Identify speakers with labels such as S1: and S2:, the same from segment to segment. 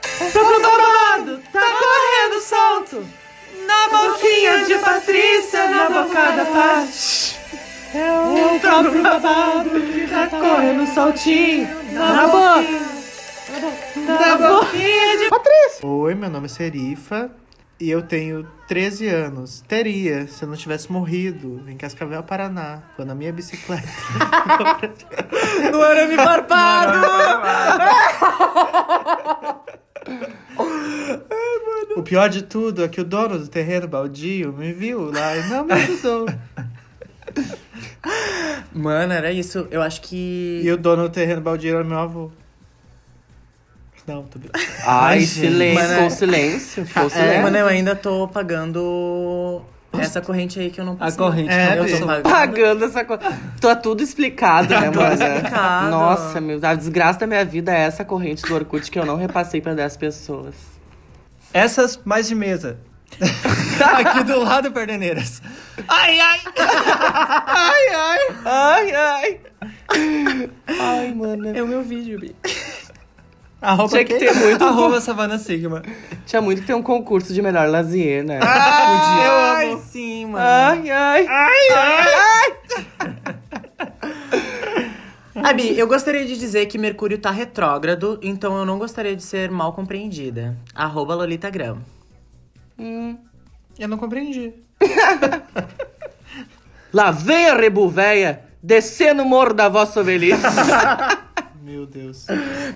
S1: Tá controlado, tá correndo solto. Na boquinha de Patrícia, na boca da Paz. É um próprio babado que tá correndo soltinho. Na boca, na boquinha de
S2: Oi, meu nome é Serifa e eu tenho 13 anos. Teria se eu não tivesse morrido em Cascavel, Paraná, quando a minha bicicleta.
S1: No arame barbado.
S2: o pior de tudo é que o dono do terreno baldio me viu lá e não me ajudou.
S3: Mano, era isso. Eu acho que.
S2: e o dono do terreno baldio era meu avô. Não, tô brincando.
S4: Ai,
S2: Ai,
S4: silêncio.
S3: gente.
S4: Ficou é Ah, silêncio. Ficou
S3: É,
S4: silêncio.
S3: mano, eu ainda tô pagando essa corrente aí que eu não
S5: A
S3: passei.
S5: corrente
S2: É,
S5: não
S3: Eu
S2: bicho.
S3: tô
S5: passou.
S3: pagando.
S4: Pagando essa coisa. Tá tudo explicado, né,
S3: tudo
S4: mano?
S3: explicado.
S4: Nossa, meu, a desgraça da minha vida é essa corrente do Orkut que eu não repassei pra 10 pessoas.
S5: Essas mais de mesa.
S2: Tá
S5: Aqui do lado, Perdeneiras. Ai, ai!
S4: Ai, ai! Ai, ai! Ai, mano.
S3: É o meu vídeo, Bi.
S5: Arroba
S4: Tinha que
S5: quem?
S4: ter muito-
S5: Arroba Savana Sigma.
S4: Tinha muito que ter um concurso de melhor lazier, né?
S5: Podia.
S3: Ai, sim, mano.
S4: Ai, ai! Ai, ai!
S3: Ah, Bi, eu gostaria de dizer que Mercúrio tá retrógrado, então eu não gostaria de ser mal compreendida. Arroba Lolitagram.
S4: Hum.
S2: Eu não compreendi.
S4: Lá vem a rebuvéia descer no morro da vossa ovelhice.
S2: Meu Deus.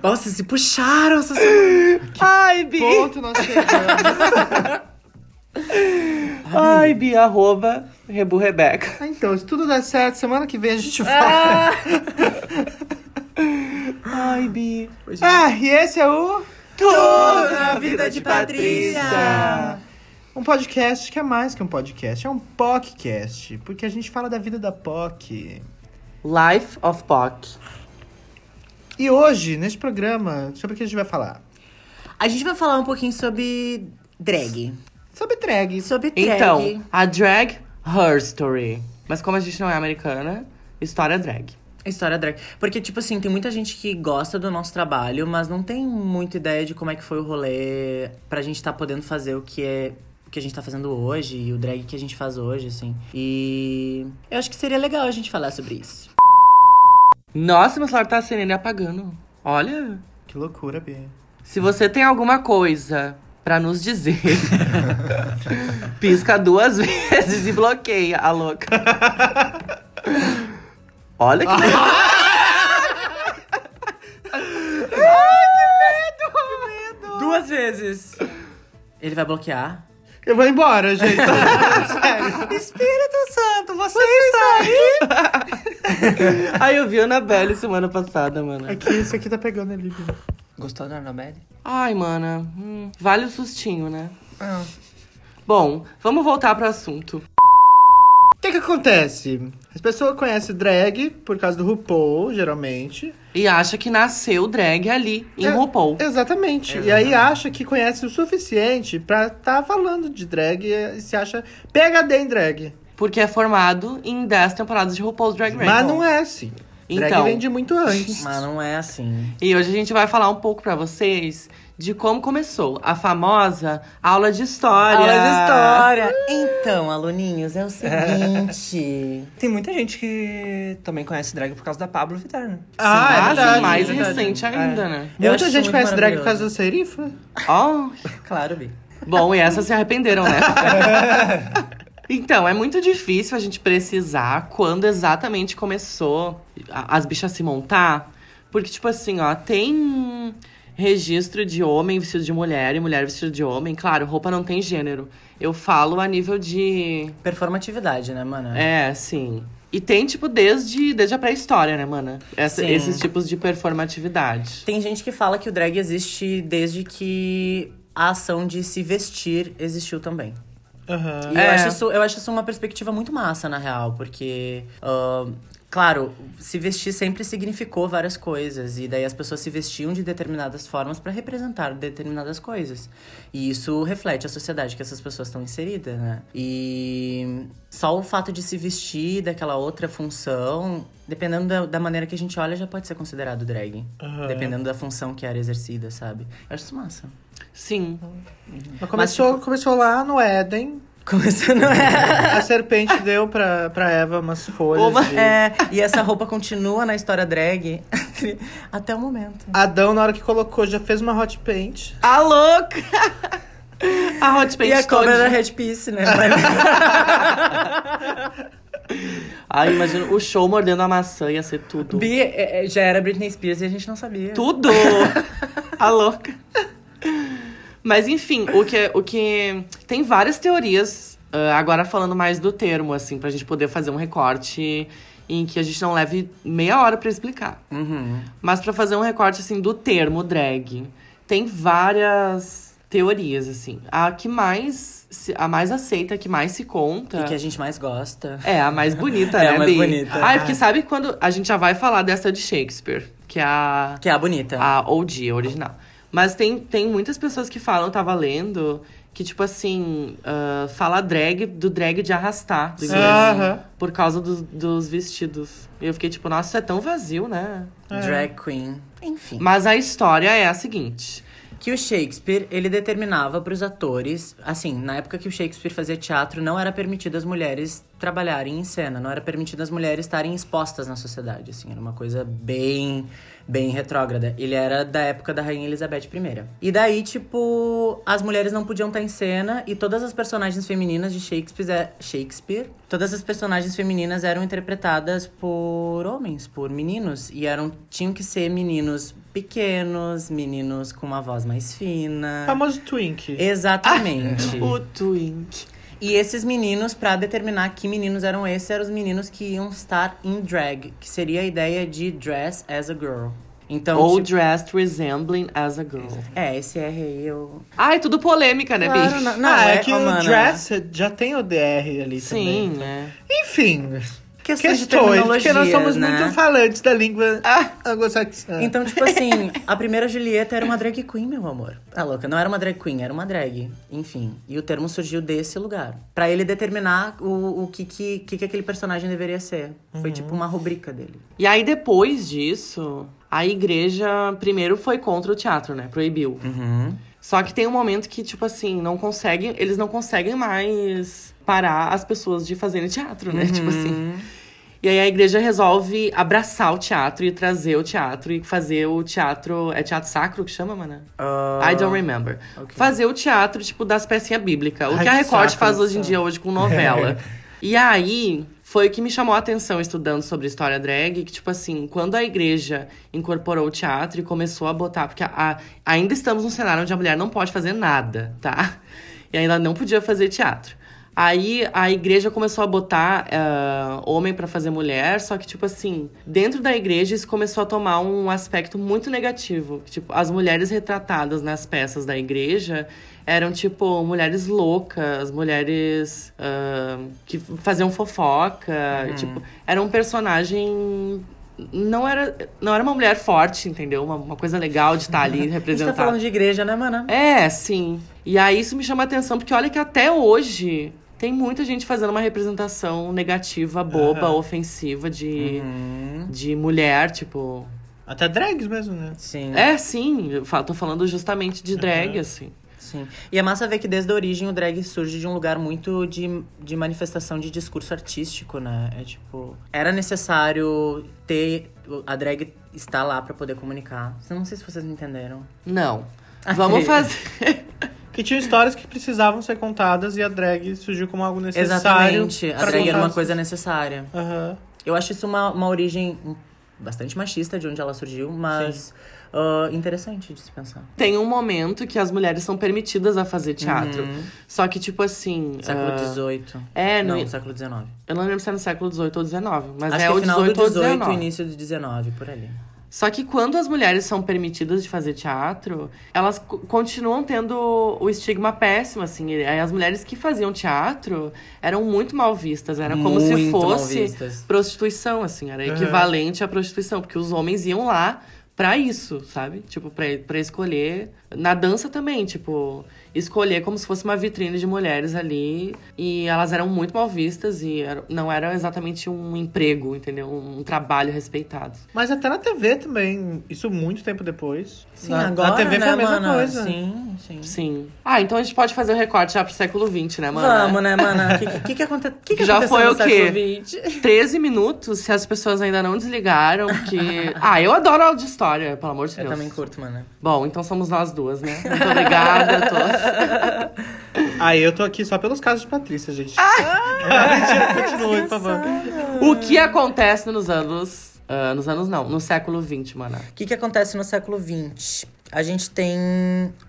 S3: Nossa, se puxaram essa semana.
S4: ai, Bi!
S2: Ponto, nós chegamos.
S4: Ai, Bi, arroba Rebu Rebeca.
S2: Ah, Então, se tudo der certo, semana que vem a gente fala.
S4: Ai, Bi.
S2: Ah, e esse é o.
S4: Tudo
S3: na vida de Patrícia.
S2: Um podcast que é mais que um podcast, é um podcast, porque a gente fala da vida da POC.
S4: Life of Pock.
S2: E hoje, neste programa, sobre o que a gente vai falar?
S3: A gente vai falar um pouquinho sobre drag.
S2: Sobre drag.
S3: Sobre drag.
S4: Então, a drag, her story. Mas como a gente não é americana, história drag.
S3: História drag. Porque, tipo assim, tem muita gente que gosta do nosso trabalho, mas não tem muita ideia de como é que foi o rolê pra gente tá podendo fazer o que é. O que a gente tá fazendo hoje e o drag que a gente faz hoje, assim. E eu acho que seria legal a gente falar sobre isso.
S4: Nossa, meu celular tá acendendo e apagando. Olha,
S2: Que loucura, Bia.
S4: se você tem alguma coisa pra nos dizer, pisca duas vezes e bloqueia a louca. Olha que
S3: Duas vezes! Ele vai bloquear?
S2: Eu vou embora, gente. Sério. Espírito Santo, você, está aí?
S4: Ai, eu vi a Anabelle semana passada, mano.
S2: É que isso aqui tá pegando ali. Bia.
S5: Gostou da Anabelle?
S4: Ai, mana. hum, vale o sustinho, né?
S2: Ah.
S4: Bom, vamos voltar pro assunto.
S2: O que que acontece? As pessoas conhecem drag por causa do RuPaul, geralmente.
S4: E acha que nasceu drag ali, em
S2: É,
S4: RuPaul.
S2: Exatamente. E aí acha que conhece o suficiente pra tá falando de drag e se acha PHD em drag.
S4: Porque é formado em 10 temporadas de RuPaul's Drag Race.
S2: Mas não é assim. Drag
S4: Então.
S2: vem de muito antes.
S3: Mas não é assim.
S4: E hoje a gente vai falar um pouco pra vocês de como começou a famosa aula de história.
S3: Ah. Então, aluninhos, é o seguinte.
S5: Tem muita gente que também conhece drag por causa da Pablo Vittar, né?
S4: Ah,
S2: Ah, é
S4: sim,
S2: verdade.
S4: mais
S2: é verdade.
S4: recente ainda, né?
S3: Eu acho
S2: Muita
S3: isso
S2: gente
S3: muito
S2: conhece drag por
S3: maravilhoso.
S2: causa da Serifa.
S4: Ó,
S3: Claro, Bi.
S4: Bom, e essas se arrependeram, né? Então, é muito difícil a gente precisar quando exatamente começou a- as bichas se montar. Porque, tipo assim, ó, tem registro de homem vestido de mulher e mulher vestida de homem. Claro, roupa não tem gênero. Eu falo a nível de.
S3: Performatividade, né, mano?
S4: É, sim. E tem, tipo, desde, desde a pré-história, né, mana? Essa-
S3: Sim.
S4: esses tipos de performatividade.
S3: Tem gente que fala que o drag existe desde que a ação de se vestir existiu também. E eu,
S4: É.
S3: acho isso, eu acho isso uma perspectiva muito massa, na real, porque. ah, Claro, se vestir sempre significou várias coisas. E daí as pessoas se vestiam de determinadas formas para representar determinadas coisas. E isso reflete a sociedade que essas pessoas estão inseridas, né? E só o fato de se vestir daquela outra função, dependendo da, da maneira que a gente olha, já pode ser considerado drag. Dependendo da função que era exercida, sabe? Eu acho isso massa.
S4: Sim.
S3: Uhum.
S2: Mas começou, começou lá no Éden.
S3: Começando. é.
S2: A serpente deu pra, pra Eva umas folhas.
S4: Uma-
S2: de-
S3: É, e essa roupa continua na história drag até o momento.
S2: Adão, na hora que colocou, já fez uma hot paint.
S4: A Tá louca! a Hot
S3: E a
S4: Paint
S3: cobra da
S4: toda.
S3: Red Piece, né? Mas-
S4: Ai, imagina o show mordendo a maçã ia ser tudo.
S3: Bi é, é, já era Britney Spears e a gente não sabia.
S4: Tudo! a louca. Mas enfim, o que, é, o que. Tem várias teorias, ah, agora falando mais do termo, assim, pra gente poder fazer um recorte em que a gente não leve meia hora pra explicar.
S3: Uhum.
S4: Mas pra fazer um recorte, assim, do termo drag, tem várias teorias, assim. A que mais. se- A mais aceita, a que mais se conta.
S3: E que a gente mais gosta.
S4: É, a mais bonita,
S3: É a
S4: né,
S3: mais
S4: Bi?
S3: bonita.
S4: Ah, é porque sabe quando. A gente já vai falar dessa de Shakespeare, que é a.
S3: Que é a bonita.
S4: A OG, a original. Mas tem, tem muitas pessoas que falam, tava lendo, que tipo assim, ah, fala drag do drag de arrastar. do inglês,
S2: Aham.
S4: Por causa dos, dos vestidos. E eu fiquei tipo, nossa, isso é tão vazio, né?
S3: Drag queen. Enfim.
S4: Mas a história é a seguinte.
S3: Que o Shakespeare, ele determinava pros atores. Assim, na época que o Shakespeare fazia teatro, não era permitido as mulheres trabalharem em cena, não era permitido as mulheres estarem expostas na sociedade. Assim, era uma coisa bem, bem retrógrada. Ele era da época da Rainha Elizabeth I. E daí, tipo, as mulheres não podiam estar em cena e todas as personagens femininas de Shakespeare. é- Shakespeare todas as personagens femininas eram interpretadas por homens, por meninos. E eram, tinham que ser meninos pequenos, meninos com uma voz mais fina.
S2: Famoso Twink.
S3: Exatamente.
S4: O Twink.
S3: E esses meninos, pra determinar que meninos eram esses, eram os meninos que iam estar em drag, que seria a ideia de dress as a girl. Então,
S4: Ou
S3: tipo,
S4: dressed resembling as a girl.
S3: é, esse R aí eu.
S4: Ai, tudo polêmica, né,
S3: Claro,
S4: bicho?
S3: não-
S2: ah, é,
S3: é,
S2: que
S3: ó,
S2: o
S3: mana.
S2: Dress já tem o DR ali
S4: Sim,
S2: também.
S4: né?
S2: Enfim,
S3: Questões, de
S2: questões, porque nós somos
S3: né? Ah!
S2: muito falantes da língua anglo-saxã.
S3: Então, tipo assim, a primeira Julieta era uma drag queen, meu amor. Tá louca, não era uma drag queen, era uma drag. Enfim, e o termo surgiu desse lugar. Pra ele determinar o, o que, que, que que aquele personagem deveria ser. Foi tipo uma rubrica dele.
S4: E aí, depois disso, a igreja primeiro foi contra o teatro, né? Proibiu.
S3: Uhum.
S4: Só que tem um momento que, tipo assim, não conseguem. Eles não conseguem mais parar as pessoas de fazerem teatro, né? Tipo assim. E aí a igreja resolve abraçar o teatro e trazer o teatro e fazer o teatro. É teatro sacro que chama, mana?
S2: Ah,
S4: I don't remember.
S3: ok.
S4: Fazer o teatro, tipo, das pecinhas bíblicas. O
S2: Ai,
S4: que a
S2: que
S4: Record
S2: saco
S4: faz
S2: isso.
S4: hoje em dia hoje com novela. e aí, foi o que me chamou a atenção estudando sobre história drag, que, tipo assim, quando a igreja incorporou o teatro e começou a botar. Porque a- ainda estamos num cenário onde a mulher não pode fazer nada, tá? E ainda não podia fazer teatro. Aí a igreja começou a botar ah, homem pra fazer mulher, só que, tipo assim, dentro da igreja isso começou a tomar um aspecto muito negativo. que, Tipo, as mulheres retratadas nas peças da igreja eram, tipo, mulheres loucas, mulheres ah, que faziam fofoca.
S3: Uhum.
S4: Tipo, era um personagem. Não era, não era uma mulher forte, entendeu? Uma, uma coisa legal de estar ali
S3: A gente
S4: representada.
S3: tá falando de igreja, né, mana?
S4: É, sim. E aí isso me chama a atenção, porque olha que até hoje tem muita gente fazendo uma representação negativa, boba, ofensiva de,
S3: Uhum.
S4: de mulher, tipo.
S2: Até drags mesmo, né?
S3: Sim.
S4: É, sim, eu fa- tô falando justamente de drag, assim.
S3: Sim. E é massa ver que desde a origem o drag surge de um lugar muito de, de manifestação de discurso artístico, né? É tipo. Era necessário ter. A drag estar lá pra poder comunicar. Eu Não sei se vocês me entenderam.
S4: Não. Vamos fazer.
S2: Que tinha histórias que precisavam ser contadas e a drag surgiu como algo necessário.
S3: Exatamente. A
S2: pra
S3: drag era
S2: contar
S3: uma
S2: as-
S3: coisa necessária.
S2: Aham.
S3: Eu acho isso uma, uma origem bastante machista de onde ela surgiu, mas ah, interessante de se pensar.
S4: Tem um momento que as mulheres são permitidas a fazer teatro. Só que, tipo assim. ah,
S3: Século XVIII.
S4: é, no,
S3: Não, século XIX.
S4: eu não lembro se é no século XVIII ou XIX, mas
S3: Acho
S4: é
S3: que
S4: o
S3: final do
S4: XVIII ou
S3: XVIII,
S4: XIX.
S3: início do XIX, por ali.
S4: Só que quando as mulheres são permitidas de fazer teatro, elas co- continuam tendo o estigma péssimo, assim. E aí As mulheres que faziam teatro eram muito mal vistas. Era como se
S3: Muito mal
S4: fosse
S3: vistas.
S4: prostituição, assim. Era equivalente à prostituição, porque os homens iam lá pra isso, sabe? Tipo, pra, pra escolher. Na dança também, tipo, escolher como se fosse uma vitrine de mulheres ali. E elas eram muito mal vistas e era- não era exatamente um emprego, entendeu? Um trabalho respeitado.
S2: Mas até na TV também, isso muito tempo depois.
S3: Sim,
S2: na,
S3: agora,
S2: na TV
S3: né,
S2: foi a mesma
S3: mana?
S2: coisa.
S3: Sim, sim.
S4: Sim. Ah, então a gente pode fazer o recorte já pro século XX, né, mano?
S3: Vamos, né, mana? O que, que, que, aconte... que, que
S4: Já
S3: aconteceu
S4: foi
S3: no
S4: o quê?
S3: século XX?
S4: 13 minutos, se as pessoas ainda não desligaram, porque... ah, eu adoro aula de história, pelo amor de
S3: Eu
S4: Deus.
S3: também curto, mana.
S4: Bom, então somos nós duas, né? Muito obrigada a todos.
S2: Aí eu tô aqui só pelos casos de Patrícia, gente. Ah, mentira, continua, por favor.
S3: Uhum.
S4: O que acontece nos anos. ah, nos anos não, no século XX, mano.
S3: O que, que acontece no século XX? A gente tem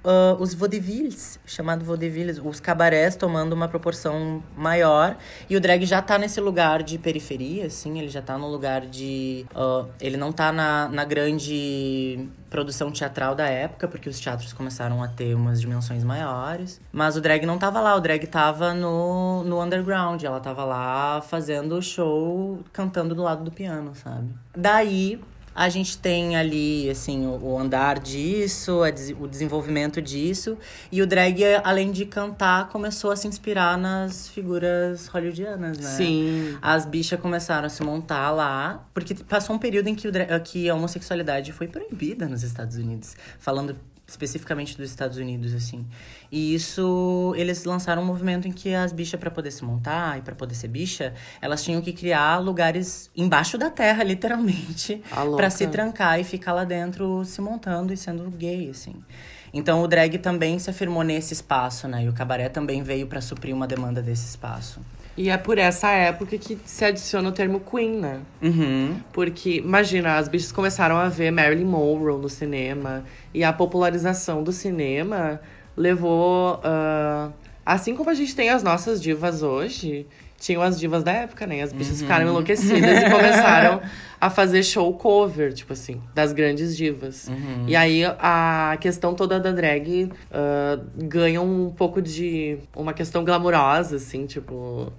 S3: ah, os vaudevilles, chamado vaudevilles, os cabarés tomando uma proporção maior. E o drag já tá nesse lugar de periferia, assim, ele já tá no lugar de. ah, ele não tá na, na grande produção teatral da época, porque os teatros começaram a ter umas dimensões maiores. Mas o drag não tava lá, o drag tava no, no underground, ela tava lá fazendo show, cantando do lado do piano, sabe? Daí a gente tem ali, assim, o, o andar disso, a des- o desenvolvimento disso. E o drag, além de cantar, começou a se inspirar nas figuras hollywoodianas, né?
S4: Sim.
S3: As bichas começaram a se montar lá, porque passou um período em que, o dra- que a homossexualidade foi proibida nos Estados Unidos. Falando especificamente dos Estados Unidos, assim. E isso, eles lançaram um movimento em que as bichas, pra poder se montar e pra poder ser bicha, elas tinham que criar lugares embaixo da terra, literalmente,
S4: A louca.
S3: pra se trancar e ficar lá dentro se montando e sendo gay, assim. Então o drag também se afirmou nesse espaço, né? E o cabaré também veio pra suprir uma demanda desse espaço.
S4: E é por essa época que se adiciona o termo queen, né?
S3: Uhum.
S4: Porque, imagina, as bichas começaram a ver Marilyn Monroe no cinema. E a popularização do cinema levou. ah, assim como a gente tem as nossas divas hoje, tinham as divas da época, né? E As bichas ficaram enlouquecidas e começaram a fazer show cover, tipo assim, das grandes divas. E aí a questão toda da drag ah, ganha um pouco de. uma questão glamurosa, assim, tipo.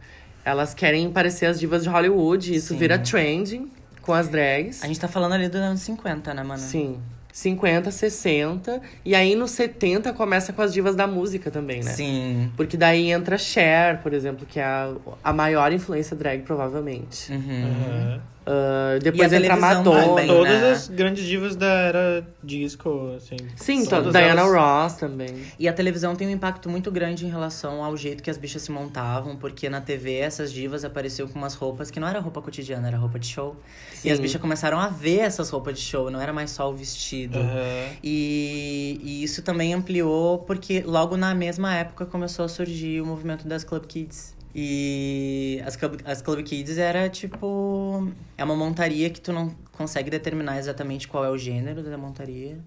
S4: Elas querem parecer as divas de Hollywood, e isso
S3: Sim.
S4: vira trending com as drags.
S3: A gente tá falando ali dos anos 50, né, mano?
S4: Sim. 50, 60. E aí nos 70 começa com as divas da música também, né?
S3: Sim.
S4: Porque daí entra Cher, por exemplo, que é a, a maior influência drag, provavelmente.
S3: Uhum.
S4: Ah, depois
S3: E a
S4: entra
S3: televisão
S4: Madonna.
S3: também.
S4: Todo-
S2: Todas
S3: né?
S2: as grandes divas da era disco, assim.
S4: Sim, to-
S2: todas
S4: Diana
S2: elas.
S4: Ross também.
S3: E a televisão tem um impacto muito grande em relação ao jeito que as bichas se montavam, porque na TV essas divas apareciam com umas roupas que não era roupa cotidiana, era roupa de show.
S4: Sim.
S3: E as bichas começaram a ver essas roupas de show, não era mais só o vestido.
S2: Aham.
S3: E, e isso também ampliou, porque logo na mesma época começou a surgir o movimento das Club Kids. E as Club, as Club Kids era tipo. É uma montaria que tu não consegue determinar exatamente qual é o gênero da montaria.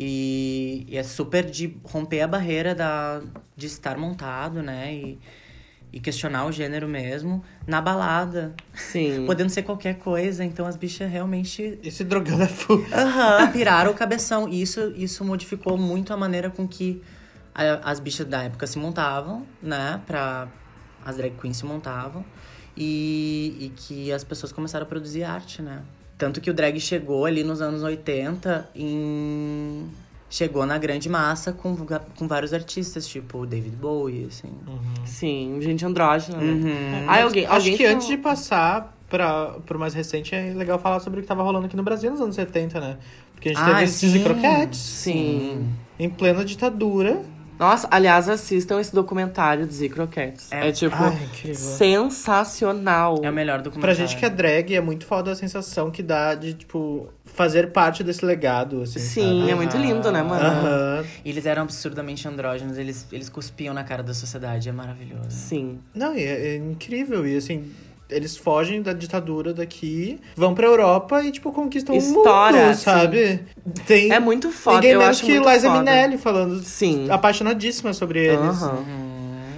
S3: E, e é super de romper a barreira da, de estar montado, né? E, e questionar o gênero mesmo na balada.
S4: Sim.
S3: Podendo ser qualquer coisa, então as bichas realmente
S2: E se drogando a full.
S3: Aham, piraram o cabeção. E isso, isso modificou muito a maneira com que a- as bichas da época se montavam, né? Pra, as drag queens se montavam. E, e que as pessoas começaram a produzir arte, né? Tanto que o drag chegou ali nos anos 80 em... Chegou na grande massa com, va- com vários artistas, tipo David Bowie, assim.
S4: Sim, gente andrógena, né?
S2: Mas
S4: Ah, alguém,
S2: acho
S4: alguém
S2: que
S4: falou-
S2: antes de passar pra, pro mais recente, é legal falar sobre o que tava rolando aqui no Brasil nos anos 70, né? Porque a gente
S3: Ah,
S2: teve esses
S3: sim.
S2: croquetes
S4: Sim.
S2: em plena ditadura.
S4: Nossa, aliás, assistam esse documentário dos Croquettes. É,
S3: É-
S4: é tipo
S2: Ai, incrível.
S4: sensacional.
S3: É o melhor
S2: Pra
S3: documentário.
S2: gente que é drag, é muito foda a sensação que dá de, tipo, fazer parte desse legado, assim.
S4: Sim,
S2: sabe?
S4: é muito lindo, né, mano?
S2: Aham.
S3: E Eles eram absurdamente andrógenos, eles, eles cuspiam na cara da sociedade, é maravilhoso.
S4: Sim.
S2: Não, e é, é incrível. E assim, eles fogem da ditadura daqui, vão pra Europa e, tipo, conquistam o
S4: Estoura,
S2: mundo,
S4: assim.
S2: sabe? Tem
S4: É muito foda,
S2: ninguém
S4: eu
S2: menos
S4: acho
S2: que
S4: muito
S2: Liza
S4: foda.
S2: Minelli falando
S4: Sim.
S2: apaixonadíssima sobre Uhum. eles.
S4: Aham.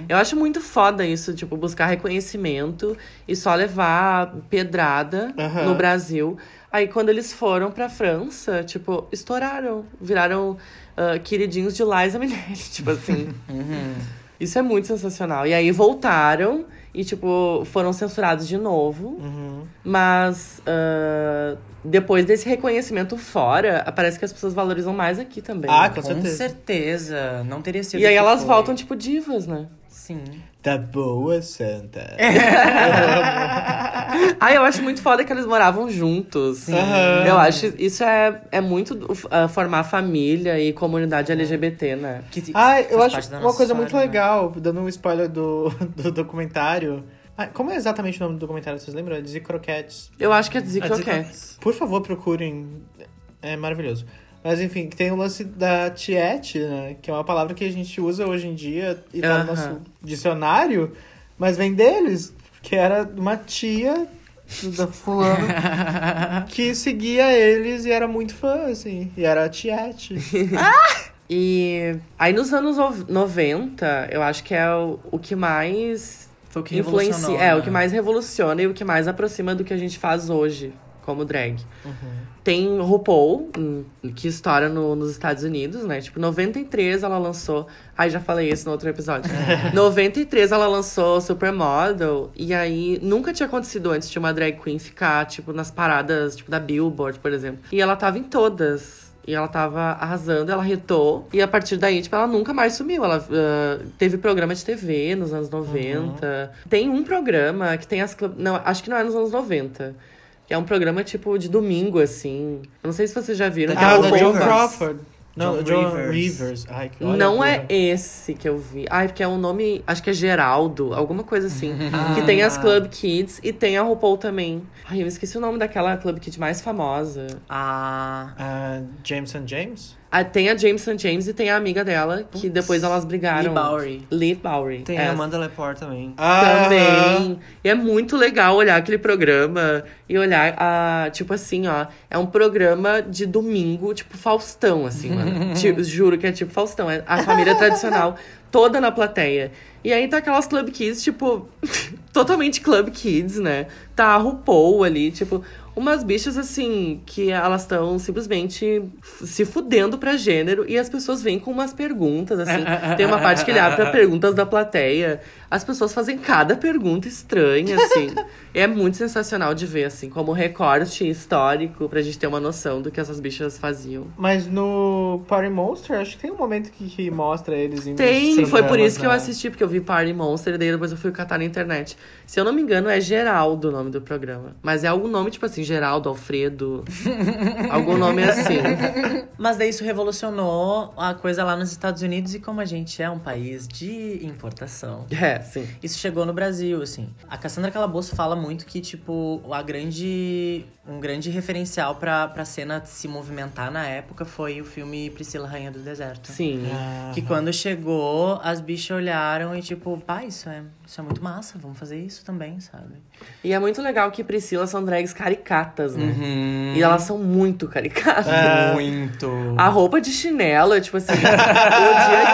S4: Eu acho muito foda isso, tipo, buscar reconhecimento e só levar pedrada
S2: Aham.
S4: no Brasil. Aí quando eles foram pra França, tipo, estouraram, viraram ah, queridinhos de Liza Minelli, tipo assim. Isso é muito sensacional. E aí voltaram e, tipo, foram censurados de novo.
S2: Uhum.
S4: Mas ah, depois desse reconhecimento fora, parece que as pessoas valorizam mais aqui também.
S2: Ah, com,
S3: Com
S2: certeza.
S3: certeza. Não teria sido.
S4: e
S3: o
S4: aí
S3: que
S4: elas
S3: foi.
S4: voltam, tipo, divas, né?
S3: Sim.
S2: Tá boa, Santa.
S4: Ah, eu acho muito foda que eles moravam juntos.
S2: Aham.
S4: Eu acho isso é, é muito uh, formar família e comunidade LGBT, né?
S3: Que- que
S2: Ah, eu
S3: faz
S2: acho
S3: parte da
S2: uma
S3: nossa
S2: coisa
S3: história,
S2: muito
S3: né?
S2: legal, dando um spoiler do, do documentário. Ah, como é exatamente o nome do documentário? Vocês lembram? É Dizzy Croquettes.
S4: Eu acho que é dizer
S5: É
S4: que eu
S5: dizer-
S4: quero.
S2: Por favor, procurem. É maravilhoso. Mas enfim, que tem o lance da tiete, né? Que é uma palavra que a gente usa hoje em dia e tá no
S4: Aham.
S2: nosso dicionário, mas vem deles, que era uma tia da fulano que seguia eles e era muito fã, assim. E era a tiete.
S4: E aí nos anos nov- 90, eu acho que é o, o que mais
S3: Foi o que
S4: influencia,
S3: revolucionou,
S4: é, o
S3: né?
S4: que mais revoluciona e o que mais aproxima do que a gente faz hoje como drag. Tem RuPaul, hum, que estoura no- nos Estados Unidos, né? Tipo, 93 ela lançou. Ai, já falei isso no outro episódio. 93 ela lançou Supermodel. E aí nunca tinha acontecido antes de uma drag queen ficar, tipo, nas paradas, tipo, da Billboard, por exemplo. E ela tava em todas. E ela tava arrasando, ela retou. E a partir daí, tipo, ela nunca mais sumiu. Ela ah, teve programa de TV nos anos 90. Tem um programa que tem as. cl- Não, acho que não é nos anos 90. Que é um programa, tipo, de domingo, assim. Eu não sei se vocês já viram. que é
S2: Ah,
S4: o
S2: da
S5: John
S2: Joan
S4: Bovas.
S2: Crawford.
S5: John
S2: Não, John Rivers.
S5: Rivers.
S2: Ai, que olha,
S4: Não é
S2: porra.
S4: esse que eu vi. Ai, porque é um nome. Acho que é Geraldo, alguma coisa assim. que tem as Club Kids e tem a RuPaul também. Ai, eu esqueci o nome daquela Club Kid mais famosa.
S3: Ah.
S2: Ah, James and James?
S4: Ah, tem a James and James e tem a amiga dela, que depois elas brigaram.
S3: Lee Bowery.
S4: Lee Bowery.
S1: É.
S5: Tem a
S4: essa.
S5: Amanda Lepore também.
S2: Ah,
S4: Também. E é muito legal olhar aquele programa e olhar a. Tipo assim, ó. É um programa de domingo, tipo Faustão, assim, mano. Tipo, juro que é tipo Faustão. É a família tradicional toda na plateia. E aí tá aquelas Club Kids, tipo. totalmente Club Kids, né? Tá a RuPaul ali, tipo. Umas bichas assim, que elas estão simplesmente f- se fudendo pra gênero e as pessoas vêm com umas perguntas, assim. Tem uma parte que ele abre pra perguntas da plateia. As pessoas fazem cada pergunta estranha, assim. é muito sensacional de ver, assim, como recorte histórico pra gente ter uma noção do que essas bichas faziam.
S2: Mas no Party Monster, acho que tem um momento que, que mostra eles indo
S4: Tem,
S2: sem
S4: foi por
S2: dramas,
S4: isso que eu
S2: né?
S4: assisti, porque eu vi Party Monster, e daí depois eu fui catar na internet. Se eu não me engano, é Geraldo o nome do programa. Mas é algum nome, tipo assim, Geraldo, Alfredo. algum nome assim.
S3: Mas daí isso revolucionou a coisa lá nos Estados Unidos e como a gente é um país de importação.
S4: É, sim.
S3: Isso chegou no Brasil, assim. A Cassandra Calabouço fala muito que, tipo, a grande. Um grande referencial pra, pra cena se movimentar na época foi o filme Priscila Rainha do Deserto.
S4: Sim.
S2: Ah,
S3: Que quando chegou, as bichas olharam e, tipo, pá, isso é, isso é muito massa, vamos fazer isso também, sabe?
S4: E é muito legal que Priscila são drags caricatas, né?
S5: Hum.
S4: E elas são muito caricatas.
S5: Ah. É.
S3: Muito.
S4: A roupa de chinelo, é tipo assim. o, dia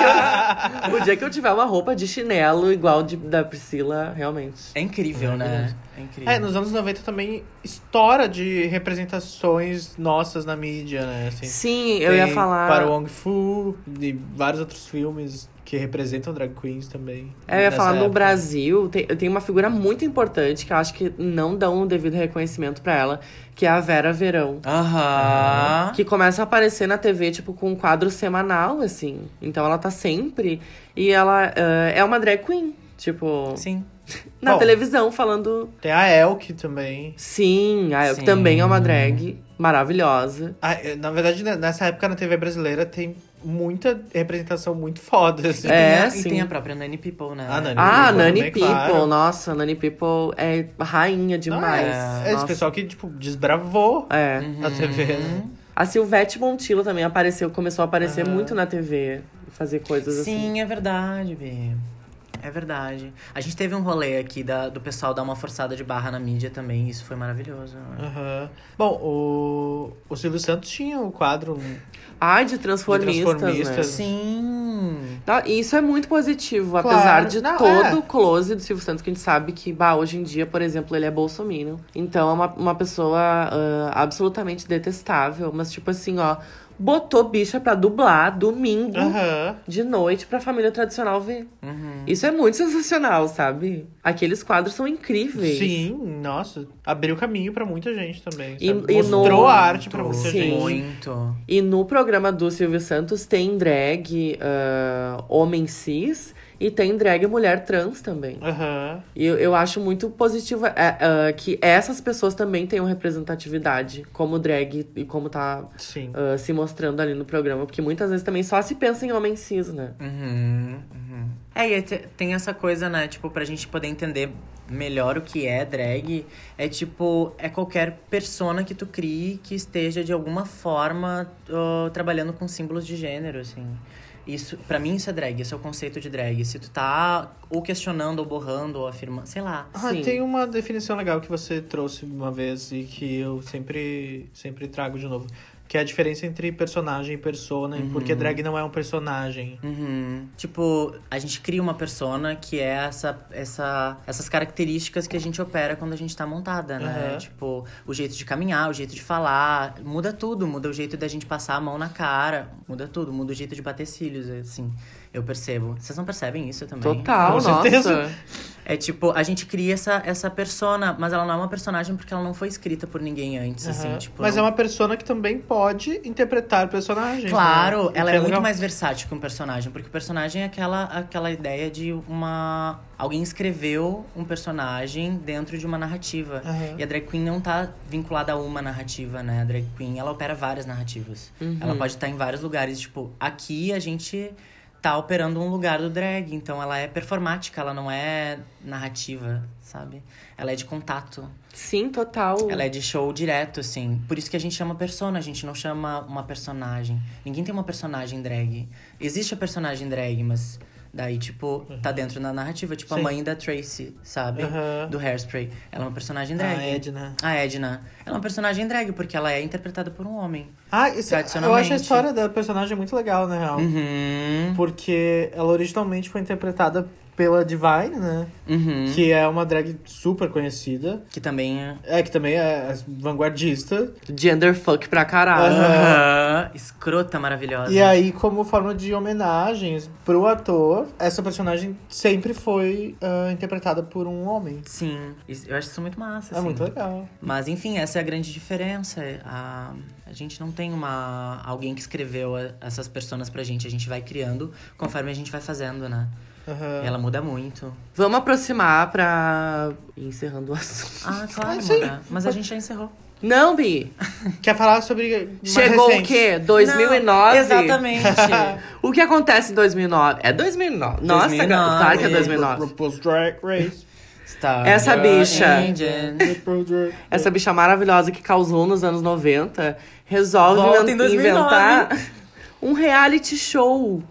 S4: que eu, o dia que eu tiver uma roupa de chinelo igual de, da Priscila, realmente.
S3: É incrível, né? É incrível.
S2: É, nos anos 90 também estoura de representações nossas na mídia, né? assim.
S4: Sim, eu
S2: Tem
S4: ia falar.
S2: Para o Wong Fu e vários outros filmes que representam drag queens também.
S4: É, eu ia
S2: nessa
S4: falar, no
S2: época.
S4: Brasil, tem, tem uma figura muito importante que eu acho que não dão o devido reconhecimento pra ela, que é a Vera Verão.
S3: Aham.
S4: Que começa a aparecer na TV, tipo, com um quadro semanal, assim. Então ela tá sempre. E ela eh, é uma drag queen, tipo,
S3: Sim.
S4: na
S2: Bom.
S4: televisão, falando.
S2: Tem a Elk também.
S4: Sim, a Elke
S3: Sim.
S4: também é uma drag maravilhosa.
S2: Ah, é, na verdade, ne- nessa época na TV brasileira tem muita representação muito foda, assim.
S3: E tem
S4: É,
S3: a-
S4: sim.
S3: E tem a própria Nani People, né?
S2: Ah, Nani.
S4: Ah,
S2: People
S4: Nani
S2: também,
S4: People,
S2: claro.
S4: nossa, Nani People é rainha
S2: Não,
S4: demais.
S2: é, é esse
S4: Nossa.
S2: pessoal que, tipo, desbravou
S4: É.
S2: na TV, né?
S4: A Silvete Montilo também apareceu, começou a aparecer
S2: Aham.
S4: muito na TV, fazer coisas assim.
S3: Sim, é verdade, Bi. É verdade. A gente teve um rolê aqui da- do pessoal dar uma forçada de barra na mídia também. Isso foi maravilhoso. né?
S2: Aham. Bom, o, o Silvio Santos tinha o quadro.
S4: Ai, de transformistas,
S2: De transformistas.
S4: né?
S3: Sim.
S4: Não, e Isso é muito positivo,
S2: Claro.
S4: apesar de
S2: Não,
S4: todo
S2: é.
S4: o close do Silvio Santos, que a gente sabe que, bah, hoje em dia, por exemplo, ele é bolsominion. Então é uma, uma pessoa ah, absolutamente detestável, mas tipo assim, ó, botou bicha pra dublar domingo
S2: Aham. Uhum.
S4: de noite pra família tradicional ver. Isso é muito sensacional, sabe? Aqueles quadros são incríveis.
S2: Sim, nossa. Abriu caminho pra muita gente também.
S4: E-
S2: sabe?
S4: e
S2: é
S4: no-
S2: Mostrou a arte pra muita
S4: Sim.
S2: gente.
S3: Muito.
S4: E no programa do Silvio Santos tem drag ah, homem cis e tem drag mulher trans também.
S2: Aham.
S4: E eu, eu acho muito positivo é, ah, que essas pessoas também tenham representatividade como drag e como tá
S2: Sim.
S4: ah, se mostrando ali no programa. Porque muitas vezes também só se pensa em homem cis, né?
S3: Uhum, uhum. É, e aí te- tem essa coisa, né? Tipo, pra gente poder entender melhor o que é drag, é tipo, é qualquer persona que tu crie que esteja de alguma forma ó, trabalhando com símbolos de gênero, assim. Isso, pra mim, isso é drag, esse é o conceito de drag. Se tu tá ou questionando, ou borrando, ou afirmando, sei lá.
S2: Ah,
S4: Sim.
S2: tem uma definição legal que você trouxe uma vez e que eu sempre, sempre trago de novo. Que é a diferença entre personagem e persona, e porque drag não é um personagem.
S3: Uhum. Tipo, a gente cria uma persona que é essa, essa, essas características que a gente opera quando a gente tá montada, né?
S2: Aham.
S3: Tipo, o jeito de caminhar, o jeito de falar, muda tudo, muda o jeito da gente passar a mão na cara, muda tudo, muda o jeito de bater cílios, assim. Eu percebo. Vocês não percebem isso também?
S4: Total,
S2: Com
S4: nossa.
S2: certeza.
S3: É tipo, a gente cria essa, essa persona, mas ela não é uma personagem porque ela não foi escrita por ninguém antes, assim.
S2: Aham.
S3: Tipo,
S2: Mas
S3: não-
S2: é uma persona que também pode interpretar personagens.
S3: Claro,
S2: né?
S3: ela
S2: Que
S3: é muito
S2: legal.
S3: mais versátil que um personagem, porque o personagem é aquela, aquela ideia de uma. Alguém escreveu um personagem dentro de uma narrativa.
S2: Aham.
S3: E a drag queen não tá vinculada a uma narrativa, né? A drag queen, ela opera várias narrativas. Ela pode estar em vários lugares. Tipo, aqui a gente tá operando um lugar do drag, então ela é performática, ela não é narrativa, sabe? Ela é de contato.
S4: Sim, total.
S3: Ela é de show direto, assim. Por isso que a gente chama persona, a gente não chama uma personagem. Ninguém tem uma personagem drag. Existe a personagem drag, mas daí, tipo, tá dentro da narrativa. Tipo, a
S2: Uhum. Sim.
S3: mãe da Tracy, sabe?
S2: Aham.
S3: Do Hairspray. Ela é uma personagem drag.
S2: A Edna.
S3: A Edna. Ela é uma personagem drag, porque ela é interpretada por um homem.
S2: Ah, isso, eu
S3: Tradicionalmente.
S2: acho a história da personagem muito legal, na real.
S3: Uhum.
S2: Porque ela originalmente foi interpretada pela Divine, né?
S3: Uhum. Que...
S2: Que é uma drag super conhecida.
S3: também é.
S2: É, que também é vanguardista.
S4: Genderfuck pra caralho.
S3: Aham. Escrota maravilhosa.
S2: E aí, como forma de homenagens pro ator, essa personagem sempre foi ah, interpretada por um homem.
S3: Sim. Isso- Eu acho isso muito massa,
S2: É
S3: assim.
S2: muito legal.
S3: Mas enfim, essa é a grande diferença. A, a gente não tem uma alguém que escreveu a- essas personas pra gente. A gente vai criando conforme a gente vai fazendo, né?
S2: Aham.
S3: E ela muda muito.
S4: Vamos aproximar pra. Encerrando o assunto.
S3: Ah, claro,
S2: Ah, sim.
S3: né? Mas a gente já encerrou.
S4: Não, Bi!
S2: É. Quer falar sobre. mais
S4: Chegou
S2: recente?
S4: o quê? 2009?
S3: Não, exatamente.
S4: O que acontece em 2009? É 2009. Nossa,
S3: 2009.
S4: gar- claro que é 2009.
S2: RuPaul's Drag Race.
S3: Star
S4: Essa
S3: Girl
S4: bicha.
S3: Engine.
S2: RuPaul's Drag Race.
S4: Essa bicha maravilhosa que causou nos anos 90 resolve
S3: Volta em
S4: inven-
S3: 2009.
S4: inventar um reality show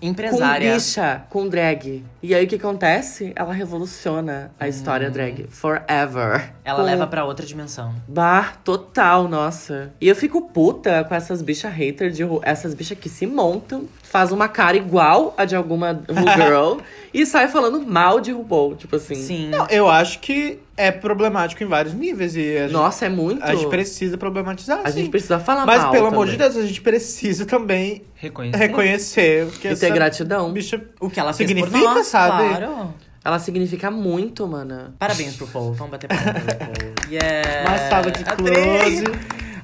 S3: Empresária.
S4: com bicha, com drag. E aí o que acontece? Ela revoluciona a história drag forever.
S3: Hum. Ela
S4: Com-
S3: leva pra outra dimensão.
S4: Bah, total, nossa. E eu fico puta com essas bichas hater de ru- essas bichas que se montam, faz uma cara igual a de alguma Ru girl e sai falando mal de RuPaul, tipo assim.
S3: Sim.
S2: Não, eu acho que é problemático em vários níveis e a gente,
S4: Nossa, é muito.
S2: a gente precisa problematizar.
S4: A
S2: sim.
S4: gente precisa falar
S2: Mas
S4: mal
S2: pelo amor de
S4: também. Uhum.
S2: Deus, a gente precisa também
S5: Reconhecer.
S2: reconhecer que
S4: E ter
S2: essa
S4: gratidão.
S2: bicha
S3: O que ela fez por
S2: Significa,
S3: nós,
S2: sabe?
S3: claro.
S4: Ela significa muito, mana.
S3: Parabéns pro Paul. Vamos bater palma pro RuPaul. Yeah.
S2: uma sala
S4: É.
S2: de
S3: Adorei.
S2: close.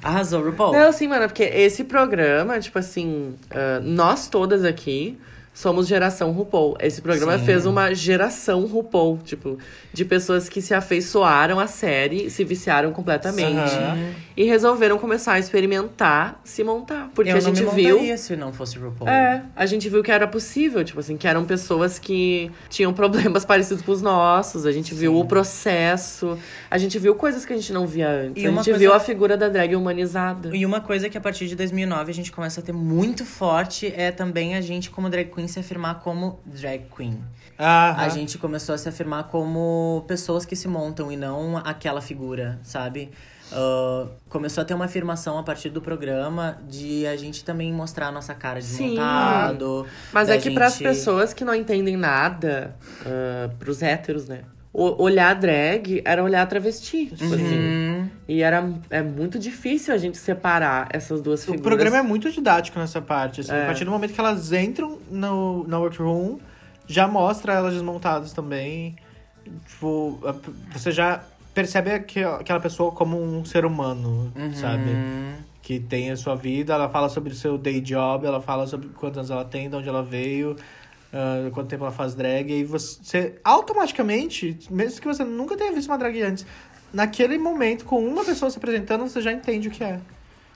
S3: Arrasou, RuPaul.
S4: Não, sim, mano, porque esse programa, tipo assim, ah, nós todas aqui somos geração RuPaul. Esse programa
S3: Sim.
S4: fez uma geração RuPaul, tipo, de pessoas que se afeiçoaram à série, se viciaram completamente
S2: Aham.
S4: e resolveram começar a experimentar, se montar. Porque
S3: eu
S4: a gente
S3: não me
S4: viu.
S3: montaria se não fosse RuPaul.
S4: É, a gente viu que era possível, tipo assim, que eram pessoas que tinham problemas parecidos com os nossos, a gente viu o processo, a gente viu coisas que a gente não via antes,
S3: E
S4: a
S3: uma
S4: gente viu
S3: coisa-
S4: a figura da drag humanizada.
S3: E uma coisa que a partir de 2009 a gente começa a ter muito forte é também a gente, como drag queen, queen se afirmar como drag queen.
S2: Ah,
S3: A gente começou a se afirmar como pessoas que se montam e não aquela figura, sabe? Ah, começou a ter uma afirmação a partir do programa de a gente também mostrar a nossa cara de
S4: Sim.
S3: montado.
S4: Mas
S3: da
S4: é que pras
S3: gente-
S4: pessoas que não entendem nada, ah, pros héteros, né? o- olhar drag era olhar travesti, tipo assim.
S5: Hum.
S3: Uhum.
S4: E era, é muito difícil a gente separar essas duas
S2: O
S4: figuras. É.
S2: programa é muito didático nessa parte. assim, A partir do momento que elas entram no, na workroom, já mostra elas desmontadas também. Tipo, a- você já percebe aque- aquela pessoa como um ser humano,
S4: Uhum.
S2: sabe? Que tem a sua vida, ela fala sobre o seu day job, ela fala sobre quantos anos ela tem, de onde ela veio, ah, quanto tempo ela faz drag. E você automaticamente, mesmo que você nunca tenha visto uma drag antes, naquele momento, com uma pessoa se apresentando, você já entende o que é.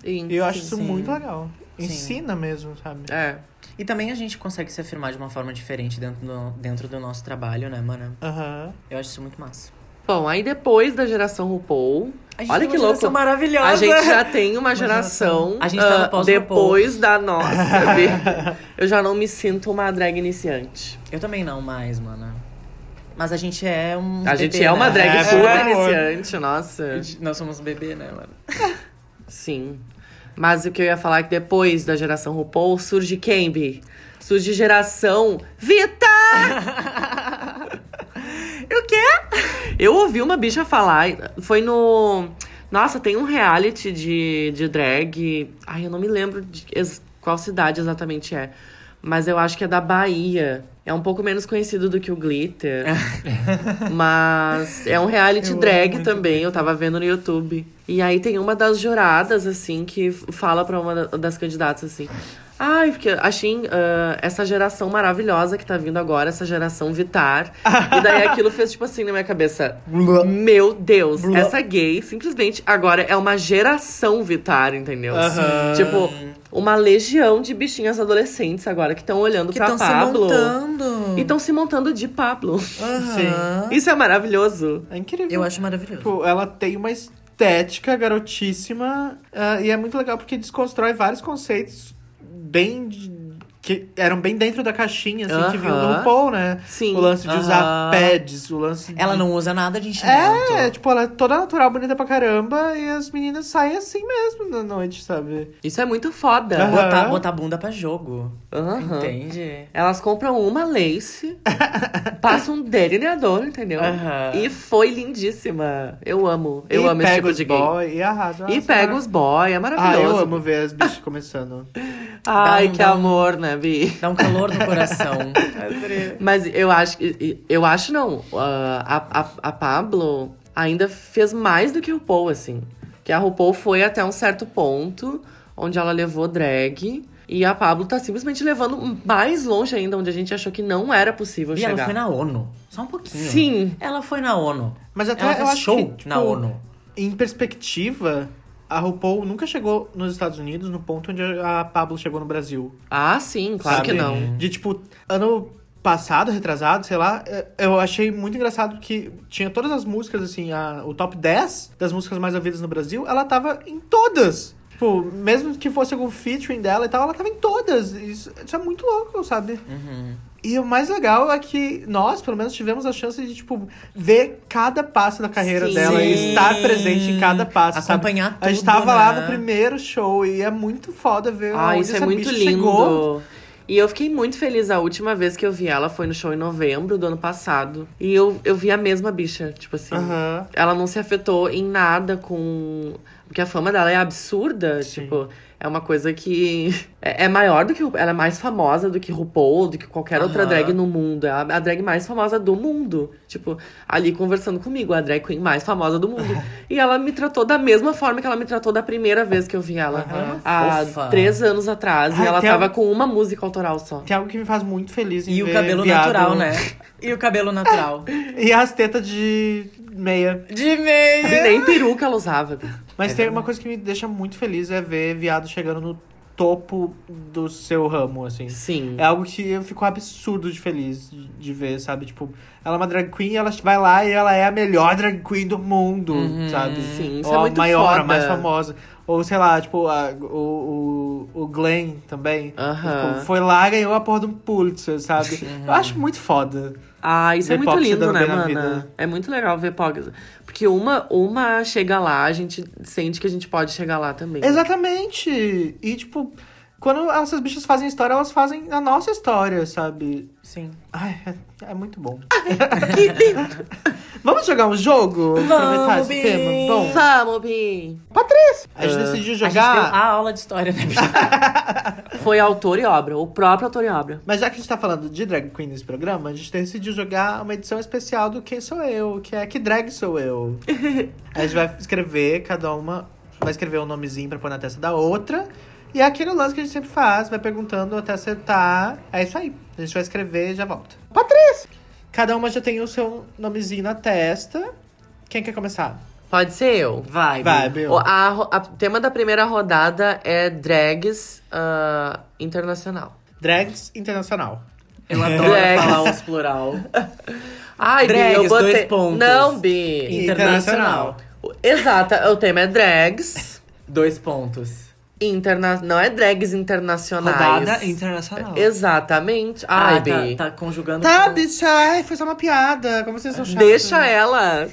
S2: E eu acho isso
S3: sim.
S2: muito legal.
S3: Sim.
S2: Ensina mesmo, sabe?
S4: É.
S3: E também a gente consegue se afirmar de uma forma diferente dentro do, dentro do nosso trabalho, né, mano?
S2: Aham.
S3: Eu acho isso muito massa.
S4: Bom, aí depois da geração RuPaul,
S3: A
S4: Olha
S3: tem
S4: que
S3: uma
S4: louco.
S3: geração maravilhosa.
S4: a gente já tem uma geração.
S3: A gente tá tava
S4: ah,
S3: pós-RuPaul.
S4: Depois da nossa. sabe? eu já não me sinto uma drag iniciante.
S3: Eu também não mais, mano. Mas a gente é um.
S4: A
S3: bebê,
S4: gente é
S3: né?
S4: uma drag
S2: É, por
S4: pura
S2: favor.
S4: iniciante, nossa.
S3: Nós somos bebê, né, mano?
S4: Sim. Mas o que eu ia falar é que depois da geração RuPaul surge quem, Bi? Surge geração Vita! o quê? Eu ouvi uma bicha falar, foi no. Nossa, tem um reality de, de drag. Ai, eu não me lembro de ex- qual cidade exatamente é. Mas eu acho que é da Bahia. É um pouco menos conhecido do que o Glitter. Mas é um reality
S2: Eu amo
S4: drag
S2: muito
S4: também, eu tava vendo no YouTube. E aí tem uma das juradas, assim, que f- fala pra uma da- das candidatas assim. Ai, porque achei ah, essa geração maravilhosa que tá vindo agora, essa geração Vitar. e daí aquilo fez tipo assim na minha cabeça. Meu Deus,
S2: Blá.
S4: essa gay simplesmente agora é uma geração Vitar, entendeu?
S2: Aham.
S4: Tipo, uma legião de bichinhas adolescentes agora que estão olhando
S3: Que
S4: pra
S3: estão se
S4: Pablo.
S3: montando.
S4: E
S2: Então,
S4: estão se montando de Pablo.
S3: Aham.
S4: Isso é maravilhoso.
S2: É incrível.
S3: Eu acho maravilhoso.
S2: Tipo, ela tem uma estética garotíssima ah, e é muito legal porque desconstrói vários conceitos bem... de- que eram bem dentro da caixinha, assim, que vinham do
S4: Aham.
S2: RuPaul, né?
S4: Sim.
S2: O lance de usar
S3: Aham.
S2: pads, o lance de...
S3: Ela não usa nada de enchimento.
S2: É, tipo, ela é toda natural, bonita pra caramba, e as meninas saem assim mesmo na noite, sabe?
S4: Isso é muito foda.
S2: Aham.
S3: Botar, botar bunda pra jogo.
S4: Aham.
S3: Entende?
S4: Elas compram uma lace, passam um delineador, entendeu?
S3: Aham.
S4: E foi lindíssima. Eu amo. Eu
S2: e
S4: amo esse
S2: pega
S4: tipo
S2: os
S4: de gay.
S2: boy e arrasa.
S4: E
S2: Nossa,
S4: pega os boy, é
S2: Ah,
S4: maravilhoso.
S2: eu amo ver as bichas começando.
S3: Dá
S4: Ai,
S3: um-
S4: que
S3: dá um-
S4: amor, né, Bi?
S3: Dá um calor no coração.
S4: Mas eu acho que. Eu acho não. Ah, a, a, a Pablo ainda fez mais do que a RuPaul, assim. Que a RuPaul foi até um certo ponto onde ela levou drag. E a Pablo tá simplesmente levando mais longe ainda, onde a gente achou que não era possível
S3: e
S4: chegar.
S3: ela foi na ONU. Só um
S2: assim,
S3: pouquinho.
S4: Sim.
S3: Ela foi na ONU.
S2: Mas até
S3: ela
S2: eu
S3: fez
S2: acho
S3: show
S2: que, tipo,
S3: na ONU.
S2: em perspectiva, a RuPaul nunca chegou nos Estados Unidos no ponto onde a Pablo chegou no Brasil.
S4: Ah, sim, claro
S2: sabe?
S4: que não.
S2: De tipo, ano passado, retrasado, sei lá, eh, eu achei muito engraçado que tinha todas as músicas, assim, a- o top 10 das músicas mais ouvidas no Brasil, ela tava em todas. Tipo, mesmo que fosse algum featuring dela e tal, ela tava em todas. Isso, isso é muito louco, sabe?
S4: Uhum.
S2: E o mais legal é que nós, pelo menos, tivemos a chance de, tipo, ver cada passo da carreira
S4: Sim.
S2: dela e estar presente em cada passo, sabe?
S3: Acompanhar tudo,
S2: A gente tava lá
S3: né?
S2: no primeiro show e é muito foda ver
S4: Ah,
S2: onde
S4: isso é
S2: essa
S4: muito
S2: bicha
S4: lindo.
S2: chegou.
S4: E eu fiquei muito feliz. A última vez que eu vi ela foi no show em novembro do ano passado. E eu, eu vi a mesma bicha, tipo assim.
S2: Aham.
S4: Ela não se afetou em nada com. Porque a fama dela é absurda.
S2: Sim.
S4: Tipo, é uma coisa que. É, é maior do que. o- Ela é mais famosa do que RuPaul, do que qualquer outra
S3: Aham.
S4: drag no mundo. É a, a drag mais famosa do mundo. Tipo, ali conversando comigo, a drag queen mais famosa do mundo. e ela me tratou da mesma forma que ela me tratou da primeira vez que eu vi ela.
S2: Aham. Ela é uma
S4: Há
S3: fofa.
S4: três anos atrás.
S2: Ai,
S4: e ela
S2: tem
S4: tava
S2: a-
S4: com uma música autoral só.
S2: Tem algo que me faz muito feliz em
S3: E o
S2: ver
S3: cabelo
S2: assim, viado-
S3: natural, né? E o cabelo natural.
S2: E as tetas de meia.
S3: De meia.
S4: E nem peruca ela usava.
S2: Mas tem uma coisa que me deixa muito feliz é ver é viado chegando no topo do seu ramo, assim.
S4: Sim.
S2: É algo que eu fico absurdo de feliz de, de ver, sabe? Tipo, ela é uma drag queen, ela vai lá e ela é a melhor drag queen do mundo, sabe?
S4: Sim, isso
S2: Ou
S4: é
S2: a
S4: muito
S2: maior,
S4: foda.
S2: a mais famosa. Ou, sei lá, tipo, a- o, o, o Glenn também.
S4: Aham.
S2: Tipo, foi lá e ganhou a porra de um Pulitzer, sabe? Eu acho muito foda.
S4: Ah, isso é
S2: Ver
S4: muito
S2: pop se
S4: lindo,
S2: dando
S4: né,
S2: bem na
S4: mana?
S2: vida.
S4: É muito legal ver POGs. Porque uma, uma chega lá, a gente sente que a gente pode chegar lá também.
S2: Exatamente! E, tipo, quando essas bichas fazem história, elas fazem a nossa história, sabe?
S3: Sim.
S2: Ai, é, é muito bom.
S4: Que lindo.
S2: Vamos jogar um jogo? Aproveitar esse
S3: Bi!
S2: tema. Bom,
S4: Vamos, Bi.
S2: É. a gente decidiu
S3: A gente deu
S2: jogar.
S3: a aula de história, né?
S4: Foi autor e obra, o próprio autor e obra.
S2: Mas já que a gente tá falando de drag queen nesse programa, a gente decidiu jogar uma edição especial do Quem Sou Eu, que é Que Drag Sou Eu. a gente vai escrever, cada uma vai escrever um nomezinho pra pôr na testa da outra. E é aquele lance que a gente sempre faz, vai perguntando até acertar. É isso aí. A gente vai escrever e já volta. Patrícia! Cada uma já tem o seu nomezinho na testa. Quem quer começar?
S4: Pode ser eu.
S3: Vai.
S2: Vai,
S3: Bi.
S2: Bill.
S4: O a ro- a- tema da primeira rodada é drags ah, internacional.
S2: Drags Internacional.
S3: Eu adoro
S4: Drags.
S3: falar os plural.
S4: Ai, Bi, eu
S3: Drags,
S4: botei...
S3: dois pontos.
S4: Não, Bi.
S3: Internacional.
S4: O- Exato, o tema é drags.
S3: Dois pontos.
S4: Interna... Não é drags internacionais.
S5: Rodada internacional.
S4: Exatamente. Ai,
S3: ah,
S4: Bi.
S3: tá, tá conjugando.
S2: Tá,
S3: com-
S2: bicha, ai, foi só uma piada. Como vocês são chatos.
S4: Deixa elas.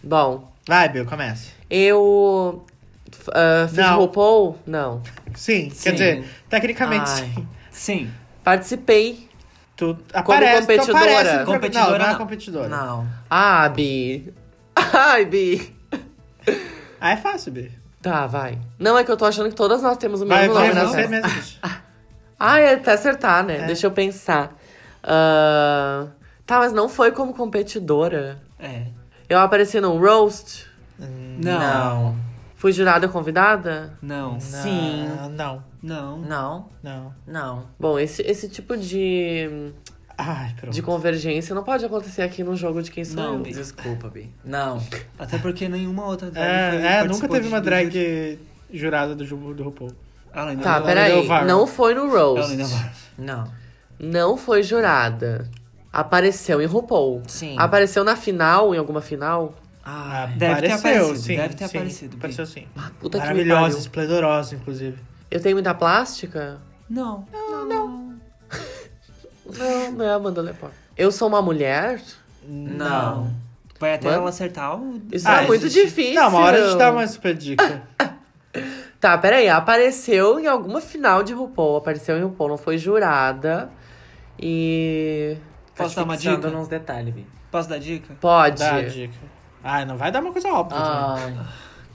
S4: Bom,
S2: Vai, Bill, comece.
S4: eu f- ah, fiz
S2: Não.
S4: RuPaul? Não.
S2: Sim,
S3: Sim.
S2: quer dizer, tecnicamente
S3: Ai.
S2: sim.
S5: Sim.
S4: Participei.
S2: Tu aparece, tu
S4: competidora.
S2: aparece no programa.
S5: Competidora
S2: Não, não é
S5: não.
S2: competidora.
S3: Não.
S4: Ah, Bi. Ai, Bi.
S2: Ah, é fácil, B.
S4: Tá, vai. Não, é que eu tô achando que todas nós temos o
S2: Vai,
S4: mesmo
S2: vai
S4: nome na
S2: você
S4: festa.
S2: mesmo. bicho.
S4: Ah, é até acertar, né? Deixa eu pensar. Ah, tá, mas não foi como competidora.
S5: É.
S4: Eu apareci num roast.
S2: Hum,
S5: Não.
S4: Fui jurada convidada?
S5: Não.
S3: Sim.
S2: Ah, não,
S5: Não.
S3: Não.
S2: não.
S3: Não.
S4: Bom, esse, esse tipo de,
S2: Ai, pronto.
S4: de convergência não pode acontecer aqui no jogo de quem sou
S5: Não,
S4: eu.
S5: Bi.
S3: Desculpa, Bi. Não.
S5: Até porque nenhuma outra drag foi-
S2: É, é,
S5: participou
S2: nunca teve
S5: de-
S2: uma
S5: do
S2: drag
S5: júri.
S2: jurada do, Ju- do RuPaul.
S5: Ela ainda vai.
S4: Tá,
S2: ainda
S4: peraí.
S2: é o
S4: Não foi no
S5: Ela
S4: roast.
S5: ainda vai.
S3: Não.
S4: Não foi jurada. Apareceu em RuPaul.
S3: Sim.
S4: Apareceu na final, em alguma final.
S3: Ah,
S5: deve ter aparecido,
S2: sim.
S5: deve ter
S2: sim.
S5: aparecido, Bi.
S2: Apareceu sim.
S4: Ah, Puta que me
S2: Maravilhosa,
S4: pariu.
S2: esplendorosa, inclusive.
S4: Eu tenho muita plástica?
S5: Não.
S4: Não, não é a Amanda Lepore. Eu sou uma mulher?
S3: não.
S5: Vai até
S4: Mano.
S5: ela acertar o.
S4: Isso
S2: Ah,
S4: é muito
S2: gente,
S4: difícil.
S2: Não, uma hora a gente dá uma super dica.
S4: Tá, peraí. Apareceu em alguma final de RuPaul. Apareceu em RuPaul, não foi jurada. E.
S3: Tá
S5: Posso dar uma
S3: fixando
S5: dica?
S3: nos detalhes, Bi.
S5: Posso dar dica?
S4: Pode.
S2: dá a dica. Ah, não vai dar uma coisa óbvia. também.
S3: Ah,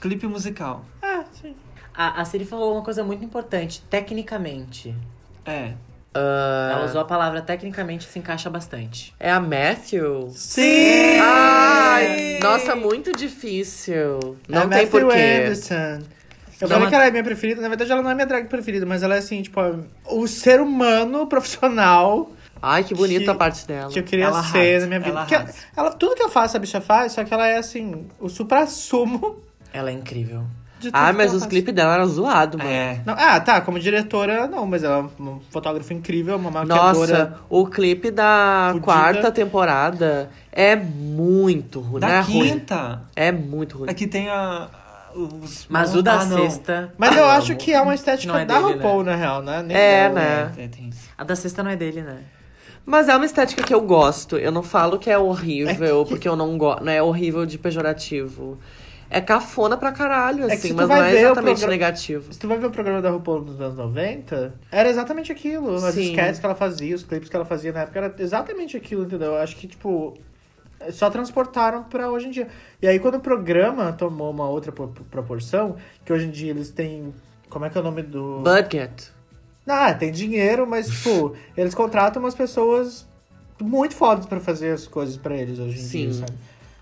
S5: Clipe musical.
S2: Ah, sim.
S3: a, a Siri falou uma coisa muito importante. Tecnicamente.
S5: É.
S3: Ela usou a palavra tecnicamente se encaixa bastante.
S4: É a Matthew?
S2: Sim!
S4: Ah! Ai, nossa, muito difícil. Não
S2: É
S4: tem
S2: Matthew
S4: porquê.
S2: Anderson.
S3: Dá
S2: Eu falei
S3: uma-
S2: que ela é minha preferida, na verdade ela não é minha drag preferida, mas ela é assim, tipo, o ser humano profissional
S4: Ai, que bonita
S2: Que-
S4: a parte dela.
S2: que eu queria
S5: Ela
S2: ser
S5: arrasa,
S2: na minha vida.
S5: ela
S2: Porque
S5: arrasa.
S2: ela- tudo que eu faço, a bicha faz, só que ela é assim, o supra-sumo
S3: Ela é incrível.
S2: de tudo.
S4: Ai,
S2: que
S4: Ah, mas
S2: ela
S4: os
S2: faz.
S4: clipes dela eram zoados, mano.
S5: É.
S2: Não, ah, tá, como diretora, não, mas ela é uma fotógrafa incrível, uma maquiadora.
S4: Nossa, o clipe da
S2: é Fudida.
S4: quarta temporada é muito ruim. Não
S5: Da
S4: é ruim.
S5: quinta.
S4: É muito ruim.
S5: Aqui tem a. a- Os
S3: Mas o da
S5: ah, não.
S3: sexta.
S2: Mas eu
S3: amo.
S2: acho que é uma estética
S3: Não é
S2: da
S3: dele,
S2: RuPaul, na real, né? Nem
S4: É,
S2: dela.
S4: né?
S5: É, tem isso.
S3: A da sexta não é dele, né?
S4: Mas é uma estética que eu gosto. Eu não falo que é horrível, porque eu não gosto. Não é horrível de pejorativo. É cafona pra caralho,
S2: que
S4: assim,
S2: se tu
S4: mas não
S2: vai
S4: é
S2: ver o
S4: exatamente
S2: programa-
S4: negativo.
S2: Se tu vai ver o programa da RuPaul nos anos 90, era exatamente aquilo. As
S4: Sim.
S2: sketches que ela fazia, os clipes que ela fazia na época, era exatamente aquilo, entendeu? Eu acho que, tipo, só transportaram pra hoje em dia. E aí, quando o programa tomou uma outra pro- proporção, que hoje em dia eles têm... Como é que é o nome do...
S4: Budget.
S2: Ah, tem dinheiro, mas, tipo, eles contratam umas pessoas muito fodas pra fazer as coisas pra eles hoje em
S4: Sim.
S2: dia, sabe?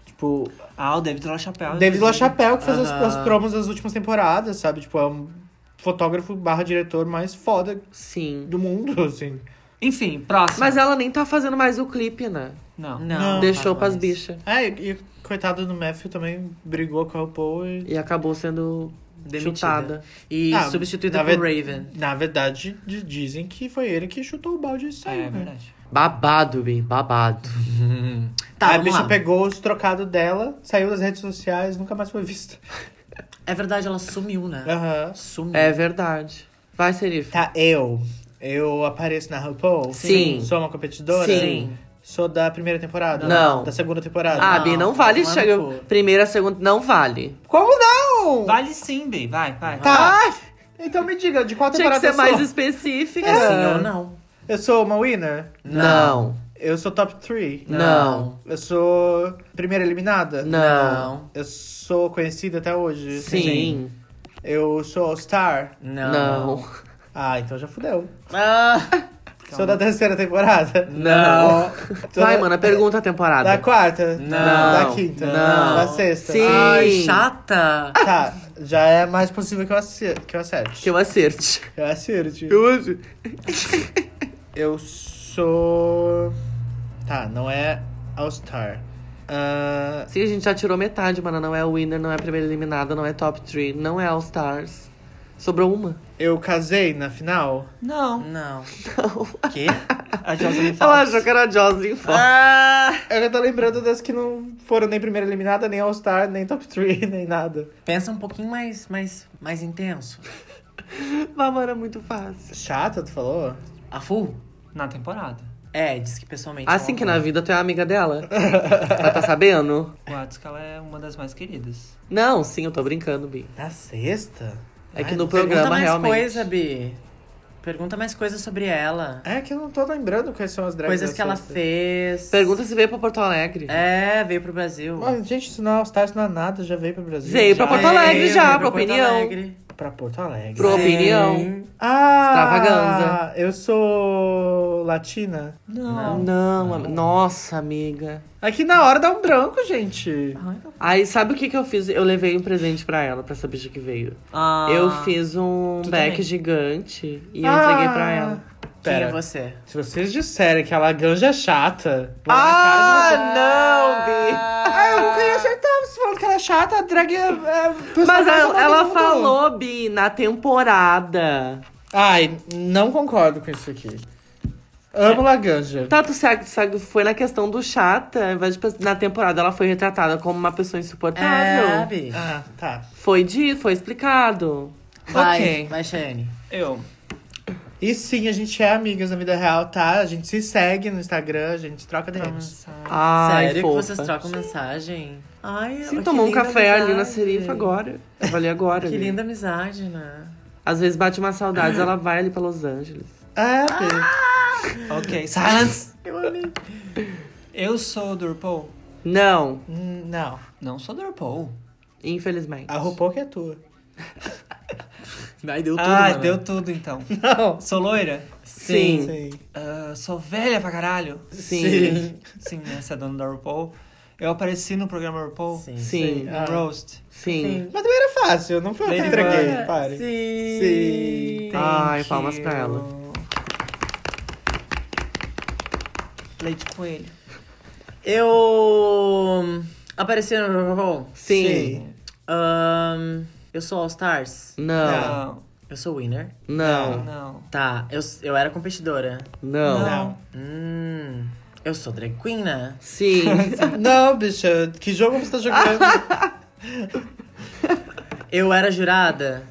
S2: Tipo,
S5: Ah, o David LaChapelle.
S2: David LaChapelle que fez
S4: Aham.
S2: as, as promos das últimas temporadas, sabe? Tipo, é um fotógrafo barra diretor mais foda
S4: Sim.
S2: do mundo, assim.
S5: Enfim, próximo.
S4: Mas ela nem tá fazendo mais o clipe, né?
S5: Não.
S2: Não.
S4: Deixou
S3: faz
S4: pras
S3: mais.
S4: bichas.
S2: É, e, e coitado do Matthew também brigou com a RuPaul e...
S4: E acabou sendo
S3: demitida.
S4: Chutada.
S3: E
S2: Ah,
S3: substituída
S2: na
S3: por
S2: ve-
S3: Raven.
S2: Na verdade, di- dizem que foi ele que chutou o balde e saiu,
S5: É
S2: né?
S5: verdade.
S4: Babado, Bi, babado.
S3: Tá,
S2: Aí a
S3: vamos
S2: bicha
S3: lá.
S2: pegou os trocados dela, saiu das redes sociais, nunca mais foi vista.
S3: É verdade, ela sumiu, né?
S2: Aham.
S3: Sumiu.
S4: É verdade. Vai, Serif.
S2: Tá, eu. Eu apareço na RuPaul?
S4: Sim.
S2: Sou uma competidora?
S4: Sim.
S2: Sou da primeira temporada?
S4: Não.
S2: Da segunda temporada?
S4: Ah, Bi, não vale.
S3: Não,
S4: chega.
S3: mano, pô.
S4: Primeira, segunda. Não vale.
S2: Como não?
S5: Vale sim, Bi. Vai, vai.
S2: é. Tá. Então me diga, de qual
S4: Tinha
S2: temporada
S4: que ser
S2: eu sou?
S4: mais específica.
S3: É sim ou não?
S2: Eu sou uma winner?
S4: Não.
S2: Eu sou top 3?
S4: Não.
S2: Eu sou primeira eliminada?
S4: Não.
S2: Eu sou conhecida até hoje?
S4: Sim.
S2: Eu sou all-star?
S3: Não.
S4: Não.
S2: Ah, então já fudeu.
S4: Ah,
S2: Sou da terceira temporada?
S4: Não.
S2: Sou
S4: Vai,
S2: da-
S4: mana, pergunta a temporada.
S2: Da quarta?
S4: Não.
S2: Da quinta?
S4: Não.
S2: Da sexta?
S4: Sim. Ah,
S3: Ai, chata.
S2: Tá, já é mais possível que eu, aci- que eu acerte.
S4: Que eu acerte.
S2: Eu acerte.
S4: Eu acerte.
S2: Eu sou. Tá, não é All-Star. Ah,
S4: Sim, a gente já tirou metade, mana. Não é o winner, não é a primeira eliminada, não é top 3, não é All Stars. Sobrou uma.
S2: eu casei na final?
S5: Não.
S3: Não.
S5: Quê? A Jocelyn
S4: Ela
S5: fala.
S4: achou que era a Jocelyn
S3: Ah.
S4: Fox. Ah.
S2: Eu já tô lembrando das que não foram nem primeira eliminada, nem All-Star, nem Top 3, nem nada.
S3: Pensa um pouquinho mais, mais, mais intenso.
S4: Mas, mana, é muito fácil.
S2: Chata, tu falou?
S3: A Fu?
S5: Na temporada.
S3: É, diz que pessoalmente.
S4: Assim
S3: ela
S4: que
S3: não-
S4: na vida tu é amiga dela. Ela tá sabendo?
S5: O Atos, que ela é uma das mais queridas.
S4: Não, sim, eu tô brincando, Bi.
S2: Na sexta?
S4: É que
S2: Ai,
S4: no
S2: não-
S4: programa,
S3: Pergunta mais
S4: realmente.
S3: coisa, Bi. Pergunta mais coisa sobre ela.
S2: É que eu não tô lembrando quais são as drags.
S3: Coisas
S2: da
S3: que ela
S2: sexta.
S3: fez.
S4: Pergunta se veio pra Porto Alegre.
S3: É, veio pro Brasil.
S2: Mano, gente, isso não é All-Star, isso não é nada, já veio pro Brasil.
S4: Veio pra
S2: já. é
S4: Porto Alegre
S3: Veio,
S4: já,
S3: veio
S4: pra
S3: Porto
S4: opinião.
S3: Alegre.
S2: Pra Porto Alegre.
S4: Pro
S3: Sim.
S4: opinião.
S2: Ah,
S4: Extravaganza.
S2: eu sou latina.
S5: Não.
S4: Não, am- nossa, amiga.
S2: Aqui na hora dá um branco, gente.
S4: Aí sabe o que que eu fiz? Eu levei um presente pra ela, pra essa bicha que veio.
S3: Ah,
S4: eu fiz um
S5: tudo
S4: back
S5: bem.
S4: gigante e eu
S2: Ah.
S4: entreguei pra ela.
S3: Quem
S2: Pera.
S3: é você?
S2: Se vocês disserem que ela ganja é chata... vou na
S4: Ah,
S2: cara de vocês.
S4: não, Bi.
S2: Ah, eu não queria acertar. Vocês falando que ela é chata, a drag é... é pessoa
S4: Mas
S2: mais
S4: ela,
S2: amada
S4: ela
S2: do mundo.
S4: falou, Bi, na temporada.
S2: Ai, não concordo com isso aqui. Amo laganja.
S4: Tá, tu se, se- foi na questão do chata, ao invés de pensar- na temporada ela foi retratada como uma pessoa
S3: É,
S4: insuportável.
S3: Bi.
S2: Ah, tá.
S4: Foi de, foi explicado.
S3: Vai,
S2: ok.
S3: vai, Cheyenne.
S5: Eu.
S2: E sim, a gente é amigas na vida real, tá? A gente se segue no Instagram, a gente troca DMs.
S4: Ai,
S3: Sério
S4: fofa.
S3: que vocês trocam mensagem? Ai,
S4: Sim,
S3: que
S4: tomou um
S3: linda
S4: café ali na
S3: amizade.
S4: Serifa agora. Eu falei agora.
S3: Que
S4: Bi.
S3: linda amizade, né?
S4: Às vezes bate uma saudade, ela vai ali pra Los Angeles.
S2: É, Pedro.
S5: Ok, silence. Eu sou do RuPaul?
S4: Não,
S2: Hum, Não.
S5: Não sou do RuPaul.
S4: infelizmente.
S2: A RuPaul que é tua.
S3: Ai, deu
S5: ah, deu tudo então.
S2: Não.
S5: Sou loira?
S4: Sim.
S2: Sim.
S5: Ah, sou velha pra caralho?
S4: Sim.
S5: Sim, né? Você é dona da RuPaul. Eu apareci no programa RuPaul?
S3: Sim.
S4: Sim.
S5: No
S2: Ah.
S5: Roast.
S4: Sim.
S2: Mas também era fácil, não foi eu que
S5: Lady
S2: entreguei,
S5: Gaga.
S2: pare.
S3: É, Sim.
S2: Sim.
S4: Ai,
S5: Thank
S4: palmas pra
S5: you.
S4: ela.
S5: Leite coelho.
S3: Eu apareci no RuPaul.
S4: Sim.
S3: Ahn, eu sou All Stars.
S4: Não.
S5: Não,
S3: Eu sou winner.
S4: Não.
S5: Ah, não.
S3: Tá, eu, eu era competidora.
S4: Não.
S2: Não.
S3: Hum, eu sou drag queen, né?
S4: Sim.
S2: Não, bicha, que jogo você tá jogando?
S3: Eu era jurada.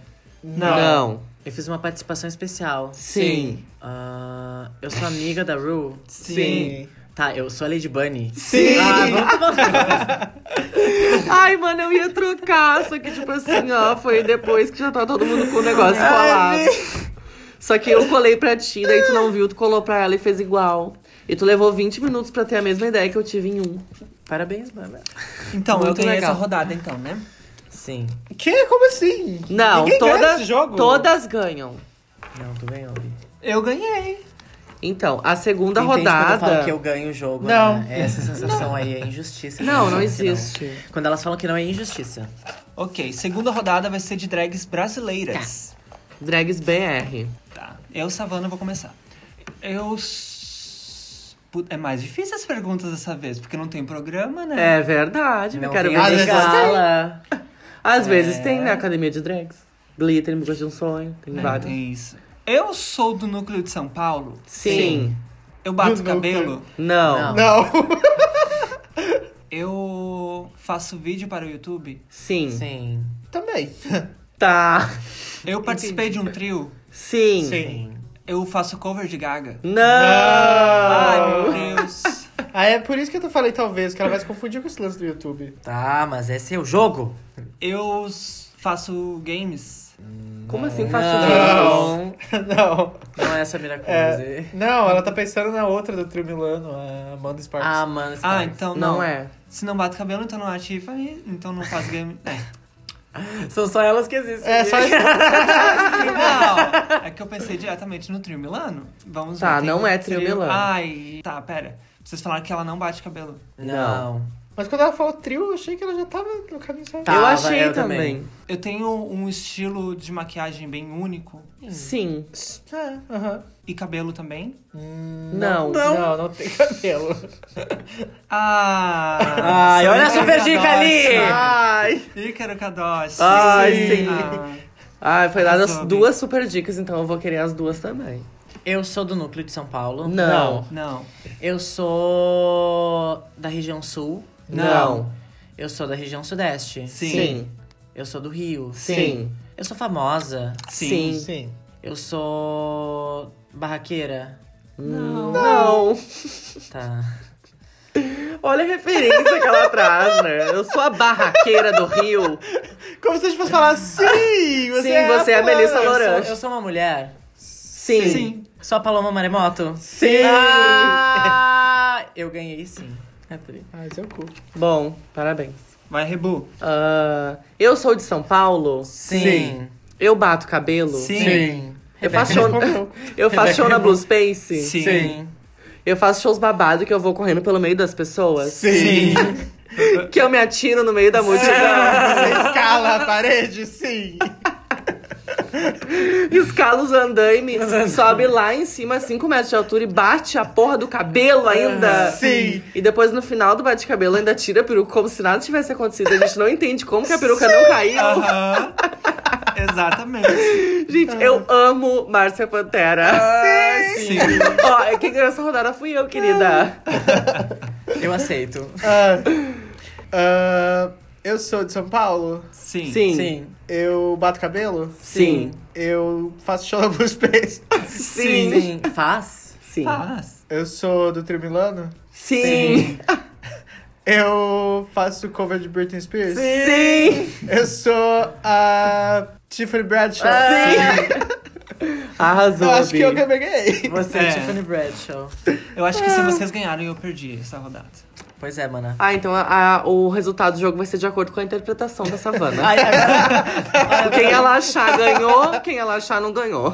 S4: Não.
S3: Eu fiz uma participação especial.
S4: Sim.
S3: Ah, eu sou amiga da Ru.
S2: Sim.
S3: Tá, eu sou a Lady Bunny.
S2: Sim.
S3: Ah, vamos tomar
S4: Ai, mano, eu ia trocar, só que tipo assim, ó, foi depois que já tá todo mundo com o negócio colado. Só que eu colei pra ti, daí tu não viu, tu colou pra ela e fez igual. E tu levou 20 minutos pra ter a mesma ideia que eu tive em um.
S3: Parabéns, mano.
S5: Então, eu
S4: Muito
S5: ganhei
S4: legal.
S5: essa rodada então, né?
S3: Sim.
S2: Que? Como assim?
S4: Não,
S2: Ninguém ganha
S4: todas,
S2: esse jogo.
S4: todas ganham.
S3: Não, tu ganhou. Bi.
S5: Eu ganhei.
S4: Então, a segunda
S3: Tu entende quando eu
S4: rodada.
S3: falo que eu ganho o jogo,
S2: Não.
S3: né? É Essa sensação aí é injustiça.
S4: Não,
S3: Quando
S4: não
S3: elas falam que
S4: existe.
S3: Quando elas falam que não é injustiça.
S5: Ok, segunda rodada vai ser de drags brasileiras.
S4: Drags BR.
S5: Tá. Eu, Savana, vou começar. Eu. s- Put- É mais difícil as perguntas dessa vez, porque não tem programa, né?
S4: É verdade, não
S3: Não
S4: quero
S3: tem
S4: ver
S2: a
S4: se
S2: legal.
S4: vocês têm.
S3: gala. É.
S4: Às vezes tem na né, academia de drags. Glitter, me gosto de um sonho. Tem
S5: né?
S4: vários.
S5: Tem isso. Eu sou do núcleo de São Paulo.
S4: Sim.
S5: Eu bato
S2: Do
S5: cabelo.
S3: Não.
S4: Não.
S2: Não.
S5: Eu faço vídeo para o YouTube.
S4: Sim.
S3: Sim.
S2: Também.
S4: Tá.
S5: Eu participei de um trio.
S4: Sim.
S2: Sim.
S5: Eu faço cover de Gaga.
S4: Oh.
S5: Ai,
S4: Não.
S5: meu Deus.
S2: Ah, é por isso que eu falei talvez, que ela vai se confundir com esse lance do YouTube.
S3: Tá, mas esse é o jogo?
S5: Eu s- faço games.
S4: Como assim faço
S2: Não.
S4: isso?
S2: Não.
S3: Não é essa mira
S2: É.
S3: coisa.
S2: Não, ela tá pensando na outra do Trio Milano, a Amanda Sparks.
S3: Ah, mano. esse
S5: Ah,
S3: cara.
S5: então não.
S4: Não, é.
S5: Se não bato cabelo, então não ativa, então não faço game. É.
S3: São só elas que existem.
S2: É, só isso.
S5: Não, é que eu pensei diretamente no trio Milano. Vamos
S4: Tá,
S5: ver, tem
S4: não
S5: um
S4: é trio Milano.
S5: Ai, tá, pera. Vocês falaram que ela não bate cabelo.
S3: Não.
S2: Mas quando ela falou trio, eu achei que ela já tava no caminho certo.
S3: Tá.
S4: eu
S3: Tava,
S4: achei
S3: eu
S4: também.
S5: Eu tenho um estilo de maquiagem bem único.
S4: Sim.
S2: É, aham.
S5: E cabelo também.
S4: Não.
S2: Não. não, tem cabelo.
S5: Ah!
S3: Ai, olha a
S5: Ícaro
S3: super dica ali!
S4: Ai.
S5: Cadócio. Ícaro Kadosh.
S4: Ai, sim.
S5: Ah,
S4: Ai, foi lá das
S5: Resolve.
S4: duas super dicas, então eu vou querer as duas também.
S3: Eu sou do núcleo de São Paulo.
S4: Não.
S5: Ah, não.
S3: Eu sou da região sul.
S4: Não.
S3: Eu sou da região sudeste.
S5: Sim.
S3: Eu sou do Rio.
S4: Sim.
S3: Eu sou famosa.
S4: Sim.
S2: Sim.
S3: Eu sou barraqueira.
S4: Não. Não.
S3: Tá.
S4: Olha a referência que ela traz, né? Eu sou a barraqueira do Rio.
S2: Como se a gente fosse falar, sim, você
S4: Sim,
S2: é
S4: você é a
S2: Flor.
S4: Melissa
S3: Eu sou,
S4: Lorange.
S3: eu sou uma mulher.
S4: Sim.
S5: Sim.
S3: Sou a Paloma Maremoto.
S4: Sim.
S3: Ah, eu ganhei sim. É tri.
S2: Ai, seu cu.
S4: Bom, parabéns.
S5: Vai, Rebu.
S4: Ah, eu sou de São Paulo.
S3: Sim.
S4: Eu bato cabelo.
S5: Sim.
S4: Eu faço show,
S2: Respondeu.
S4: eu faço show na Blue Space.
S5: Sim.
S3: Sim.
S4: Eu faço shows babado que eu vou correndo pelo meio das pessoas.
S2: Sim.
S4: Que eu me atiro no meio da multidão.
S2: Você escala a parede, sim.
S4: Escala os andaime, sobe lá em cima, a 5 metros de altura, e bate a porra do cabelo ainda.
S2: Sim.
S4: E depois, no final do bate-cabelo, ainda tira a peruca como se nada tivesse acontecido. A gente não entende como que a peruca não
S5: Ah.
S4: caiu.
S5: Aham. Exatamente.
S4: Gente, eu amo Márcia Pantera.
S5: Sim.
S4: Ó, quem ganhou essa rodada fui eu, querida.
S3: Eu aceito.
S2: Ah, ah, eu sou de São Paulo,
S5: Sim.
S4: Sim.
S3: Sim.
S2: eu bato cabelo,
S4: Sim.
S2: eu faço show na Blue Space,
S4: Sim. Sim.
S3: Sim. Faz?
S4: Sim.
S5: Faz.
S2: eu sou do Trio Milano,
S4: Sim.
S2: eu faço cover de Britney Spears,
S4: Sim.
S2: eu sou a Tiffany Bradshaw.
S3: Ah!
S4: Ah. Arrasou,
S2: Eu acho que eu
S4: Bi.
S2: também ganhei.
S3: Você
S5: É.
S3: é Tiffany Bradshaw.
S5: Eu acho que se vocês ganharem, eu perdi essa rodada.
S3: Pois é, mana.
S4: Ah, então a- a- o resultado do jogo vai ser de acordo com a interpretação da savana.
S3: Ai, agora...
S4: quem ela achar ganhou, quem ela achar não ganhou.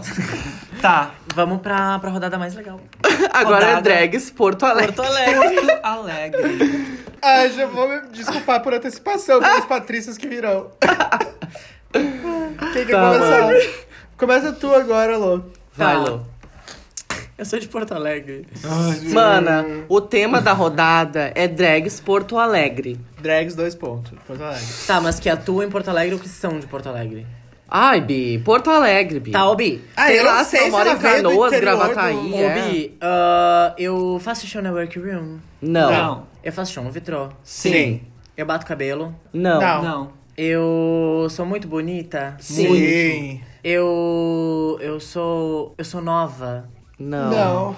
S5: Tá.
S3: Vamos pra, pra rodada mais legal.
S4: Agora é
S5: Rodada.
S4: drags Porto Alegre.
S3: Porto Alegre.
S5: Porto Alegre.
S2: Ah, já vou me desculpar por antecipação pelas patrícias que virão. Quem quer
S4: Tá,
S2: começar? Começa tu agora, Lô.
S4: Vai,
S3: Tá.
S4: Lu.
S3: Eu sou de Porto Alegre.
S4: Mana, o tema da rodada é drags Porto Alegre.
S2: Drags, dois pontos. Porto Alegre.
S3: Tá, mas que atua em Porto Alegre ou que são de Porto Alegre?
S4: Ai, Bi, Porto Alegre, Bi.
S3: Tá, Obi.
S2: Ah,
S4: sei
S2: eu
S4: lá
S2: não sei
S4: eu
S2: se
S4: moro
S2: ela
S4: em
S2: veio do
S4: Canoas,
S2: interior
S4: Gravataí.
S2: do-
S4: é.
S3: Obi, ah, eu faço show na Workroom.
S4: Não.
S5: Não.
S3: Eu faço show no Vitrô.
S4: Sim.
S3: Eu bato cabelo.
S4: Não.
S2: Não.
S5: Não.
S3: Eu sou muito bonita.
S2: Sim.
S3: Eu. Eu sou. Eu sou nova.
S4: Não.
S2: Não.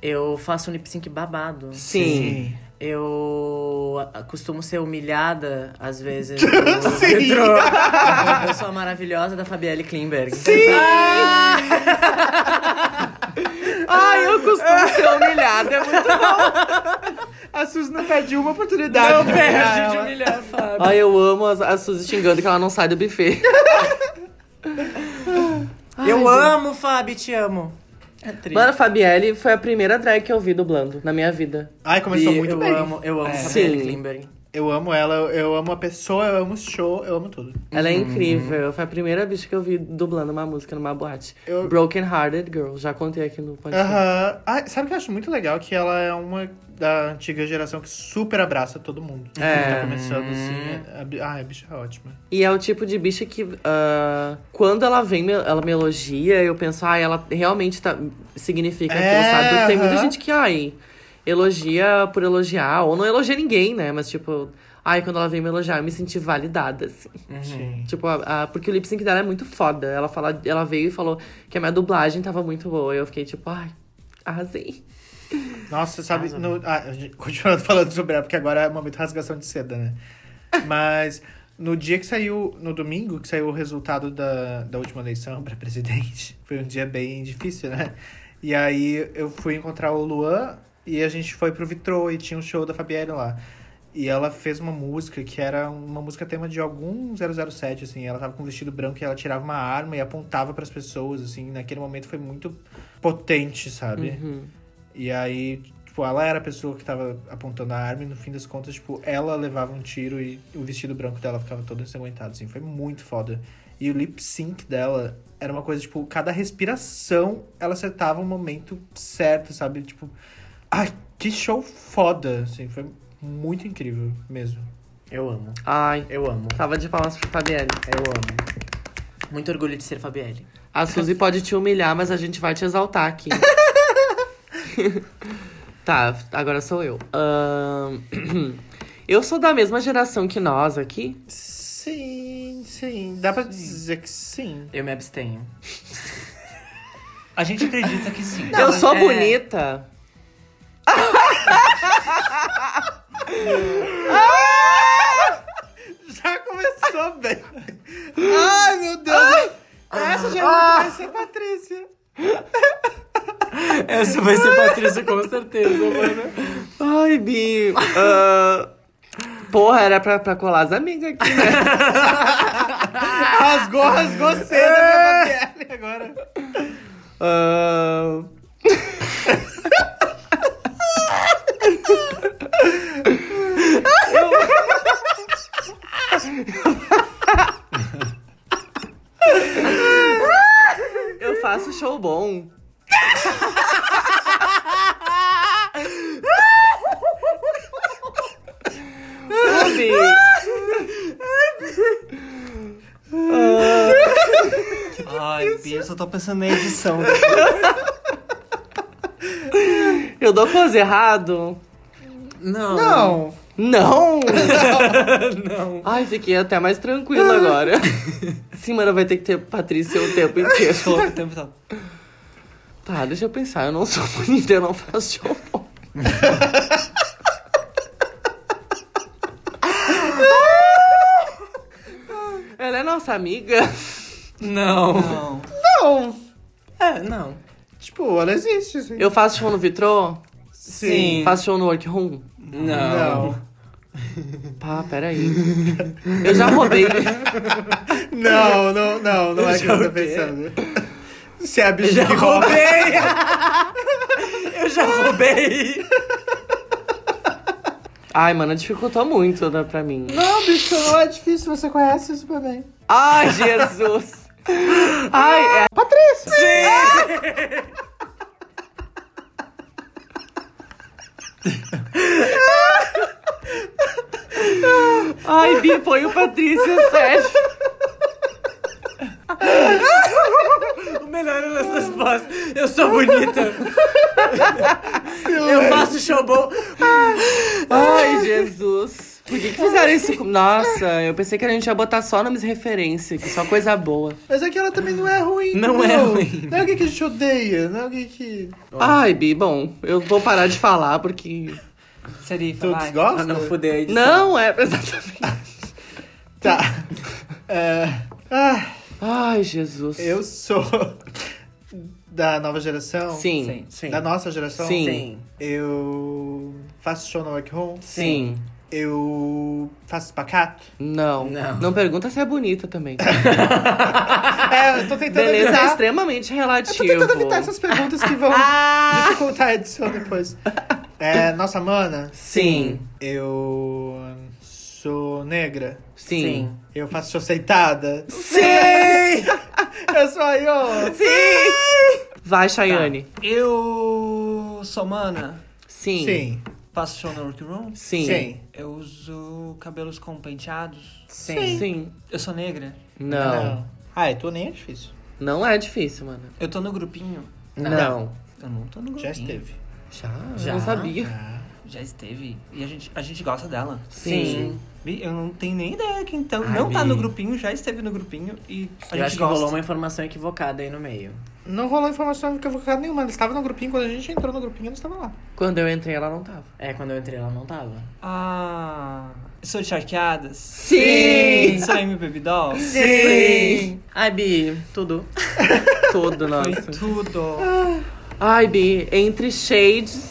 S3: Eu faço um lip sync babado.
S4: Sim.
S3: Eu a- costumo ser humilhada, às vezes, no metrô. Eu sou a maravilhosa da Fabielle Klimberg. Sim!
S4: Ai, eu costumo ser humilhada. é muito-
S2: A Suzy não perde uma oportunidade.
S3: Ah,
S2: Não
S3: Perde de humilhar a Fábio.
S4: Ai, eu amo a, a Suzy xingando que ela não sai do buffet.
S3: eu amo, Fábio, te amo. É triste.
S4: Mano, Fabielle foi a primeira drag que eu vi dublando na minha vida.
S2: Ai, começou
S3: E
S2: muito
S3: eu
S2: bem.
S3: amo, eu amo
S5: É.
S3: Fabielle
S4: Sim.
S3: Klimberg.
S2: Eu amo ela, eu- eu amo a pessoa, eu amo o show, eu amo tudo.
S4: Ela é incrível. Foi a primeira bicha que eu vi dublando uma música numa boate.
S2: Eu-
S4: Broken Hearted Girl. Já contei aqui no podcast.
S2: Aham. Ah, sabe o que eu acho muito legal? Que ela é uma da antiga geração que super abraça todo mundo.
S4: É.
S2: Tá começando assim. é- a bi- Ah, a bicha é ótima.
S4: E é o tipo de bicha que, ah, quando ela vem, me- ela me elogia, eu penso, ah, ela realmente tá, significa aquilo,
S2: É,
S4: sabe? Porque Tem muita
S2: aham.
S4: gente que, ai, elogia por elogiar, ou não elogia ninguém, né? Mas, tipo, ai, quando ela vem me elogiar, eu me senti validada, assim.
S2: Sim.
S4: Tipo, a- a- porque o lip sync dela é muito foda. Ela, fala, ela veio e falou que a minha dublagem tava muito boa. E eu fiquei, tipo, ai, arrasei.
S2: Nossa, sabe. no- ah, a gente- continuando falando sobre ela, porque agora é o momento de rasgação de seda, né? Mas no dia que saiu, no domingo, que saiu o resultado da, da última eleição pra presidente, foi um dia bem difícil, né? E aí eu fui encontrar o Luan e a gente foi pro Vitrô e tinha um show da Fabienne lá. E ela fez uma música que era uma música tema de algum 007, assim. Ela tava com um vestido branco e ela tirava uma arma e apontava pras pessoas, assim. Naquele momento foi muito potente, sabe?
S4: Uhum.
S2: E aí, tipo, ela era a pessoa que tava apontando a arma e no fim das contas, tipo, ela levava um tiro e o vestido branco dela ficava todo ensanguentado, assim. Foi muito foda. E o lip sync dela era uma coisa, tipo, cada respiração ela acertava o momento certo, sabe? Tipo, ai, que show foda, assim. Foi muito incrível mesmo.
S3: Eu amo.
S4: Ai,
S3: Eu amo.
S4: tava de palmas pra Fabiane.
S3: Eu amo. Muito orgulho de ser Fabielle.
S4: A Suzy pode te humilhar, mas a gente vai te exaltar aqui. tá, agora sou eu. Ahn, eu sou da mesma geração que nós aqui.
S2: Sim, sim. Dá pra dizer que sim.
S3: Eu me abstenho.
S5: A gente acredita que sim.
S4: eu sou
S3: é-
S4: bonita.
S2: Já começou bem. Ai, meu Deus. Ah! Essa já é vai ser Patrícia.
S3: Essa vai ser Patrícia, com certeza, mano.
S4: Ai, Bi. Ahn, porra, era pra, pra colar as amigas aqui, né?
S2: Rasgou, rasgou cedo a minha pele Tá agora.
S4: Ahn. Eu... Eu faço show bom. Sabe?
S5: Ai, Bi, eu só tô pensando na edição.
S4: Eu dou close errado?
S3: Não.
S2: Não.
S4: Não! Ai, fiquei até mais tranquila agora. Sim, mano, vai ter que ter Patrícia o tempo inteiro.
S5: Tô o tempo todo.
S4: Tá, deixa eu pensar. Eu não sou bonita, eu não faço show bom. Ela é nossa amiga.
S3: Não.
S5: Não.
S3: É, não.
S2: Tipo, ela existe, assim.
S4: Eu faço show no Vitrô?
S3: Sim.
S4: Faço show no Workroom?
S3: Não.
S2: Não.
S4: Pá, peraí. Eu já roubei.
S2: Não, não, não. Não é que eu tô pensando. Se é a bicha que rouba.
S3: roubei! Eu já roubei!
S4: Ai, mano, dificultou muito né, pra mim.
S2: Não, bicho, não é difícil. Você conhece super bem.
S4: Ai, Jesus. Ai, é a Patrícia. Ai, Bi, põe o Patrícia, Sérgio.
S3: O melhor é nas respostas. Eu sou bonita. Eu faço show bom.
S4: Ai, Jesus. Por que, que fizeram isso? com- Nossa, eu pensei que a gente ia botar só nomes referência, que só coisa boa.
S2: Mas é que ela também não é ruim.
S3: Não é ruim.
S2: Não é alguém que a gente odeia. Não é alguém que.
S4: Ai, Bi, bom, eu vou parar de falar porque.
S5: Serifa,
S2: Tu
S5: vai.
S3: Ah,
S2: desgosta?
S3: não fudeu a edição.
S4: Não, é exatamente.
S2: Tá. É... Ah,
S4: Ai, Jesus.
S2: eu sou. Da nova geração?
S4: Sim.
S5: Sim.
S3: Sim.
S2: Da nossa geração?
S4: Sim.
S3: Sim.
S2: Eu faço show no Work Home.
S4: Sim.
S2: Eu faço pacato.
S4: Não.
S3: Não.
S4: pergunta se é bonita também.
S2: É, eu tô tentando
S4: Beleza é
S2: evitar.
S4: extremamente
S2: Eu
S4: relativo.
S2: tô tentando evitar essas perguntas que vão
S4: Ah!
S2: dificultar a edição depois. É, nossa mana,
S4: Sim.
S2: eu sou negra.
S4: Sim.
S2: Eu faço show sentada.
S4: Sim!
S2: Eu sou aí, ó.
S4: Sim! Vai, Chayane.
S5: Eu sou mana.
S4: Sim.
S2: Sim.
S5: faço show na workroom,
S4: Sim.
S2: Sim.
S5: eu uso cabelos com penteados.
S4: Sim. Sim.
S5: Eu sou negra.
S4: Não.
S2: Ah, é, tu nem é difícil.
S4: Não é difícil, mano.
S5: Eu tô no grupinho.
S4: Não.
S5: Eu não tô no grupinho.
S2: Já esteve. Ah.
S3: Já?
S4: Já. Não sabia.
S5: Já esteve. E a gente, a gente gosta dela.
S3: Sim.
S5: Bi, Eu não tenho nem ideia que então
S3: Ai,
S5: não tá no
S3: Bi.
S5: grupinho, já esteve no grupinho e a
S3: Eu
S5: gente
S3: acho que
S5: gosta.
S3: rolou uma informação equivocada aí no meio.
S2: Não rolou informação equivocada nenhuma. Eles estavam no grupinho, quando a gente entrou no grupinho, eles estavam lá.
S4: Quando eu entrei, ela não tava.
S3: É, quando eu entrei ela não tava.
S5: Ah, sou de charqueadas?
S4: Sim!
S5: Sou M Baby Doll?
S4: Sim!
S3: Ai, Bi, tudo.
S4: Todo,
S5: Foi
S4: nossa.
S5: tudo.
S4: Ai, Bi, entre shades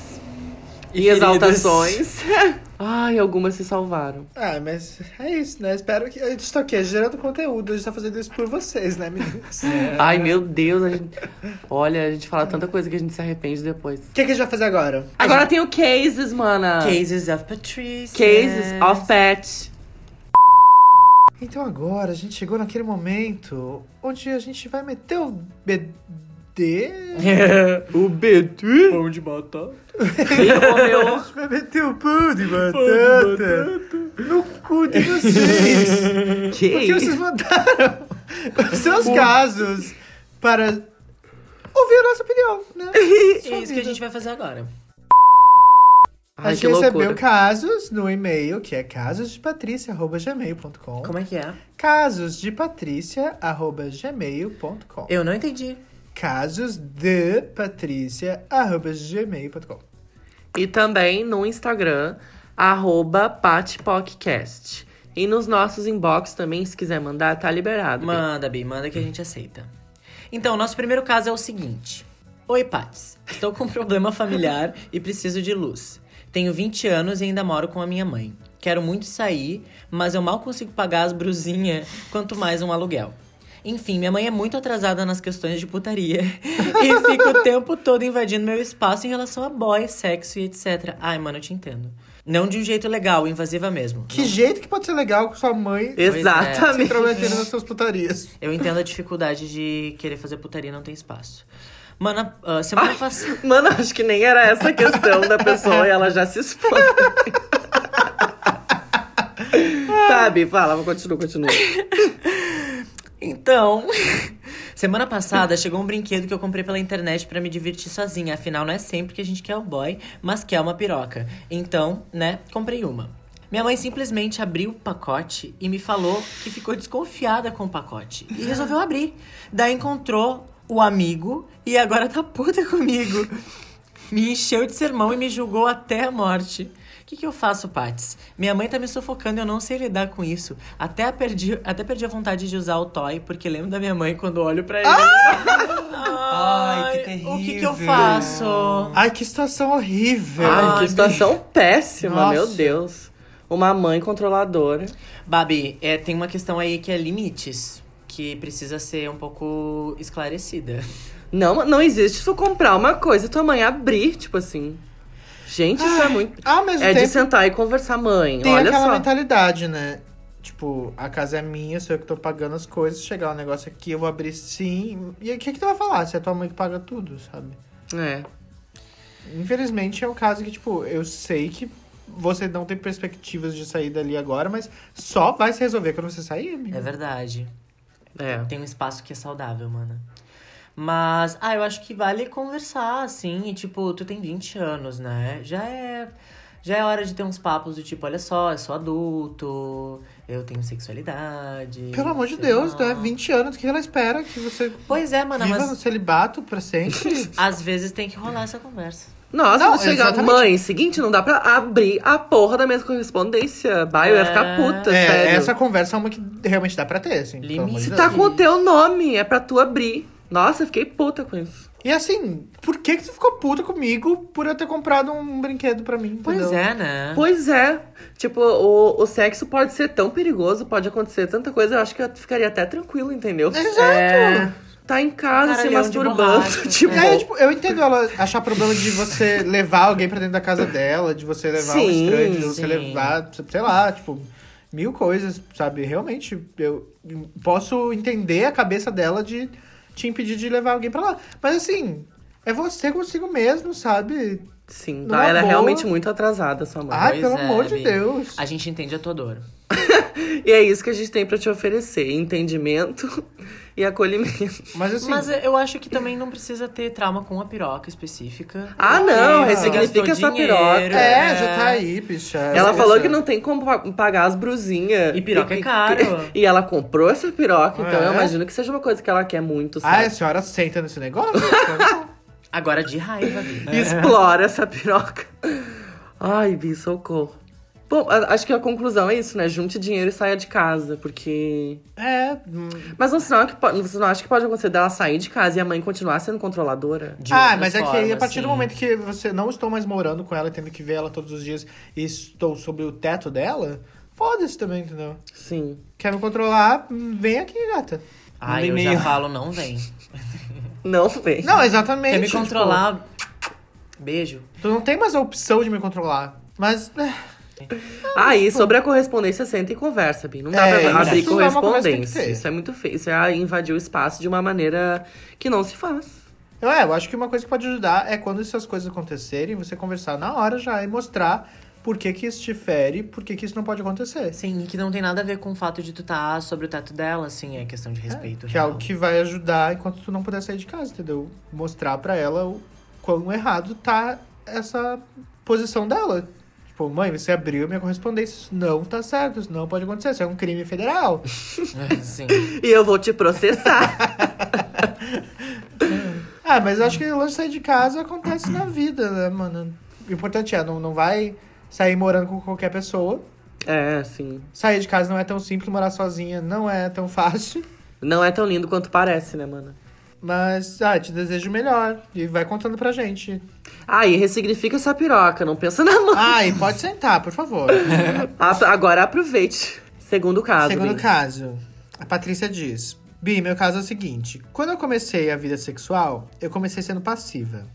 S4: e, exaltações. Ai, algumas se salvaram.
S2: Ah, mas é isso, né? Espero que. A gente tá o quê? Gerando conteúdo. A gente tá fazendo isso por vocês, né, meninas? O
S4: Ai, meu Deus, a gente... Olha, a gente fala tanta coisa que a gente se arrepende depois.
S2: que, que a gente vai fazer agora?
S4: Agora tem o Cases, mana.
S3: Cases of Patricia.
S4: Ah. Cases of Pet.
S2: Então agora a gente chegou naquele momento onde a gente vai meter o BD.
S3: É.
S4: O
S3: Hum?
S4: BT.
S2: Pão de batata.
S4: Quem comeu?
S2: A gente vai meter o pão de batata. No cu de vocês. Porque vocês mandaram os seus casos para ouvir a nossa opinião, né?
S3: É isso que a gente vai fazer agora.
S2: A
S4: Ai,
S2: gente
S4: que loucura.
S2: recebeu casos no e-mail, que é casosdepatricia.gmail.com
S3: Como é que é?
S2: casosdepatricia.gmail.com
S3: Eu não entendi.
S2: casosdepatricia.gmail.com
S4: E também no Instagram, arroba patpodcast. E nos nossos inbox também, se quiser mandar, tá liberado. Bi.
S3: Manda, Bi, manda que a gente aceita. Então, nosso primeiro caso é o seguinte. Oi, Pats. Estou com um problema familiar e preciso de luz. Tenho 20 anos e ainda moro com a minha mãe. Quero muito sair, mas eu mal consigo pagar as brusinhas, quanto mais um aluguel. Enfim, minha mãe é muito atrasada nas questões de putaria e fica o tempo todo invadindo meu espaço em relação a boy, sexo e etc. Ai, mano, eu te entendo. Não de um jeito legal, invasiva mesmo.
S2: Que jeito que pode ser legal com sua mãe se
S4: Exatamente.
S2: intrometendo nas suas putarias.
S3: Eu entendo a dificuldade de querer fazer putaria e não tem espaço. Mano, ah, semana passada.
S4: Mano, acho que nem era essa a questão da pessoa e ela já se expôs. tá, Bi, fala, continua, continua.
S3: Então. semana passada chegou um brinquedo que eu comprei pela internet pra me divertir sozinha. Afinal, não é sempre que a gente quer o boy, mas quer uma piroca. Então, né, comprei uma. Minha mãe simplesmente abriu o pacote e me falou que ficou desconfiada com o pacote. E resolveu abrir. Daí encontrou o amigo e agora tá puta comigo. Me encheu de sermão e me julgou até a morte. O que, que eu faço, Patis? Minha mãe tá me sufocando e eu não sei lidar com isso. Até a perdi, até perdi a vontade de usar o toy, porque lembro da minha mãe quando olho pra ele.
S5: Ai, que terrível.
S3: O que, que eu faço?
S2: Ai, que situação horrível.
S4: Ai,
S3: Ai,
S4: que situação péssima,
S2: Nossa.
S4: meu Deus. Uma mãe controladora.
S3: Babi, é, tem uma questão aí que é limites, que precisa ser um pouco esclarecida.
S4: Não, não existe tu comprar uma coisa e tua mãe abrir, tipo assim. Gente, isso é muito.
S2: Ao mesmo
S4: É de
S2: tempo,
S4: sentar e conversar, mãe.
S2: tem
S4: Olha
S2: aquela
S4: só.
S2: mentalidade, né? Tipo, a casa é minha, sou eu que tô pagando as coisas. Chegar um negócio aqui, eu vou abrir sim. E aí, o que, que tu vai falar? Se é tua mãe que paga tudo, sabe?
S4: É.
S2: Infelizmente é um caso que, tipo, eu sei que você não tem perspectivas de sair dali agora, mas só vai se resolver quando você sair, amigo.
S3: É verdade.
S4: É.
S3: Tem um espaço que é saudável, mano. Mas, ah, eu acho que vale conversar, assim. E, tipo, tu tem 20 anos, né? Já é. Já é hora de ter uns papos do tipo, olha só, eu sou adulto, eu tenho sexualidade.
S2: Pelo amor de
S3: sei
S2: Deus,
S3: lá.
S2: né? 20 anos, o que ela espera? Que você
S3: Pois é, mana,
S2: viva no
S3: mas
S2: celibato pra sempre?
S3: às vezes tem que rolar essa conversa.
S4: Nossa,
S2: Não,
S4: vou chegar.
S2: exatamente.
S4: Mãe, seguinte, não dá pra abrir a porra da minha correspondência. Bah, eu ia ficar puta,
S2: é,
S4: sério.
S2: essa conversa é uma que realmente dá pra ter, assim. pelo amor de
S3: Tá Limite.
S4: Se
S2: Deus.
S4: tá com o teu nome, é pra tu abrir. Nossa, eu fiquei puta com isso.
S2: E assim, por que, que você ficou puta comigo por eu ter comprado um brinquedo pra mim?
S3: Pois
S2: entendeu?
S3: é, né?
S4: Pois é. Tipo, o, o sexo pode ser tão perigoso, pode acontecer tanta coisa, eu acho que eu ficaria até tranquilo, entendeu?
S2: Exato.
S4: Tá em casa se
S3: É. Caralhão de borracha.
S4: masturbando. Tipo,
S2: E aí, tipo, eu entendo ela achar problema de você levar alguém pra dentro da casa dela, de você levar um
S4: Sim,
S2: estranho, de você
S3: sim.
S2: levar, sei lá, tipo, mil coisas, sabe? Realmente, eu posso entender a cabeça dela de te impedir de levar alguém pra lá. Mas assim, É você consigo mesmo, sabe?
S4: Sim, tá?
S2: Numa
S4: ela era
S2: é boa.
S4: realmente muito atrasada, sua mãe.
S2: Ai,
S3: Pois
S2: pelo
S3: é,
S2: amor de
S3: Bi.
S2: Deus.
S3: A gente entende a tua dor.
S4: E é isso que a gente tem pra te oferecer: entendimento e acolhimento.
S2: Mas assim,
S3: Mas eu acho que também não precisa ter trauma com a piroca específica.
S4: Ah, não,
S3: Porque você
S4: ressignifica
S3: gastou
S4: essa piroca.
S3: né?
S2: é, já tá aí, bicha.
S4: Ela
S2: Essa-
S4: falou que não tem como pa- pagar as brusinhas.
S3: E piroca é caro.
S4: E ela comprou essa piroca, então
S2: É.
S4: eu imagino que seja uma coisa que ela quer muito,
S2: Ah, a
S4: sabe?
S2: senhora senta nesse negócio?
S3: Agora de raiva,
S2: é
S3: Bi.
S4: Explora essa piroca. Ai, Bi, socorro. Bom, a- acho que a conclusão é isso, né? Junte dinheiro e saia de casa, porque.
S2: é. hum.
S4: Mas um sinal que pode, você não acha que pode acontecer dela sair de casa e a mãe continuar sendo controladora?
S3: De
S2: Ah,
S3: outras
S2: mas é que aí, a
S3: formas,
S2: partir do
S3: sim.
S2: momento que você não estou mais morando com ela, tendo que ver ela todos os dias e estou sobre o teto dela, foda-se também, entendeu?
S4: Sim.
S2: Quer me controlar? Hum, Vem aqui, gata.
S5: Mandei
S3: Ai, eu já
S5: e-mail.
S3: falo, não vem.
S4: Não vem.
S2: Não, exatamente.
S3: Quer me
S2: tipo,
S3: controlar? Beijo.
S2: tu não tem mais a opção de me controlar. Mas. eh,
S4: Aí, Ah, sobre a correspondência, senta e conversa, Bi. Não dá
S2: Tipo, É, isso
S4: pra abrir
S2: não é uma conversa que tem que
S4: correspondência.
S2: ter.
S4: Isso é muito feio. Isso é invadir o espaço de uma maneira que não se faz.
S2: Eu, é, eu acho que uma coisa que pode ajudar é quando essas coisas acontecerem, você conversar na hora já e mostrar por que, que isso te fere, por que, que isso não pode acontecer.
S3: Sim, e Assim, que não tem nada a ver com o fato de tu tá sobre o teto dela, assim, é questão de respeito.
S2: Que é
S3: real.
S2: algo que vai ajudar enquanto tu não puder sair de casa, entendeu? Mostrar pra ela o quão errado tá essa posição dela. Tipo, mãe, você abriu minha correspondência, isso não tá certo, isso não pode acontecer, isso é um crime federal.
S3: Sim.
S4: E eu vou te processar.
S2: ah, mas eu acho que o lance de sair de casa acontece na vida, né, mano? O importante é, não, não vai sair morando com qualquer pessoa.
S4: é, sim.
S2: Sair de casa não é tão simples, morar sozinha não é tão fácil.
S4: Não é tão lindo quanto parece, né, mana?
S2: Mas, ah, te desejo o melhor. E vai contando pra gente.
S4: Aí, Ah, ressignifica essa piroca, não pensa na mão.
S2: Ah, e pode sentar, por favor.
S4: A- Agora aproveite. Segundo caso.
S2: Segundo
S4: Bi.
S2: caso, a Patrícia diz: Bi, meu caso é o seguinte. Quando eu comecei a vida sexual, eu comecei sendo passiva.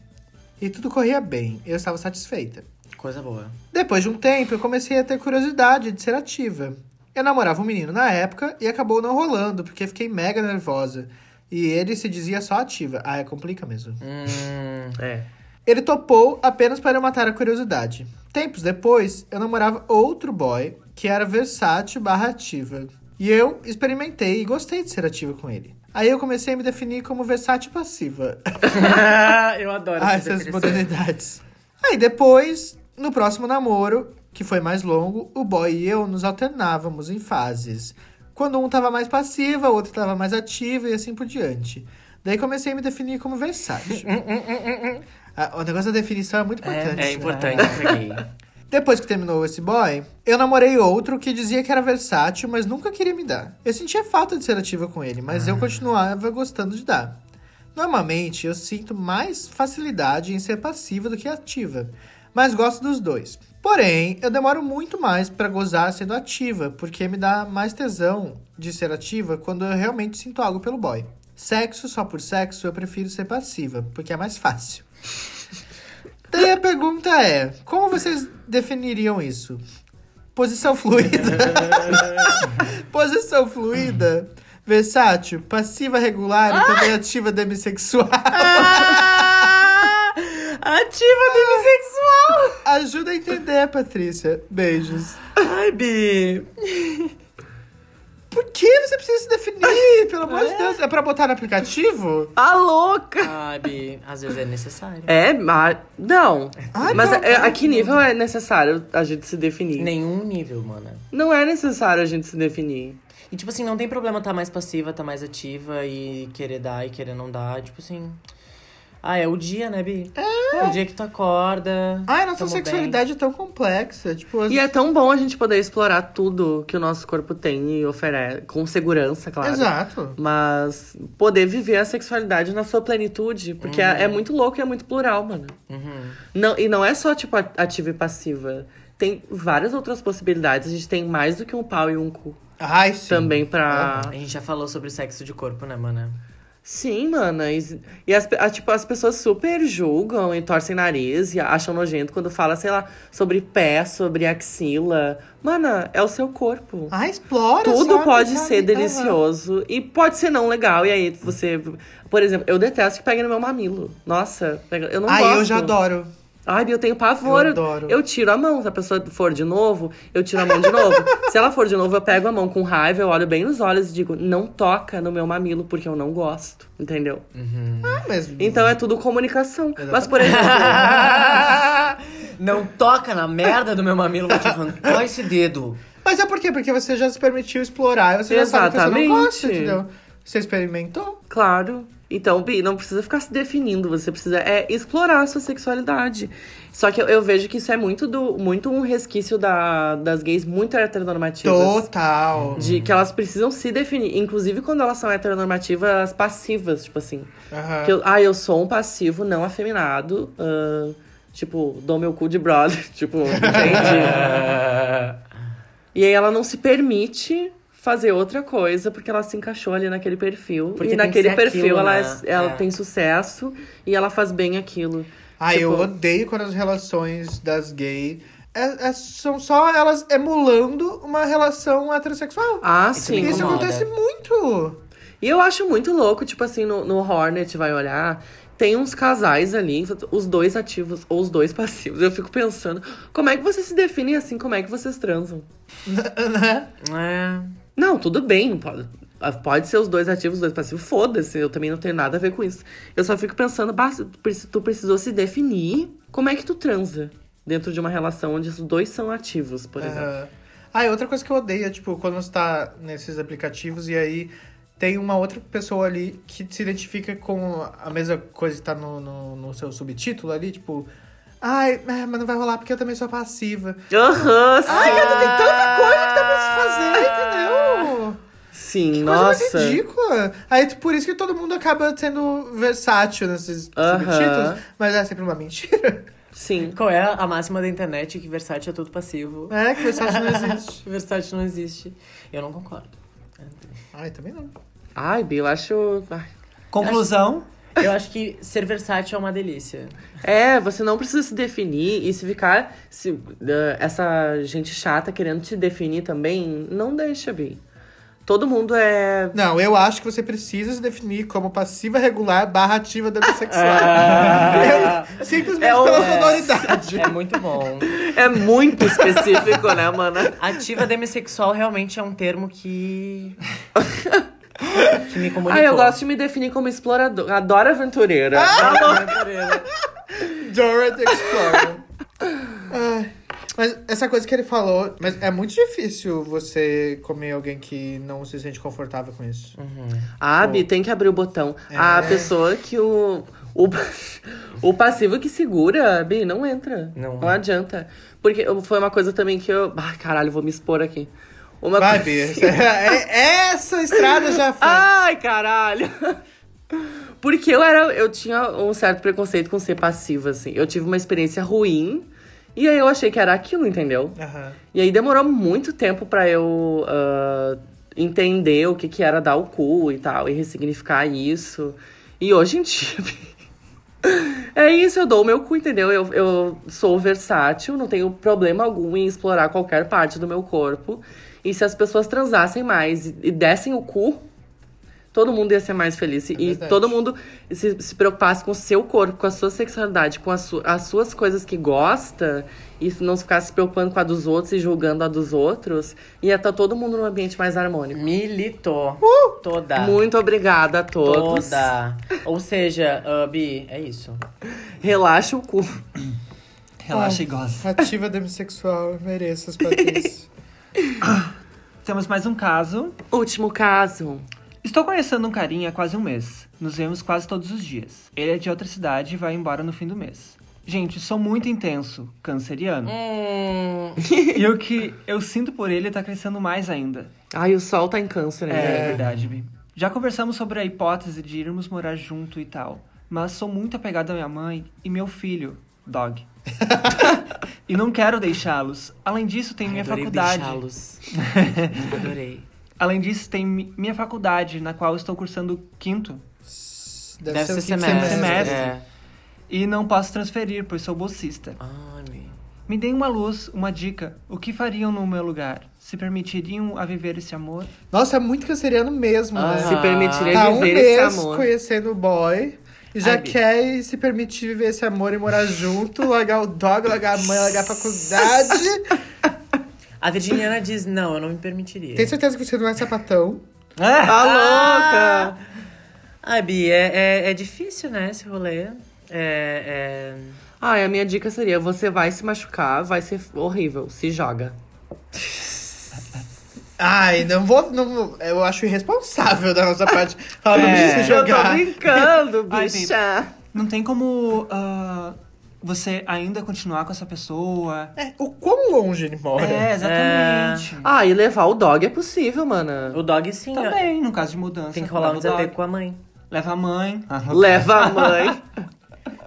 S2: E tudo corria bem, eu estava satisfeita.
S3: Coisa boa.
S2: Depois de um tempo, eu comecei a ter curiosidade de ser ativa. Eu namorava um menino na época e acabou não rolando, porque fiquei mega nervosa. E ele se dizia só ativa. Ah, é complica mesmo.
S3: Hum,
S4: É.
S2: Ele topou apenas para matar a curiosidade. Tempos depois, eu namorava outro boy que era versátil barra ativa. E eu experimentei e gostei de ser ativa com ele. Aí eu comecei a me definir como versátil passiva.
S3: eu adoro
S2: Ah,
S3: essa
S2: essas
S3: definição.
S2: modernidades. Aí depois, no próximo namoro, que foi mais longo, o boy e eu nos alternávamos em fases. Quando um tava mais passiva, o outro tava mais ativa e assim por diante. Daí comecei a me definir como Hum, versátil. Ah, o negócio da definição é muito importante.
S3: É, é
S2: né?
S3: importante pra gay.
S2: Depois que terminou esse boy, eu namorei outro que dizia que era versátil, mas nunca queria me dar. Eu sentia falta de ser ativa com ele, mas
S3: Ah.
S2: eu continuava gostando de dar. Normalmente, eu sinto mais facilidade em ser passiva do que ativa, mas gosto dos dois. Porém, eu demoro muito mais pra gozar sendo ativa, porque me dá mais tesão de ser ativa quando eu realmente sinto algo pelo boy. Sexo só por sexo, eu prefiro ser passiva, porque é mais fácil. Daí a pergunta é: como vocês definiriam isso? Posição fluida? Posição fluida? Versátil, passiva regular e também ativa demissexual.
S3: Ah! Ativa demissexual!
S2: Ajuda a entender, Patrícia. Beijos.
S3: Ai, Bi.
S2: Por que você precisa se definir? Pelo amor de Deus. É pra botar no aplicativo?
S4: A louca!
S3: Ai, Bi. Às vezes é necessário.
S4: É, mas. Não.
S2: Ai,
S4: mas
S2: pelo
S4: é-
S2: amor
S4: a que nível é necessário a gente se definir?
S3: Nenhum nível, mana.
S4: Não é necessário a gente se definir.
S3: E, tipo assim, não tem problema tá mais passiva, tá mais ativa e querer dar e querer não dar. Tipo assim. Ah, é o dia, né, Bi? É. o dia que tu acorda.
S2: Ai, nossa
S3: tamo
S2: sexualidade é tão complexa. Tipo, as-
S4: E é tão bom a gente poder explorar tudo que o nosso corpo tem e oferece. Com segurança, claro.
S2: Exato.
S4: Mas poder viver a sexualidade na sua plenitude. Porque é, é
S2: Uhum.
S4: muito louco e é muito plural, mano.
S3: bem. Uhum.
S4: Não, e não é só, tipo, a- ativa e passiva. Tem várias outras possibilidades. A gente tem mais do que um pau e um cu
S2: Ai, sim.
S4: também pra.
S3: A gente já falou sobre sexo de corpo, né, mana?
S4: Sim, mana. E, e as, pe- a- tipo, as pessoas super julgam e torcem nariz e acham nojento quando fala, sei lá, sobre pé, sobre axila. Mana, é o seu corpo.
S2: Ah, explora
S4: Tudo
S2: sabe, então,
S4: pode
S2: sabe?
S4: ser
S2: Aham.
S4: delicioso e pode ser não legal. E aí você. Por exemplo, eu detesto que pegue no meu mamilo. Nossa, pega- eu não
S2: Ai,
S4: gosto.
S2: eu já adoro.
S4: Ai, eu tenho pavor.
S2: Eu adoro.
S4: Eu tiro a mão. Se a pessoa for de novo, eu tiro a mão de novo. Se ela for de novo, eu pego a mão com raiva, eu olho bem nos olhos e digo, não toca no meu mamilo, porque eu não gosto. Entendeu?
S2: Ah, mas...
S4: Então é tudo comunicação. Mas, por exemplo,
S3: Não toca na merda do meu mamilo, vou te arrancar esse dedo.
S2: mas é por quê? Porque você já se permitiu explorar e você já sabe que você não
S4: Exatamente.
S2: gosta, entendeu? Você experimentou?
S4: claro. Então, Bi, não precisa ficar se definindo, você precisa é, explorar a sua sexualidade. Só que eu, eu vejo que isso é muito, do, muito um resquício da, das gays muito heteronormativas.
S2: Total.
S4: Tipo assim, De que elas precisam se definir. Inclusive quando elas são heteronormativas passivas, tipo assim.
S2: Aham.
S4: Que eu, ah, eu sou um passivo não afeminado. ahn, tipo, dou meu cu de brother. tipo, entende?
S2: É.
S4: e aí ela não se permite fazer outra coisa porque ela se encaixou ali naquele perfil.
S3: Porque tem
S4: e
S3: que
S4: naquele
S3: ser
S4: perfil
S3: aquilo,
S4: ela, é-
S3: né?
S4: ela
S3: É.
S4: tem sucesso e ela faz bem aquilo.
S2: Ai, Ah, eu
S4: Tipo-
S2: odeio quando as relações das gays é- é- são só elas emulando uma relação heterossexual.
S4: Ah,
S3: me
S4: sim.
S2: Isso
S3: incomoda.
S2: acontece muito.
S4: E eu acho muito louco, tipo assim, no, no Hornet vai olhar, tem uns casais ali, os dois ativos ou os dois passivos. Eu fico pensando, como é que vocês se definem assim? Como é que vocês transam?
S2: Né?
S3: É.
S4: Não, tudo bem, pode, pode ser os dois ativos, os dois passivos, foda-se, eu também não tenho nada a ver com isso. Eu só fico pensando, bah, se tu preci- tu precisou se definir, como é que tu transa? Dentro de uma relação onde os dois são ativos, por exemplo.
S2: Aham. Ah, e outra coisa que eu odeio é, tipo, quando você tá nesses aplicativos e aí tem uma outra pessoa ali que se identifica com a mesma coisa que tá no, no, no seu subtítulo ali, tipo... Ai, é, mas não vai rolar porque eu também sou passiva.
S4: Aham,
S2: Ai,
S4: sim.
S2: cara, tem tanta coisa que dá pra se
S3: É.
S4: Ah.
S2: fazer, entendeu?
S4: Sim,
S2: Coisa mais
S4: nossa.
S2: ridícula. Aí, tu- por isso que todo mundo acaba sendo versátil nesses
S4: Aham.
S2: subtítulos, mas é sempre uma mentira.
S4: Sim.
S3: Qual é a máxima da internet que versátil é tudo passivo?
S2: É, que versátil não existe.
S3: Versátil não existe. Eu não concordo.
S2: Ai, também não.
S4: Ai, Bi, eu acho. ai,
S5: Conclusão.
S3: Eu acho que ser versátil é uma delícia.
S4: É, você não precisa se definir e se ficar se, eh, essa gente chata querendo te definir também, não deixa, Bi. Todo mundo é.
S2: Não, eu acho que você precisa se definir como passiva regular barra ativa da bissexual. Eu- simplesmente
S4: É o-
S2: pela
S4: é.
S2: sonoridade.
S3: É muito bom.
S4: É muito específico, né, mana?
S3: Ativa demissexual realmente é um termo que. que me comunicou.
S4: Ah, eu gosto de me definir como exploradora. Adoro aventureira.
S2: Dora the Explorer. Ai, Mas essa coisa que ele falou, mas é muito difícil você comer alguém que não se sente confortável com isso.
S4: Ah, Bi, tem que abrir o botão. A
S2: É.
S4: pessoa que o. O, o passivo que segura, Bi, não entra.
S3: Não.
S2: é.
S4: adianta. Porque eu- foi uma coisa também que eu. Ai, caralho, vou me expor aqui. Uma
S2: Vai,
S4: coisa-
S2: Bia. É- Essa estrada já foi.
S4: Ai, caralho! Porque eu era. Eu tinha um certo preconceito com ser passiva, assim. Eu tive uma experiência ruim. E aí eu achei que era aquilo, entendeu?
S2: Aham.
S4: E aí demorou muito tempo pra eu ah, entender o que, que era dar o cu e tal, e ressignificar isso. E hoje em dia. é isso, eu dou o meu cu, entendeu? Eu, eu sou versátil, não tenho problema algum em explorar qualquer parte do meu corpo. E se as pessoas transassem mais e, e dessem o cu. Todo mundo ia ser mais feliz. E- e
S2: verdade.
S4: todo mundo se, se preocupasse com o seu corpo, com a sua sexualidade, com a su- as suas coisas que gosta, e não ficasse se preocupando com a dos outros e julgando a dos outros, ia estar todo mundo num ambiente mais harmônico.
S3: Hum. Militou. Toda.
S4: Muito obrigada a todos.
S3: Tá. Toda. Ou seja, ah, Bi, é isso.
S4: Relaxa o cu.
S5: Relaxa e goza.
S2: Ativa demissexual, eu mereço as patrícias.
S5: Temos mais um caso.
S4: Último caso.
S5: Estou conhecendo um carinha há quase um mês. Nos vemos quase todos os dias. Ele é de outra cidade e vai embora no fim do mês. Gente, sou muito intenso, canceriano. e o que eu sinto por ele tá crescendo mais ainda.
S4: Ai, o sol tá em câncer,
S5: É,
S4: né?
S5: verdade, Bi. Já conversamos sobre a hipótese de irmos morar junto e tal, mas sou muito apegado à minha mãe e meu filho, Dog. e não quero deixá-los. Além disso, tem minha
S3: Adorei
S5: faculdade.
S3: deixá-los. Adorei.
S5: Além disso, tem mi- minha faculdade, na qual estou cursando quinto,
S3: Deve, ser,
S2: o quinto
S3: semestre.
S5: semestre.
S3: É.
S5: e não posso transferir, pois sou bolsista.
S3: Ai, meu.
S5: Me deem uma luz, uma dica. O que fariam no meu lugar? Se permitiriam a viver esse amor?
S2: Nossa, é muito canceriano mesmo,
S3: Ah,
S2: né?
S4: Se permitirem
S2: Tá um
S4: viver esse
S2: mês
S4: amor.
S2: conhecendo o boy. E já
S5: Ai, bicho.
S2: quer e se permitir viver esse amor e morar junto, largar o dog, largar a mãe, largar a faculdade.
S3: A Virginiana diz, não, eu não me permitiria.
S2: Tem certeza que você não é sapatão.
S4: Tá
S3: Ah!
S4: louca!
S3: Ai, Bi, é, é, é difícil, né, esse rolê. É, é...
S4: Ai, a minha dica seria: você vai se machucar, vai ser horrível. Se joga.
S2: Ai, não vou. Não, vou- eu acho irresponsável da nossa parte falar pra
S5: É.
S2: é. se jogar.
S4: brincando,
S5: Ai, Não tem como ah, você ainda continuar com essa pessoa.
S2: É, o quão longe ele mora?
S5: É, exatamente.
S4: Ah, e levar o dog é possível, mana.
S3: O dog,
S4: Tá
S3: sim, ó,
S5: Também, no caso de mudança.
S3: tem que rolar um
S5: leva o dog,
S3: desapego com a mãe.
S5: Leva a mãe.
S4: Leva a mãe.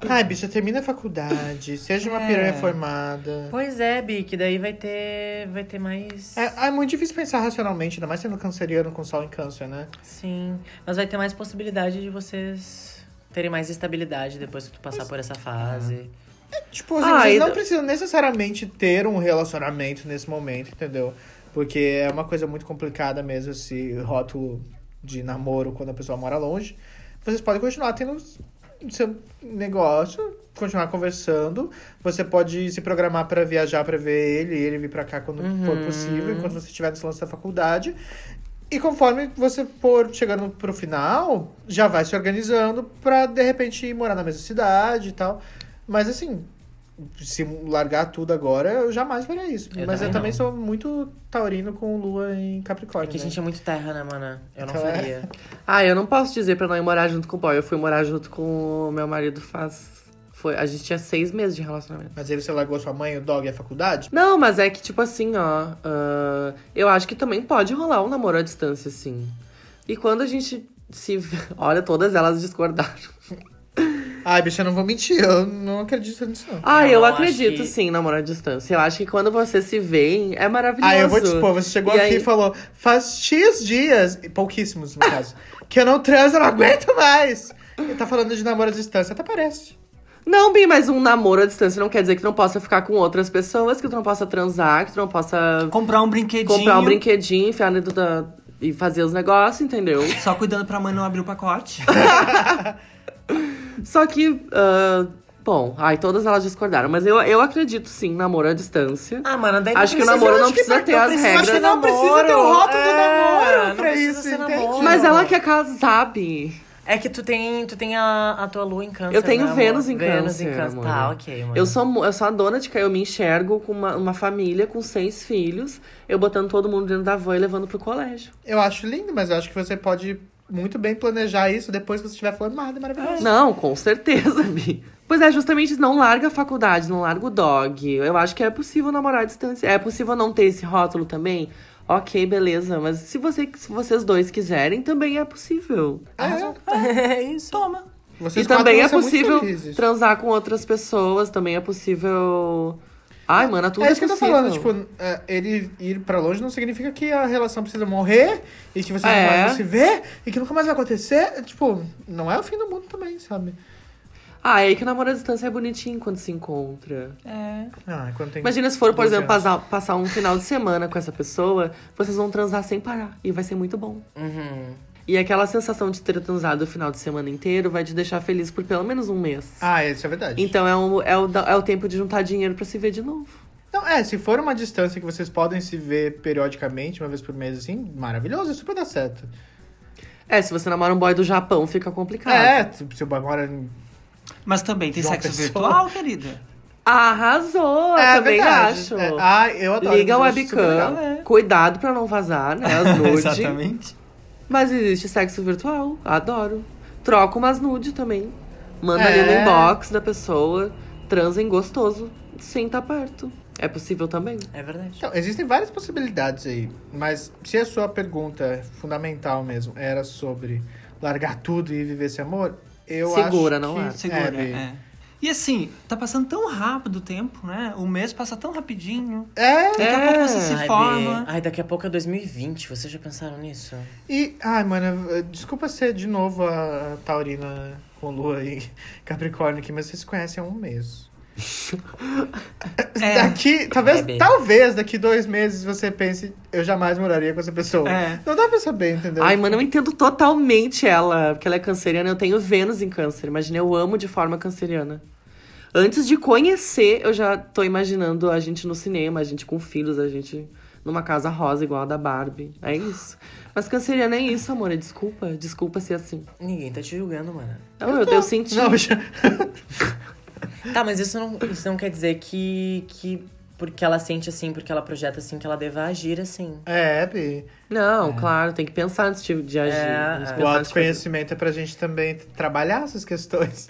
S2: Ai, bicha, termina a faculdade, seja uma
S5: É.
S2: piranha formada.
S3: Pois é, Bi, que daí vai ter, vai ter mais...
S2: É, é muito difícil pensar racionalmente, ainda mais sendo canceriano com sol em câncer, né?
S3: Sim, mas vai ter mais possibilidade de vocês terem mais estabilidade depois que tu passar por essa fase.
S2: Tipo, assim,
S4: Ah,
S2: vocês
S4: e
S2: não
S4: do-
S2: precisam necessariamente ter um relacionamento nesse momento, entendeu? Porque é uma coisa muito complicada mesmo esse rótulo de namoro quando a pessoa mora longe. Vocês podem continuar tendo seu negócio, continuar conversando. Você pode se programar pra viajar pra ver ele, e ele vir pra cá quando for
S4: Uhum.
S2: possível, enquanto você estiver nesse lance da faculdade. E conforme você for chegando pro final, já vai se organizando pra, de repente, ir morar na mesma cidade e tal. Mas, assim, se largar tudo agora, eu jamais faria isso.
S3: Eu
S2: Mas eu
S3: também
S2: também sou muito taurino com lua em Capricórnio.
S3: Porque a
S2: né?
S3: gente é muito terra, né, mana? Eu não
S2: Então é.
S3: faria.
S4: Ah, eu não posso dizer pra não ir morar junto com o boy. Eu fui morar junto com o meu marido faz. Foi, a gente tinha seis meses de relacionamento.
S2: Mas aí você largou sua mãe, o dog e a faculdade?
S4: Não, mas é que, tipo assim, ó. ah, eu acho que também pode rolar um namoro à distância, assim. E quando a gente se. vê- Olha, todas elas discordaram.
S2: Ai, bicho, eu não vou mentir, eu não acredito nisso, não.
S4: Ah,
S3: Eu
S4: eu,
S3: não acho
S4: acredito,
S3: que-
S4: sim, namoro à distância. Eu acho que quando você se vê, é maravilhoso.
S2: Ah, eu vou te expor. Você chegou
S4: E
S2: aqui
S4: aí-
S2: e falou, faz X dias, e pouquíssimos no caso, que eu não transo, eu não aguento mais. E tá falando de namoro à distância, até parece.
S4: Não, Bi, mas um namoro à distância não quer dizer que tu não possa ficar com outras pessoas, que tu não possa transar, que tu não possa
S5: Comprar um brinquedinho.
S4: comprar um brinquedinho, enfiar dentro da. e fazer os negócios, entendeu?
S5: Só cuidando pra mãe não abrir o pacote.
S4: Só que. ah, bom, ai, todas elas discordaram. Mas eu, eu acredito sim, em namoro à distância.
S3: Ah, mano, daí
S4: Acho que o
S3: precisa-
S4: namoro
S2: eu
S4: não
S2: acho que
S4: precisa ter
S2: não
S4: as
S2: precisa-
S4: regras.
S2: acho que não precisa ter o rótulo do
S3: É,
S2: namoro
S3: não
S2: pra
S3: precisa
S2: isso,
S3: ser
S2: entende?
S3: namoro.
S4: Mas ela quer casar, Bi.
S3: É que tu tem, tu tem a, a tua lua em câncer,
S4: Eu tenho
S3: né, amor?
S4: Vênus em
S3: Vênus em
S4: câncer,
S3: câncer.
S4: amor.
S3: Tá, ok, mano.
S4: Eu sou, mu- eu sou a dona de que eu me enxergo com uma, uma família com seis filhos, eu botando todo mundo dentro da van e levando pro colégio.
S2: Eu acho lindo, mas eu acho que você pode muito bem planejar isso depois que você estiver formado, é maravilhoso.
S4: Não, com certeza, Bi. Pois é, justamente isso, não larga a faculdade, não larga o dog. Eu acho que é possível namorar à distância. É possível não ter esse rótulo também? Ok, beleza. Mas se, você, se vocês dois quiserem, também é possível.
S2: É,
S3: é isso. Toma.
S2: vocês
S4: e também é
S2: quatro vão ser muito
S4: possível
S2: felizes.
S4: transar com outras pessoas, também é possível. Ai, mana, tudo
S2: é isso que eu tô
S4: possível.
S2: falando, tipo, é, ele ir pra longe não significa que a relação precisa morrer e que vocês
S4: É.
S2: não mais vão se ver e que nunca mais vai acontecer. É, Tipo, não é o fim do mundo também, sabe?
S4: Ah, é que o namoro à distância é bonitinho quando se encontra.
S2: Ah, quando tem
S4: Imagina se for, por
S2: Doze
S4: exemplo,
S2: anos.
S4: passar, passar um final de semana com essa pessoa, vocês vão transar sem parar. E vai ser muito bom.
S3: Uhum.
S4: E aquela sensação de ter transado o final de semana inteiro vai te deixar feliz por pelo menos um mês.
S2: Ah, isso é verdade.
S4: Então é, um, é, o, da- é o tempo de juntar dinheiro pra se ver de novo.
S2: Então, é, se for uma distância que vocês podem se ver periodicamente, uma vez por mês, assim, maravilhoso, super dá certo.
S4: É, se você namora um boy do Japão, fica complicado.
S2: É, se o boy mora em...
S5: Mas também tem
S2: João
S5: sexo
S2: Pessoa.
S5: virtual, querida.
S4: Arrasou! eu
S2: é,
S4: também
S2: verdade.
S4: acho.
S2: É, ah, eu adoro.
S4: Liga o
S2: eu acho super legal.
S4: webcam. Cuidado pra não vazar, né? As nudes.
S5: Exatamente.
S4: Mas existe sexo virtual, adoro. Troca umas nude também. Manda ali no
S2: É.
S4: inbox da pessoa. Transem gostoso, sem estar perto. É possível também.
S3: É verdade.
S2: Então, existem várias possibilidades aí, mas se a sua pergunta é fundamental mesmo era sobre largar tudo e viver esse amor, eu
S4: Segura,
S2: acho
S4: não
S2: que...
S4: é?
S5: Segura.
S2: Bi.
S5: é. E assim, tá passando tão rápido o tempo, né? O mês passa tão rapidinho.
S2: É,
S5: Daqui a pouco você Então, se
S3: Ai, Bê.
S5: forma.
S3: Ai, daqui a pouco é 2020, vocês já pensaram nisso?
S2: e. Ai, mano, eu- desculpa ser de novo a a Taurina com Lua e Capricórnio aqui, mas vocês se conhecem há um mês.
S5: É.
S2: Daqui, talvez,
S3: É, Bê.
S2: talvez daqui dois meses você pense, eu jamais moraria com essa pessoa.
S5: É.
S2: Não dá pra saber, entendeu?
S4: Ai, mano, eu entendo totalmente ela, porque ela é canceriana, eu tenho Vênus em câncer. Imagina, eu amo de forma canceriana. Antes de conhecer, eu já tô imaginando a gente no cinema, a gente com filhos, a gente numa casa rosa igual a da Barbie. É isso. Mas canceriana é isso, amor. é Desculpa. Desculpa ser assim.
S3: Ninguém tá te julgando, mano.
S4: Não, eu, eu senti.
S2: Não, já-
S3: Tá, mas isso não, isso não quer dizer que, que porque ela sente assim, porque ela projeta assim, que ela deva agir assim.
S2: É, Bi.
S4: Não, claro, tem que pensar antes de, de agir.
S3: É,
S4: Tem que
S3: é.
S2: O
S4: pensar antes de fazer.
S2: autoconhecimento é pra gente também trabalhar essas questões.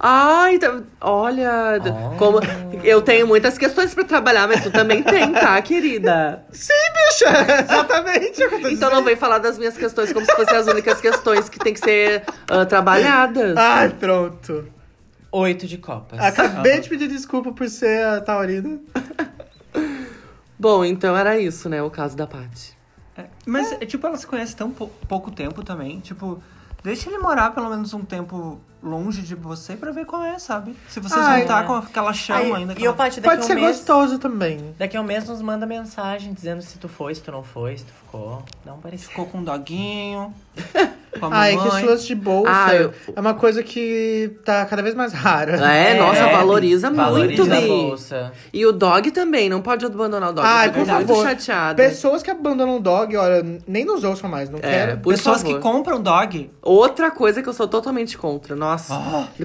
S4: Ai, tá- olha, d-
S3: Oh.
S4: como eu tenho muitas questões pra trabalhar, mas tu também tem, tá, querida?
S2: Exatamente. é o que eu tô
S4: Então não vem falar das minhas questões como se fossem as únicas questões que tem que ser ah, trabalhadas.
S2: Ai, pronto.
S3: Oito de copas.
S5: Ah,
S2: Acabei de pedir desculpa por ser a Taurina.
S4: Bom, então era isso, né, o caso da Paty.
S5: É, Mas, é, tipo, ela se conhece tão pou- pouco tempo também. Tipo, deixa ele morar pelo menos um tempo longe de você pra ver qual é, sabe? Se vocês
S2: Ai,
S5: não tá
S3: é.
S5: com aquela
S3: Aí,
S5: chama ainda.
S3: e
S5: Aquela...
S3: eu,
S4: é
S3: Paty, daqui
S2: Pode
S3: a um
S2: ser
S3: mês...
S2: gostoso também.
S3: Daqui a um mês nos manda mensagem dizendo se tu foi, se tu não foi, se tu ficou. Dá um parecer.
S5: Ficou com um doguinho, com a
S2: Ai, que esse
S5: mamãe.
S2: lance de bolsa
S4: Ah, eu-
S2: é uma coisa que tá cada vez mais rara.
S4: É, nossa, valoriza,
S3: valoriza
S4: muito,
S3: a
S4: Bi.
S3: bolsa.
S4: E o dog também, não pode abandonar o dog.
S2: Ai,
S4: Eu fico
S2: por
S4: muito
S2: favor.
S4: chateada.
S2: Pessoas que abandonam dog, olha, nem nos ouçam mais, não
S4: É,
S2: quero.
S4: por
S5: Pessoas
S4: favor.
S5: que compram dog.
S4: Outra coisa que eu sou totalmente contra, nossa.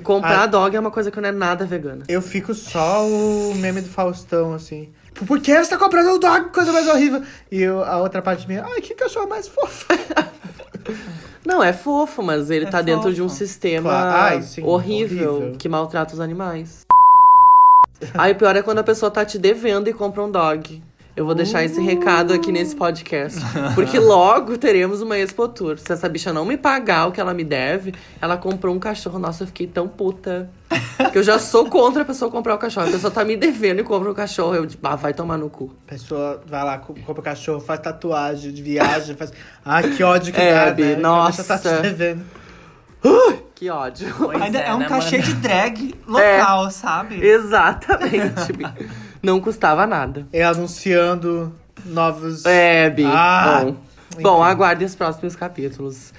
S4: comprar
S2: Ai.
S4: dog é uma coisa que não é nada vegana.
S2: Eu fico só o meme do Faustão, assim. Por que você tá comprando um dog? Coisa mais horrível. E eu- a outra parte minha, ai, que cachorro mais fofo.
S4: Não, é fofo, mas ele
S5: É
S4: tá dentro de um
S5: fofo.
S4: sistema
S2: Claro. Ai, sim,
S4: horrível,
S2: horrível.
S4: que maltrata os animais. Aí o pior é quando a pessoa tá te devendo e compra um dog. Eu vou deixar esse recado aqui nesse podcast. Porque logo teremos uma Expo Tour. Se essa bicha não me pagar o que ela me deve, ela comprou um cachorro. Nossa, eu fiquei tão puta. Que eu já sou contra a pessoa comprar o cachorro. A pessoa tá me devendo e compra o cachorro. Eu, tipo, ah, vai tomar no cu.
S2: A pessoa vai lá, co- compra cachorro, faz tatuagem, de viagem, faz. Ai, que ódio que
S4: É,
S2: dá,
S4: Bi,
S2: né? Que a
S4: nossa.
S2: pessoa tá te devendo.
S4: Que ódio.
S3: Pois
S5: Ainda é, um
S3: né,
S5: cachê
S3: mano?
S5: de drag local, sabe?
S4: Exatamente. Bi. Não custava nada.
S2: É anunciando novos.
S4: É, Bi.
S2: Ah,
S4: bom.
S2: enfim.
S4: Bom, aguardem os próximos capítulos.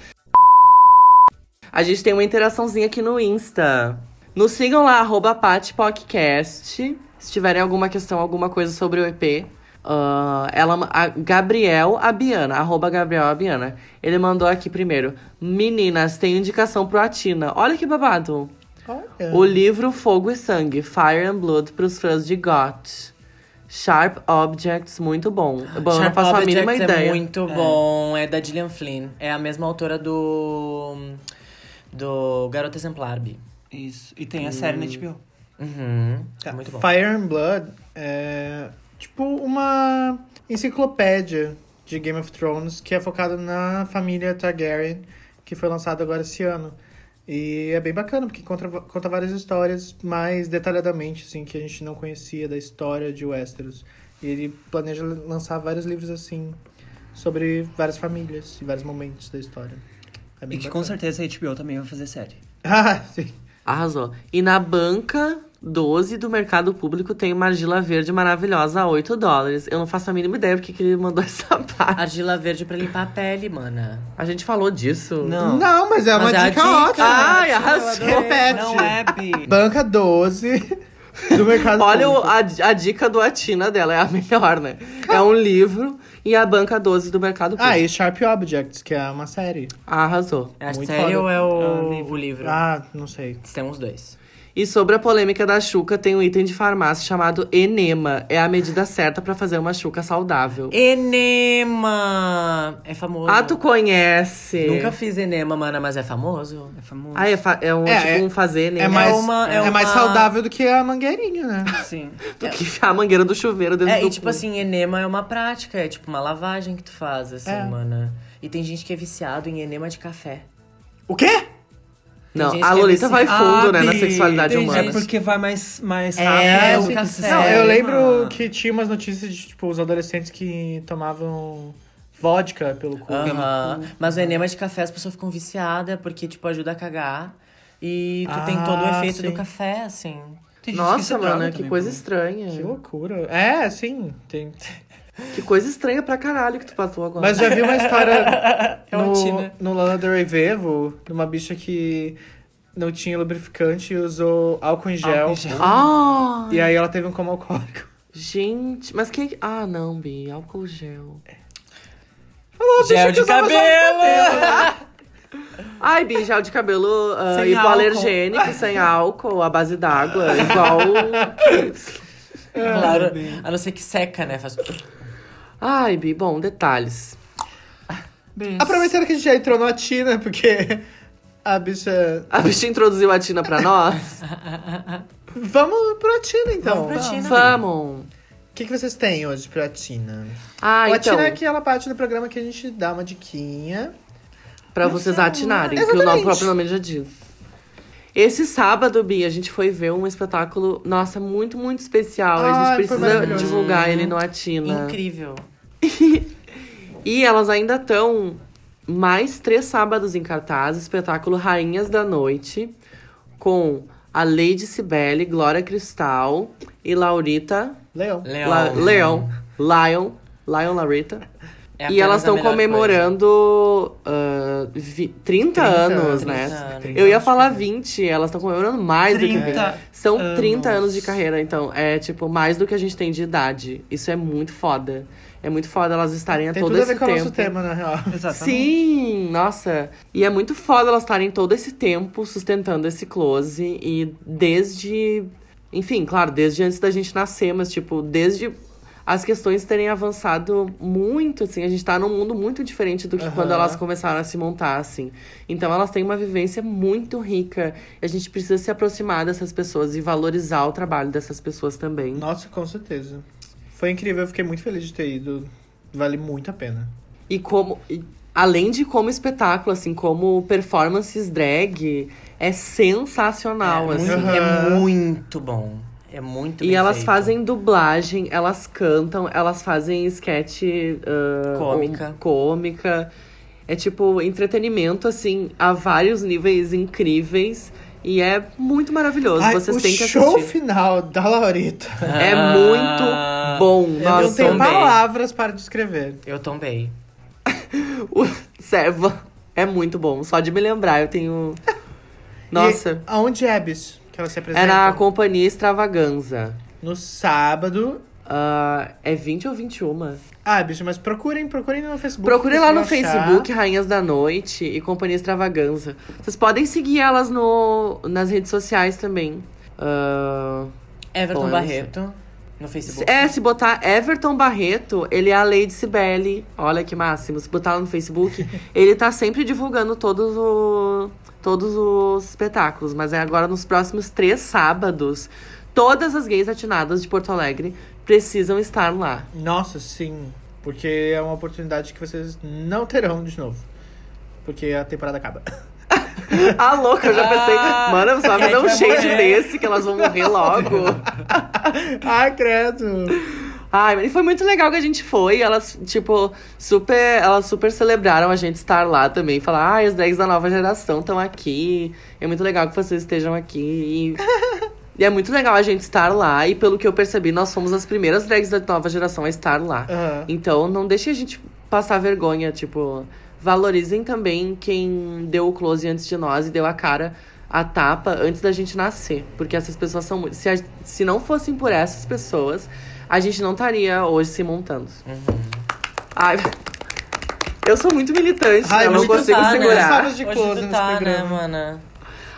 S4: A gente tem uma interaçãozinha aqui no Insta. Nos sigam lá, arroba patpodcast. Se tiverem alguma questão, alguma coisa sobre o EP. Ah, ela, a Gabriel Abiana, arroba Gabriel Abiana. Ele mandou aqui primeiro. Meninas, tem indicação pro Atina. Olha que babado.
S2: Olha.
S4: O livro Fogo e Sangue, Fire and Blood, pros fãs de GOT. Sharp Objects, muito bom. Bom, eu não
S3: Sharp
S4: faço a
S3: Objects
S4: mínima ideia.
S3: É muito bom, é da Gillian Flynn. É a mesma autora do. do Garota Exemplar, Bi.
S5: Isso. E tem a série na HBO.
S3: Uhum. É
S2: Tá,
S3: muito bom.
S2: Fire and Blood é tipo uma enciclopédia de Game of Thrones que é focada na família Targaryen, que foi lançada agora esse ano. E é bem bacana, porque conta, conta várias histórias mais detalhadamente, assim, que a gente não conhecia da história de Westeros. E ele planeja lançar vários livros, assim, sobre várias famílias e vários momentos da história. É bem
S5: E que com
S2: bacana.
S5: certeza a HBO também vai fazer série.
S2: Ah, sim.
S4: Arrasou. E na banca 12 do mercado público tem uma argila verde maravilhosa a 8 dólares. Eu não faço a mínima ideia porque que ele mandou essa parte.
S3: Argila verde pra limpar a pele, mana.
S4: A gente falou disso.
S5: Não.
S2: Não, mas é uma
S3: Mas é a
S2: dica,
S3: dica. Ah,
S2: ótima.
S4: Ai, arrasou.
S2: Repete.
S5: Não é, Bi.
S2: Banca 12 do Mercado
S4: Olha o-
S2: Público.
S4: a, a dica do Atina dela, é a melhor, né? É um livro e a banca 12 do mercado público.
S2: Ah, e Sharp Objects, que é uma série.
S4: Arrasou.
S3: É a
S2: Muito
S3: série
S2: foda.
S3: ou é
S5: Ah,
S3: o,
S5: livro.
S3: o livro?
S2: Ah, não sei.
S3: Temos dois.
S4: E sobre a polêmica da chuca, tem um item de farmácia chamado enema. É a medida certa pra fazer uma chuca saudável.
S3: Enema! É famoso.
S4: Ah, tu conhece?
S3: Nunca fiz enema, mana, mas é famoso.
S5: É famoso.
S4: Ah, é, fa- é um,
S2: É, é-
S4: tipo um fazer enema.
S2: É mais,
S3: uma- é
S2: é mais
S3: uma-
S2: saudável do que a mangueirinha, né?
S5: Sim.
S4: do que enfiar a mangueira do chuveiro dentro
S3: É,
S4: do
S3: e tipo
S4: cu.
S3: assim, enema é uma prática, é tipo uma lavagem que tu faz, assim,
S2: É.
S3: mana. E tem gente que é viciado em enema de café.
S2: O quê?
S4: Não,
S3: gente
S4: a
S3: que é
S4: Lolita vai fundo, né, na
S5: Sabe,
S4: sexualidade
S5: Ah, tem
S4: humana.
S5: gente- É porque vai mais, mais
S3: É,
S5: rápido.
S3: o
S5: assim,
S3: café.
S5: se
S2: Não,
S5: sente.
S2: eu lembro
S5: Ah.
S2: que tinha umas notícias de, tipo, os adolescentes que tomavam vodka pelo
S3: Ah.
S2: cu.
S3: Aham. Mas o enema de café as pessoas ficam viciadas porque, tipo, ajuda a cagar. E tu tem todo o
S2: Ah,
S3: efeito do
S2: sim.
S3: café, assim.
S5: Tem gente que se
S4: Nossa,
S5: é droga
S4: mano, que
S5: também,
S4: coisa
S5: pô.
S4: estranha.
S2: Que loucura. É, sim. Tem...
S4: Que coisa estranha pra caralho que tu passou agora.
S2: Mas é- já vi uma história
S3: É uma
S2: no,
S3: tina.
S2: no Lana Del Rey Vevo, de uma bicha que não tinha lubrificante e usou álcool em gel.
S5: Álcool em gel.
S4: Ah!
S2: E aí ela teve um coma alcoólico.
S4: Gente, mas quem. Ah, não, Bi, álcool gel.
S3: Gel de cabelo!
S4: Ai, Bi, gel de cabelo ah,
S5: Sem
S4: hipoalergênico, sem álcool, à base d'água, igual.
S3: Claro, a não ser que seca, né? Faz...
S4: Ai, Bi, bom, detalhes.
S5: Bem,
S2: Aproveitando que a gente já entrou na Tina, porque a bicha.
S4: A bicha introduziu a Tina pra nós.
S2: Vamos pra Tina então.
S3: Vamos pra Tina.
S4: Vamos!
S2: O que, que vocês têm hoje pra Tina?
S4: Ah,
S2: a
S4: então,
S2: Tina é aquela parte do programa que a gente dá uma diquinha.
S4: pra vocês atinarem, que o
S2: Exatamente.
S4: nome- próprio nome já diz. Esse sábado, Bi, a gente foi ver um espetáculo, nossa, muito, muito especial. a
S2: Ai,
S4: gente
S2: foi
S4: precisa
S2: maravilhoso. Então,
S4: divulgar ele no Atina.
S3: Incrível.
S4: E elas ainda estão mais três sábados em cartaz, espetáculo Rainhas da Noite, com a Lady Cibele, Glória Cristal e Laurita
S2: Leão.
S3: Leão.
S4: La- Leon, Lion, Lion Laurita.
S3: É apenas
S4: e elas
S3: a
S4: estão
S3: melhor
S4: comemorando ah, vi- 30,
S2: 30
S4: anos,
S2: anos.
S4: né?
S3: 30 anos.
S4: Eu ia falar 20, elas estão comemorando mais do que 20.
S5: 30
S4: São 30
S5: anos.
S4: anos de carreira, então é tipo mais do que a gente tem de idade. Isso é muito foda. É muito foda elas estarem a
S2: Tem
S4: todo
S2: tudo a
S4: esse
S2: ver com o
S4: tempo.
S2: nosso tema, na real.
S5: Exatamente.
S4: Sim, nossa. E é muito foda elas estarem todo esse tempo sustentando esse close. E desde. Enfim, claro, desde antes da gente nascer, mas, tipo, desde as questões terem avançado muito, assim. A gente tá num mundo muito diferente do que
S2: Aham.
S4: quando elas começaram a se montar, assim. Então elas têm uma vivência muito rica. E a gente precisa se aproximar dessas pessoas e valorizar o trabalho dessas pessoas também.
S2: Nossa, com certeza. Foi incrível, eu fiquei muito feliz de ter ido. Vale muito a pena.
S4: E como. e além de como espetáculo, assim, como performances drag, é sensacional,
S3: É,
S4: assim.
S3: muito,
S2: assim.
S3: é
S2: Aham.
S3: muito bom. É muito
S4: E
S3: bem
S4: elas
S3: feito.
S4: fazem dublagem, elas cantam, elas fazem sketch ah,
S3: Cômica.
S4: um- cômica. É tipo entretenimento, assim, a vários níveis incríveis. E é muito maravilhoso.
S2: Ai,
S4: Vocês
S2: o
S4: têm que
S2: show
S4: assistir.
S2: final da Laurita.
S4: É
S3: Ah,
S4: muito bom.
S2: Eu não
S4: Nossa,
S2: tenho
S3: também.
S2: palavras para descrever.
S3: Eu tombei.
S4: o Serva é muito bom. Só de me lembrar, eu tenho. Nossa.
S2: E aonde é, bicho? Que ela se apresenta?
S4: Era a companhia extravaganza.
S2: No sábado.
S4: Ah, é 20 ou 21?
S2: Ah, bicho, mas procurem, procurem no Facebook.
S4: Procure
S2: vocês
S4: lá
S2: vão
S4: no
S2: achar.
S4: Facebook, Rainhas da Noite e Companhia Extravaganza. Vocês podem seguir elas no, nas redes sociais também. Ah,
S3: Everton
S4: Bom, eu não sei.
S3: Barreto, no Facebook.
S4: é, se botar Everton Barreto, ele é a Lady Cibele. Olha que máximo. Se botar lá no Facebook, ele tá sempre divulgando todos, o- todos os espetáculos. Mas é agora nos próximos três sábados. Todas as gays atinadas de Porto Alegre precisam estar lá.
S2: Nossa, sim. Porque é uma oportunidade que vocês não terão de novo. Porque a temporada acaba.
S4: Ah, louca, eu já pensei, mano, só me
S3: Quem é
S4: dá um
S3: que vai
S4: shade
S3: morrer?
S4: desse que elas vão morrer logo.
S2: Ai, credo.
S4: Ai, mas foi muito legal que a gente foi. Elas, tipo, super. Elas super celebraram a gente estar lá também. Falar, ai, as drags da nova geração estão aqui. É muito legal que vocês estejam aqui. E, e é muito legal a gente estar lá. E pelo que eu percebi, nós fomos as primeiras drags da nova geração a estar lá.
S2: Aham.
S4: Então não deixe a gente passar vergonha, tipo, valorizem também quem deu o close antes de nós e deu a cara a tapa antes da gente nascer. Porque essas pessoas são muito. Se, a- se não fossem por essas pessoas, a gente não estaria hoje se montando.
S2: Uhum.
S4: Ai. Eu sou muito militante,
S2: Ai,
S4: né? eu não
S2: muito
S4: consigo
S2: tá, né?
S4: segurar.
S2: Sabe de
S3: Hoje
S2: close
S3: tu
S2: nesse
S3: tá, né,
S2: programa.
S3: mana?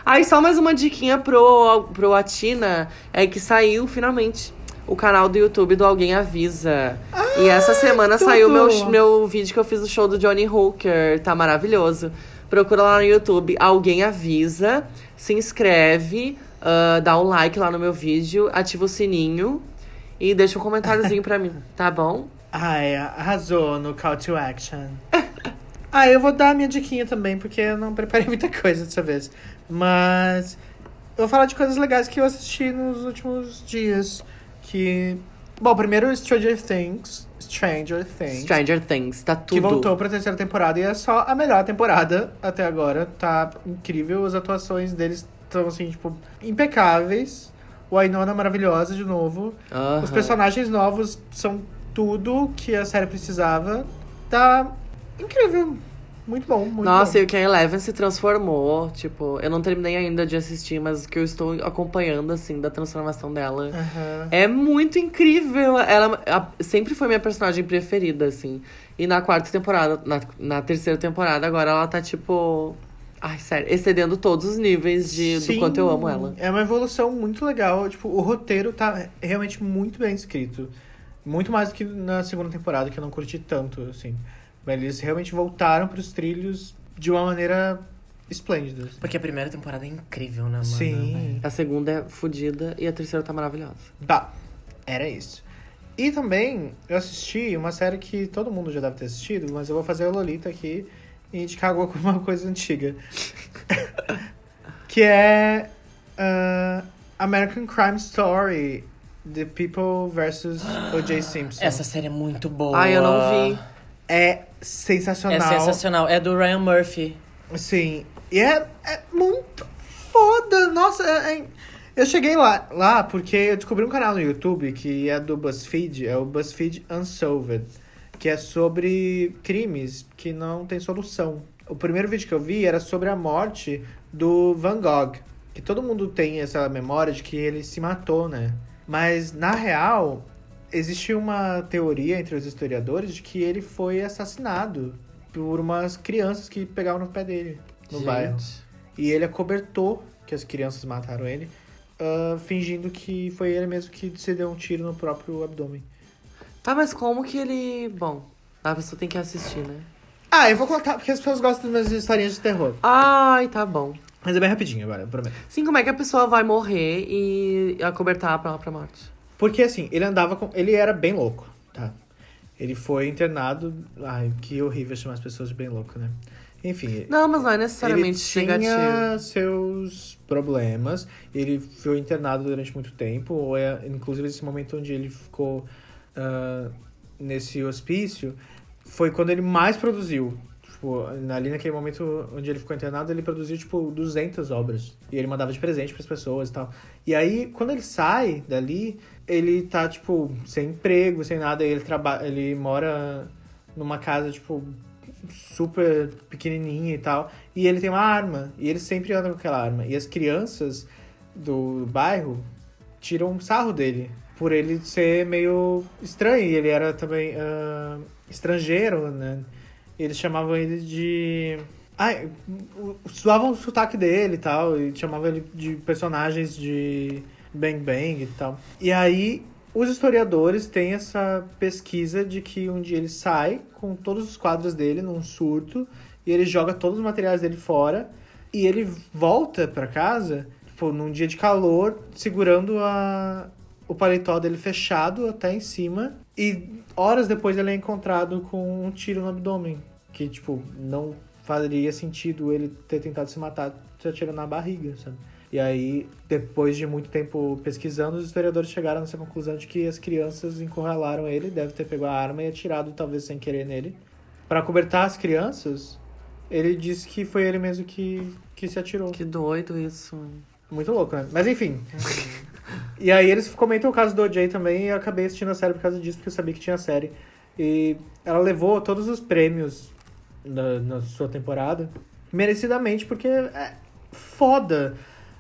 S4: Aí só mais uma diquinha pro, pro Atina é que saiu finalmente o canal do YouTube do Alguém Avisa. e essa semana
S2: Ah, tudo!
S4: saiu meu, meu vídeo que eu fiz do show do Johnny Hooker. Tá maravilhoso. Procura lá no YouTube Alguém Avisa, se inscreve, ah, dá um like lá no meu vídeo, ativa o sininho e deixa um comentáriozinho pra mim, tá bom?
S2: Ai, arrasou no Call to Action. Ah, eu vou dar a minha diquinha também, porque eu não preparei muita coisa dessa vez. Mas eu vou falar de coisas legais que eu assisti nos últimos dias. Que. Bom, primeiro Stranger Things. Stranger Things.
S4: Stranger Things, tá tudo.
S2: Que voltou pra terceira temporada e é só a melhor temporada até agora. Tá incrível, as atuações deles estão, assim, tipo, impecáveis. O Ainona maravilhosa de novo.
S4: Aham.
S2: Os personagens novos são tudo que a série precisava. Tá incrível. Muito bom, muito
S4: Nossa,
S2: bom.
S4: e o que a Eleven se transformou, tipo, eu não terminei ainda de assistir, mas o que eu estou acompanhando, assim, da transformação dela.
S2: Aham.
S4: É muito incrível. Ela a- sempre foi minha personagem preferida, assim. E na quarta temporada, na, na terceira temporada, agora ela tá, tipo. Ai, sério, excedendo todos os níveis de, do
S2: Sim,
S4: quanto eu amo ela.
S2: É uma evolução muito legal. Tipo, o roteiro tá realmente muito bem escrito. Muito mais do que na segunda temporada, que eu não curti tanto, assim. Mas eles realmente voltaram pros trilhos de uma maneira esplêndida. assim.
S3: Porque a primeira temporada é incrível, né, mano?
S2: Sim.
S4: A segunda é fodida e a terceira tá maravilhosa.
S2: Tá, era isso. E também, eu assisti uma série que todo mundo já deve ter assistido, mas eu vou fazer a Lolita aqui e indicar alguma co- uma coisa antiga. que é ah, American Crime Story, The People vs. O.J. Simpson.
S3: Essa série é muito boa.
S4: Ai, eu não vi.
S2: É
S3: É
S2: sensacional.
S3: sensacional. É do Ryan Murphy.
S2: Sim. E é, é muito foda. Nossa, é- é- eu cheguei lá, lá porque eu descobri um canal no YouTube que é do BuzzFeed, é o BuzzFeed Unsolved, que é sobre crimes que não tem solução. O primeiro vídeo que eu vi era sobre a morte do Van Gogh, que todo mundo tem essa memória de que ele se matou, né? Mas na real, existe uma teoria entre os historiadores de que ele foi assassinado por umas crianças que pegavam no pé dele no bairro. E ele acobertou que as crianças mataram ele, ah, fingindo que foi ele mesmo que se deu um tiro no próprio abdômen.
S4: Tá, mas como que ele. Bom, a pessoa tem que assistir, né?
S2: Ah, eu vou contar porque as pessoas gostam das minhas historinhas de terror. Ah.
S4: Ai, tá bom.
S2: Mas é bem rapidinho agora, eu prometo.
S4: Sim, como é que a pessoa vai morrer e acobertar a própria morte?
S2: Porque assim, ele andava com. Ele era bem louco, tá? Ele foi internado. Ai, que horrível chamar as pessoas de bem louco, né? Enfim.
S4: Não, mas não é
S2: Ele
S4: necessariamente
S2: tinha
S4: negativo.
S2: seus problemas. Ele foi internado durante muito tempo. Ou é, inclusive, esse momento onde ele ficou ah, nesse hospício foi quando ele mais produziu. Tipo, ali naquele momento onde ele ficou internado, ele produziu, tipo, 200 obras. E ele mandava de presente pras pessoas e tal. E aí, quando ele sai dali, ele tá, tipo, sem emprego, sem nada. E ele, traba... ele mora numa casa, tipo, super pequenininha e tal. E ele tem uma arma. E ele sempre anda com aquela arma. E as crianças do bairro tiram um sarro dele. Por ele ser meio estranho. E ele era também ah, estrangeiro, né? Eles chamavam ele de. Ai, o- o- suavam o sotaque dele e tal. E chamavam ele de personagens de Bang Bang e tal. E aí. Os historiadores têm essa pesquisa de que um dia ele sai com todos os quadros dele num surto e ele joga todos os materiais dele fora e ele volta pra casa, tipo, num dia de calor, segurando a, o paletó dele fechado até em cima. E horas depois ele é encontrado com um tiro no abdômen. Que, tipo, não faria sentido ele ter tentado se matar se atirando na barriga, sabe? E aí, depois de muito tempo pesquisando, os historiadores chegaram nessa conclusão de que as crianças encurralaram ele, deve ter pegado a arma e atirado, talvez sem querer, nele. Pra cobertar as crianças, ele disse que foi ele mesmo que, que se atirou.
S4: Que doido isso.
S2: Muito louco, né? Mas enfim. e aí eles comentam o caso do OJ também e eu acabei assistindo a série por causa disso, porque eu sabia que tinha série. E ela levou todos os prêmios na, na sua temporada, merecidamente, porque é foda.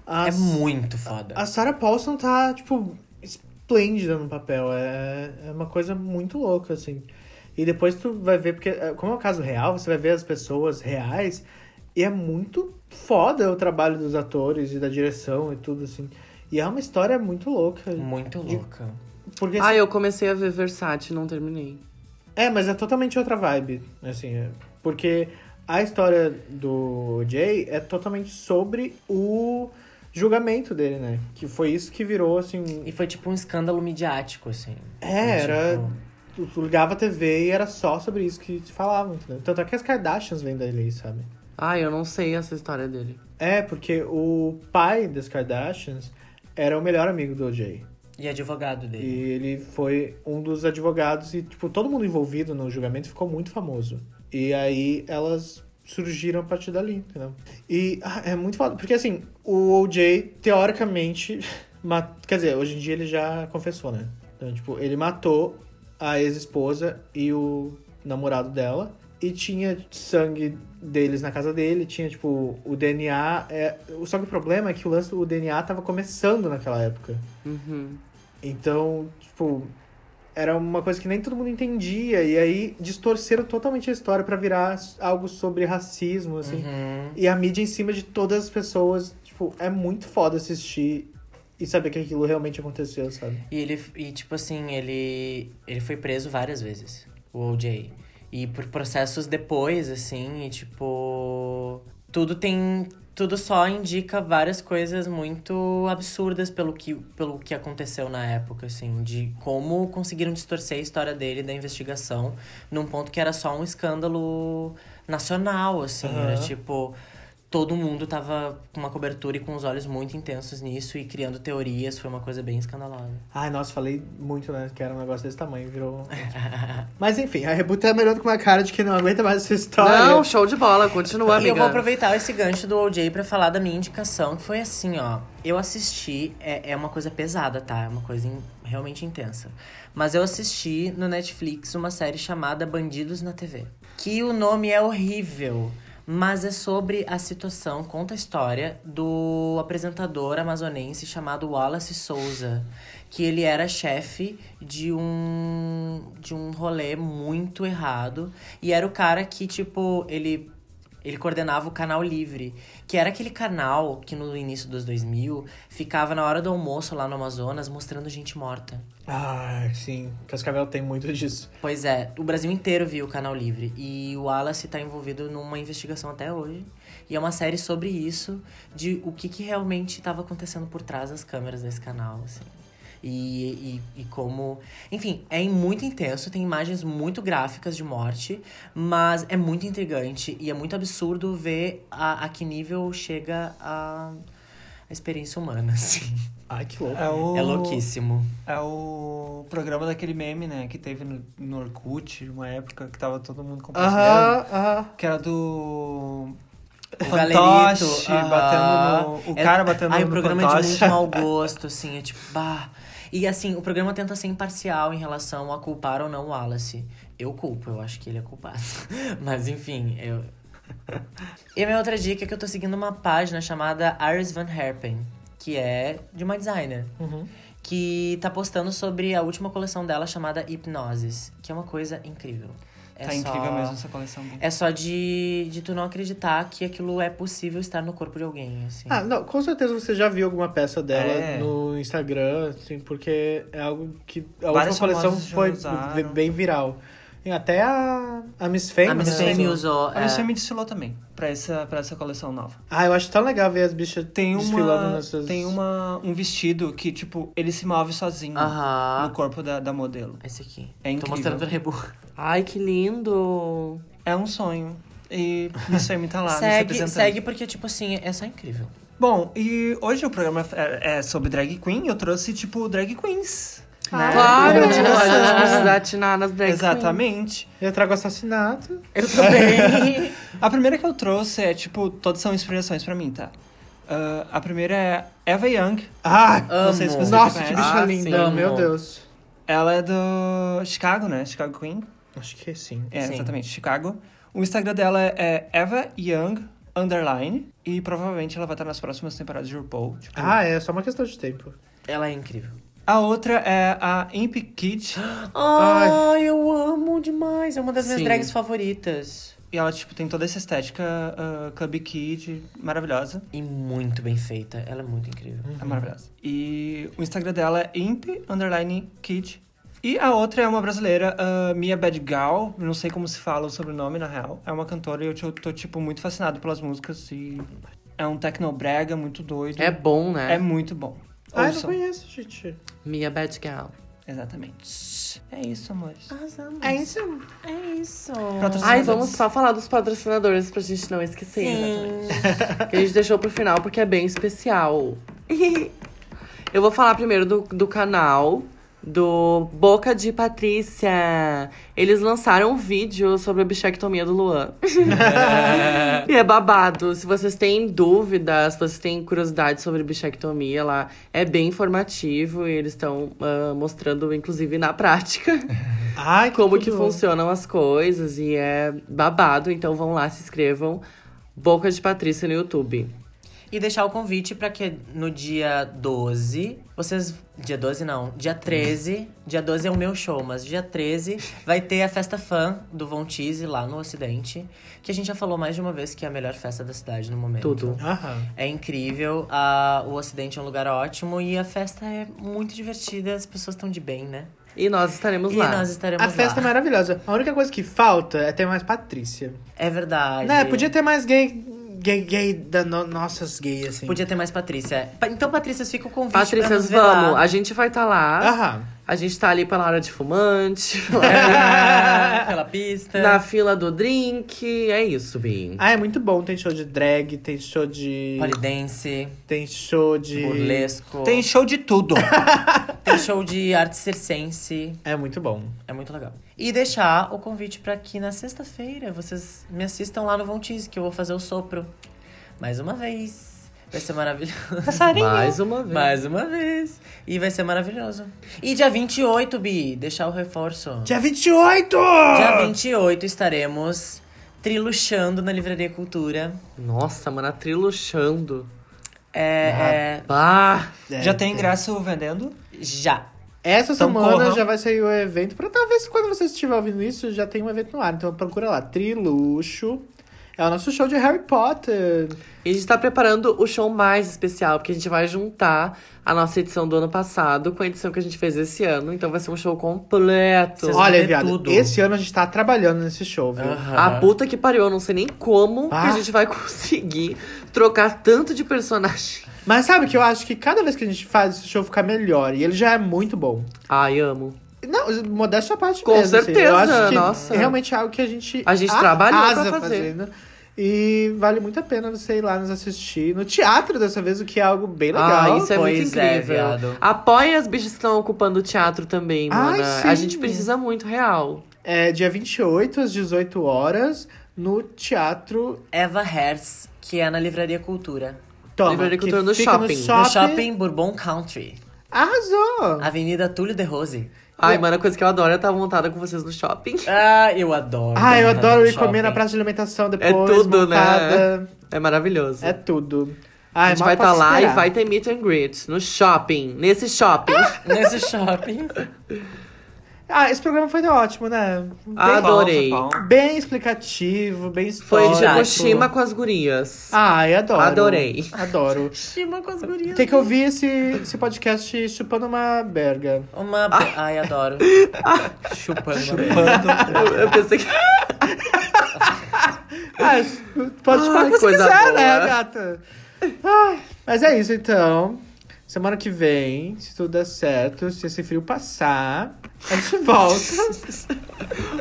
S2: A,
S3: É muito foda.
S2: a Sarah Paulson tá, tipo, esplêndida no papel. É, é uma coisa muito louca, assim. E depois tu vai ver, porque é, como é o caso real, você vai ver as pessoas reais. E é muito foda o trabalho dos atores e da direção e tudo, assim. E é uma história muito louca.
S5: Hum.
S3: Muito louca.
S2: Porque, assim,
S4: Ah, eu comecei a ver Versace e não terminei.
S2: É, mas é totalmente outra vibe, assim, é. porque a história do Jay é totalmente sobre o julgamento dele, né? Que foi isso que virou, assim,
S3: E foi tipo um escândalo midiático, assim.
S2: É, era
S3: Tipo,
S2: tu tu ligava a TV e era só sobre isso que te falavam, entendeu? Tanto é que as Kardashians vêm dali, sabe?
S4: Ai, Ah, eu não sei essa história dele.
S2: É, porque o pai das Kardashians era o melhor amigo do OJ.
S3: E advogado
S2: E
S3: dele.
S2: ele foi um dos advogados e, tipo, todo mundo envolvido no julgamento ficou muito famoso. E aí elas surgiram a partir dali, entendeu? E ah, é muito foda, porque assim, o OJ, teoricamente, ma- quer dizer, hoje em dia ele já confessou, né? Então, tipo, ele matou a ex-esposa e o namorado dela. E tinha sangue deles na casa dele, tinha, tipo, o DNA. É... Só que o problema é que o lance do DNA tava começando naquela época.
S4: Uhum.
S2: Então, tipo, era uma coisa que nem todo mundo entendia. E aí distorceram totalmente a história pra virar algo sobre racismo, assim.
S3: Uhum.
S2: E a mídia em cima de todas as pessoas, tipo, é muito foda assistir e saber que aquilo realmente aconteceu, sabe?
S3: E ele, e tipo assim, ele, ele foi preso várias vezes, o OJ. E por processos depois, assim, e tipo. Tudo tem. Tudo só indica várias coisas muito absurdas pelo que, pelo que aconteceu na época, assim, de como conseguiram distorcer a história dele da investigação num ponto que era só um escândalo nacional, assim, era
S2: Aham.
S3: tipo. Todo mundo tava com uma cobertura e com os olhos muito intensos nisso e criando teorias, foi uma coisa bem escandalosa.
S2: Ai, nossa, falei muito, né? Que era um negócio desse tamanho, virou. Mas enfim, a Rebuta é melhor do que uma cara de quem não aguenta mais essa história.
S4: Não, show de bola, continua,
S3: E
S4: amiga.
S3: eu vou aproveitar esse gancho do OJ pra falar da minha indicação, que foi assim, ó. Eu assisti, é, é uma coisa pesada, tá? É uma coisa in- realmente intensa. Mas eu assisti no Netflix uma série chamada Bandidos na TV. Que o nome é horrível, mas é sobre a situação, conta a história do apresentador amazonense chamado Wallace Souza. Que ele era chefe de um, de um rolê muito errado. E era o cara que, tipo, ele ele coordenava o canal Livre, que era aquele canal que no início dos 2000 ficava na hora do almoço lá no Amazonas mostrando gente morta.
S2: Ah, sim. Cascavel tem muito disso.
S3: Pois é, o Brasil inteiro viu o Canal Livre e o Wallace tá envolvido numa investigação até hoje. E é uma série sobre isso, de o que, que realmente estava acontecendo por trás das câmeras desse canal, assim. E, e, e como. Enfim, é muito intenso, tem imagens muito gráficas de morte, mas é muito intrigante e é muito absurdo ver a, a que nível chega a, a experiência humana, assim.
S2: Ai, que louco.
S5: É, o...
S3: É louquíssimo.
S5: É o programa daquele meme, né? Que teve no, no Orkut, uma época que tava todo mundo compartilhando.
S2: Aham, aham.
S5: Que era do.
S3: O galerito,
S5: fantoche
S3: aham.
S5: batendo no. O
S3: É-
S5: cara batendo
S3: Ai,
S5: no
S3: o programa é de
S5: fantoche.
S3: muito mau gosto, assim, é tipo, bah. E assim, o programa tenta ser imparcial em relação a culpar ou não o Wallace. Eu culpo, eu acho que ele é culpado. Mas enfim, eu. E a minha outra dica é que eu tô seguindo uma página chamada Iris Van Herpen, que é de uma designer.
S5: Uhum.
S3: Que tá postando sobre a última coleção dela chamada Hipnosis, que é uma coisa incrível. É
S5: Tá
S3: só-
S5: incrível mesmo essa coleção. dele.
S3: é só de, de tu não acreditar que aquilo é possível estar no corpo de alguém, assim.
S2: Ah, não, com certeza você já viu alguma peça dela
S5: É.
S2: no Instagram, assim, porque é algo que a
S5: Várias
S2: última coleção
S5: famosas já
S2: foi
S5: usaram.
S2: b- bem viral. E até a, a Miss Fame.
S3: a Miss
S2: né?
S3: Fame usou.
S5: A
S3: é.
S5: Luciana me desfilou também, pra essa, pra essa coleção nova.
S2: Ah, eu acho tão legal ver as bichas
S5: Tem,
S2: desfilando
S5: uma,
S2: nessas...
S5: tem uma, um vestido que, tipo, ele se move sozinho
S3: Aham.
S5: no corpo da, da modelo.
S3: Esse aqui.
S5: É incrível.
S3: Tô mostrando pro Rebu.
S4: Ai, que lindo.
S5: É um sonho. E Miss Fame tá lá, me
S3: segue,
S5: representando.
S3: segue, porque, tipo assim, é só incrível.
S5: Bom, e hoje o programa é, é sobre drag queen, eu trouxe, tipo, drag queens. né?
S4: Claro,
S5: Uma
S4: a gente
S5: divulgação.
S4: precisa atinar nas drag
S5: Exatamente.
S2: Eu trago assassinato.
S3: Eu também.
S5: A primeira que eu trouxe é, tipo, todas são inspirações pra mim, tá? Ah, a primeira é Eva Young.
S2: Ah,
S5: Não sei se
S3: Amo.
S5: você
S2: nossa, que
S5: conhece.
S2: bicha
S4: Ah,
S2: linda,
S3: sim.
S2: meu
S3: Amo.
S2: Deus.
S5: Ela é do Chicago, né? Chicago Queen.
S2: Acho que sim.
S5: É,
S3: Sim.
S5: exatamente, Chicago. O Instagram dela é Eva Young Underline. E provavelmente ela vai estar nas próximas temporadas de RuPaul. tipo.
S2: Ah, é só uma questão de tempo.
S3: Ela é incrível.
S5: A outra é a Imp Kid.
S3: Ai, eu amo demais. É uma das minhas
S5: Sim.
S3: drags favoritas.
S5: e ela, tipo, tem toda essa estética ah, Club Kid maravilhosa.
S3: E muito bem feita. Ela é muito incrível.
S5: É maravilhosa. E o Instagram dela é Imp Underline Kid. E a outra é uma brasileira, ah, Mia Badgal. Não sei como se fala o sobrenome, na real. É uma cantora e eu tô, tô, tipo, muito fascinado pelas músicas. E é um tecnobrega muito doido.
S4: É bom, né?
S5: É muito bom.
S2: Ah, eu não
S5: Ouçam.
S2: conheço, gente.
S4: Mia Bad Gal.
S5: Exatamente. É isso, amores.
S3: Ah.
S2: É isso.
S6: É isso.
S5: Patrocinadores.
S4: Ai, vamos só falar dos patrocinadores pra gente não esquecer.
S6: Sim.
S4: Que a gente deixou pro final porque é bem especial. Eu vou falar primeiro do, do canal do Boca de Patrícia. Eles lançaram um vídeo sobre a bichectomia do Luan. e é babado. Se vocês têm dúvidas, se vocês têm curiosidade sobre bichectomia lá, é bem informativo e eles estão ah, mostrando, inclusive, na prática
S2: Ai,
S4: como que
S2: tudo.
S4: funcionam as coisas e é babado, então vão lá, se inscrevam. Boca de Patrícia no YouTube.
S3: E deixar o convite pra que no dia 12, vocês. Dia 12 não, dia 13. dia 12 é o meu show, mas dia 13 vai ter a festa fã do Von Teese lá no Ocidente. Que a gente já falou mais de uma vez que é a melhor festa da cidade no momento.
S4: Tudo.
S2: Aham.
S3: É incrível, a- o Ocidente é um lugar ótimo e a festa é muito divertida, as pessoas estão de bem, né?
S4: E nós estaremos
S3: e
S4: lá.
S3: nós estaremos
S2: A festa é
S3: lá.
S2: maravilhosa. A única coisa que falta é ter mais Patrícia.
S3: É verdade.
S2: Né, podia ter mais gay, gay, gay da no- nossas gays, assim.
S3: Podia ter mais Patrícia. Pa- Então, Patrícias, fica o convite pra
S4: Patrícias,
S3: nos ver lá. Ah.
S4: vamos. A gente vai estar lá.
S2: Aham.
S4: A gente tá ali pela hora de fumante,
S3: Pela pista.
S4: na fila do drink. É isso, Bim.
S2: Ah, é muito bom. Tem show de drag, tem show de.
S3: Polidense,
S2: Tem show de.
S3: burlesco.
S5: Tem show de tudo.
S3: Tem show de arte circense.
S2: É muito bom.
S3: É muito legal. E deixar o convite pra que na sexta-feira vocês me assistam lá no Von Teese, que eu vou fazer o sopro. Mais uma vez. Vai ser maravilhoso.
S4: Mais uma vez.
S3: Mais uma vez. E vai ser maravilhoso. E dia 28, Bi, deixar o reforço.
S2: Dia 28!
S3: Dia 28 estaremos triluxando na Livraria Cultura.
S4: Nossa, mano, a triluxando.
S3: É, é,
S4: Bah!
S2: É,
S5: Já tem ingresso vendendo?
S3: já.
S2: Essa
S5: Então
S2: semana
S5: corram.
S2: já vai sair o evento. Pra talvez quando você estiver ouvindo isso, já tem um evento no ar. Então procura lá. Triluxo. É o nosso show de Harry Potter.
S4: E a gente tá preparando o show mais especial, porque a gente vai juntar a nossa edição do ano passado com a edição que a gente fez esse ano. Então vai ser um show completo.
S3: Vocês vão
S2: Olha,
S3: ver
S2: viado,
S3: tudo. Ah.
S2: esse ano a gente tá trabalhando nesse show, viu?
S4: A puta que pariu, eu não sei nem como
S2: Ah.
S4: que a gente vai conseguir trocar tanto de personagem.
S2: Mas sabe que eu acho que cada vez que a gente faz esse show fica melhor. E ele já é muito bom.
S4: Ai, amo.
S2: Não, modéstia à parte
S4: Com
S2: mesmo, assim.
S4: certeza,
S2: eu acho que
S4: nossa.
S2: realmente é algo que a gente...
S4: A gente
S2: arrasa
S4: trabalhou pra fazer.
S2: fazendo. E vale muito a pena você ir lá nos assistir. No teatro dessa vez, o que é algo bem legal.
S4: ah, isso é
S3: Pois
S4: muito
S3: é,
S4: incrível.
S3: viado.
S4: Apoia as bichas que estão ocupando o teatro também,
S2: Ai,
S4: mana.
S2: sim.
S4: A gente precisa muito, real.
S2: É dia 28, às 18 horas, no Teatro
S3: Eva Herz, que é na Livraria Cultura.
S2: Toma,
S4: Livraria
S2: que
S4: Cultura no
S2: fica
S4: shopping. No
S3: No
S2: shopping.
S3: Shopping Bourbon Country.
S2: Arrasou!
S3: Avenida Túlio de Rose.
S4: Ai, mano, a coisa que eu adoro é estar montada com vocês no shopping.
S3: Ah, eu adoro.
S2: Ah, eu
S3: Tá no
S2: adoro ir
S3: shopping.
S2: comer na praça de alimentação depois,
S4: É tudo,
S2: montada.
S4: né? É maravilhoso.
S2: É tudo.
S4: a
S2: Ah,
S4: gente
S2: mal
S4: vai estar
S2: posso
S4: lá e
S2: esperar.
S4: vai ter meet and greet no shopping. Nesse shopping.
S3: Nesse shopping.
S2: Ah, esse programa foi ótimo, né?
S4: Adorei.
S5: Bom, foi bom.
S2: Bem explicativo, bem
S4: Foi
S2: histórico.
S4: tipo Shima com as
S2: é
S4: gurias.
S2: Ah, eu adoro.
S4: Adorei.
S2: Adoro.
S3: Chima com as gurias.
S2: Tem que ouvir esse, esse podcast chupando uma berga.
S3: Uma... Ai, adoro. Chupando.
S4: Eu, eu pensei que.
S2: Ah, pode chupar
S4: Ai,
S2: o que você
S4: coisa
S2: quiser,
S4: boa.
S2: né, gata? Ai, mas é isso, então. Semana que vem, se tudo der certo, se esse frio passar, a gente volta.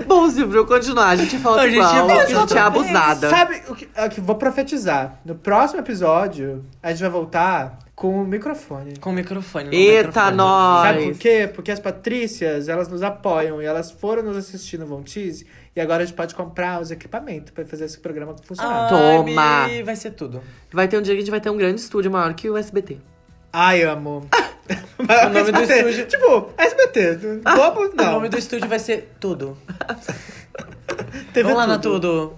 S4: Bom, Silvio, continuar. A gente volta
S3: A gente
S4: igual.
S3: volta
S4: A gente é abusada.
S2: Sabe o que, é que eu vou profetizar? No próximo episódio, a gente vai voltar com o microfone.
S3: Com o microfone. no
S4: Eita,
S3: microfone.
S4: nós.
S2: Sabe
S4: Mas-
S2: por quê? Porque as Patrícias, elas nos apoiam e elas foram nos assistir no Von Tease e agora a gente pode comprar os equipamentos pra fazer esse programa funcionar.
S3: Ai,
S4: Toma.
S3: Bi, vai ser tudo.
S4: Vai ter um dia que a gente vai ter um grande estúdio maior que o SBT.
S2: Ai, amo.
S3: O nome do
S2: SBT.
S3: estúdio-
S2: Tipo, SBT. Globo,
S3: O
S2: não.
S3: nome do estúdio vai ser Tudo.
S2: TV
S3: Vamos lá na
S2: tudo.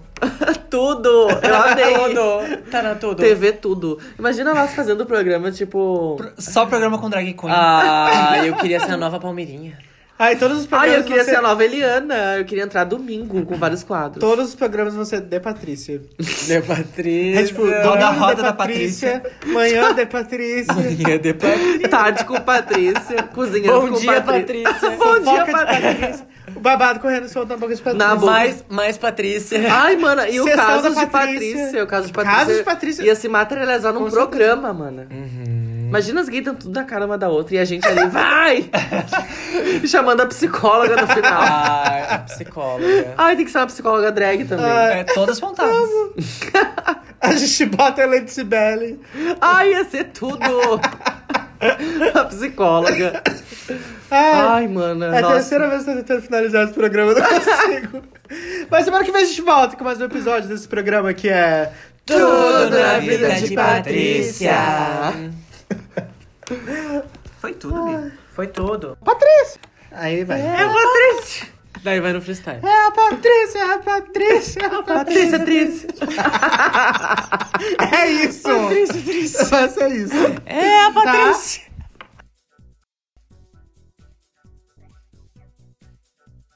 S3: Tudo.
S4: Tudo! Eu amei!
S3: Tudo. Tá na Tudo.
S4: TV tudo. Imagina nós fazendo o programa, tipo.
S5: Só programa com drag queen.
S3: Ah, eu queria ser a nova Palmeirinha.
S2: Ai, todos os programas
S4: Ai, eu queria
S2: vão
S4: ser a nova Eliana. Eu queria entrar domingo com vários quadros.
S2: Todos os programas vão ser De Patrícia.
S3: De Patrícia.
S2: É tipo, domingo
S5: Toda a roda
S2: de
S5: da
S2: Patrícia, manhã de Patrícia,
S3: De Patrícia.
S4: Tarde com Patrícia. Cozinhando
S3: Bom
S4: com
S3: dia,
S4: Patrícia.
S3: Patrícia.
S4: Bom dia,
S2: fofoca de
S4: Patrícia.
S2: Patrícia, o babado correndo solto na boca de Patrícia.
S4: Na boca.
S3: Mais, mais Patrícia.
S4: Ai, mana, e o
S2: Sessão
S4: caso
S2: da
S4: de
S2: Patrícia.
S4: Patrícia? O caso de
S2: Caso
S4: Patrícia.
S2: de Patrícia.
S4: Ia se materializar num
S2: Com
S4: programa, mana. Imagina as gays dando tudo na cara uma da outra e a gente ali, vai! Chamando a psicóloga no final.
S3: Ah, a psicóloga.
S4: Ai, tem que ser uma psicóloga drag também.
S5: É, todas pontadas.
S2: A gente bota a Lady Sibeli.
S4: Ai, ia ser tudo! a psicóloga.
S2: Ah,
S4: Ai, mano.
S2: é a
S4: nossa.
S2: terceira vez que eu tô tentando finalizar esse programa, eu não consigo. Mas semana que vem a gente volta com mais um episódio desse programa que é...
S3: Tudo na vida de Patrícia.
S5: Foi tudo, amigo.
S3: Foi tudo.
S2: Aí vai.
S3: Daí vai no freestyle.
S2: É a Patrícia, é a Patrícia, é a Patrícia.
S3: Patrícia.
S2: É isso. Patrícia, Patrícia. Mas é isso.
S3: É a
S2: Patrícia.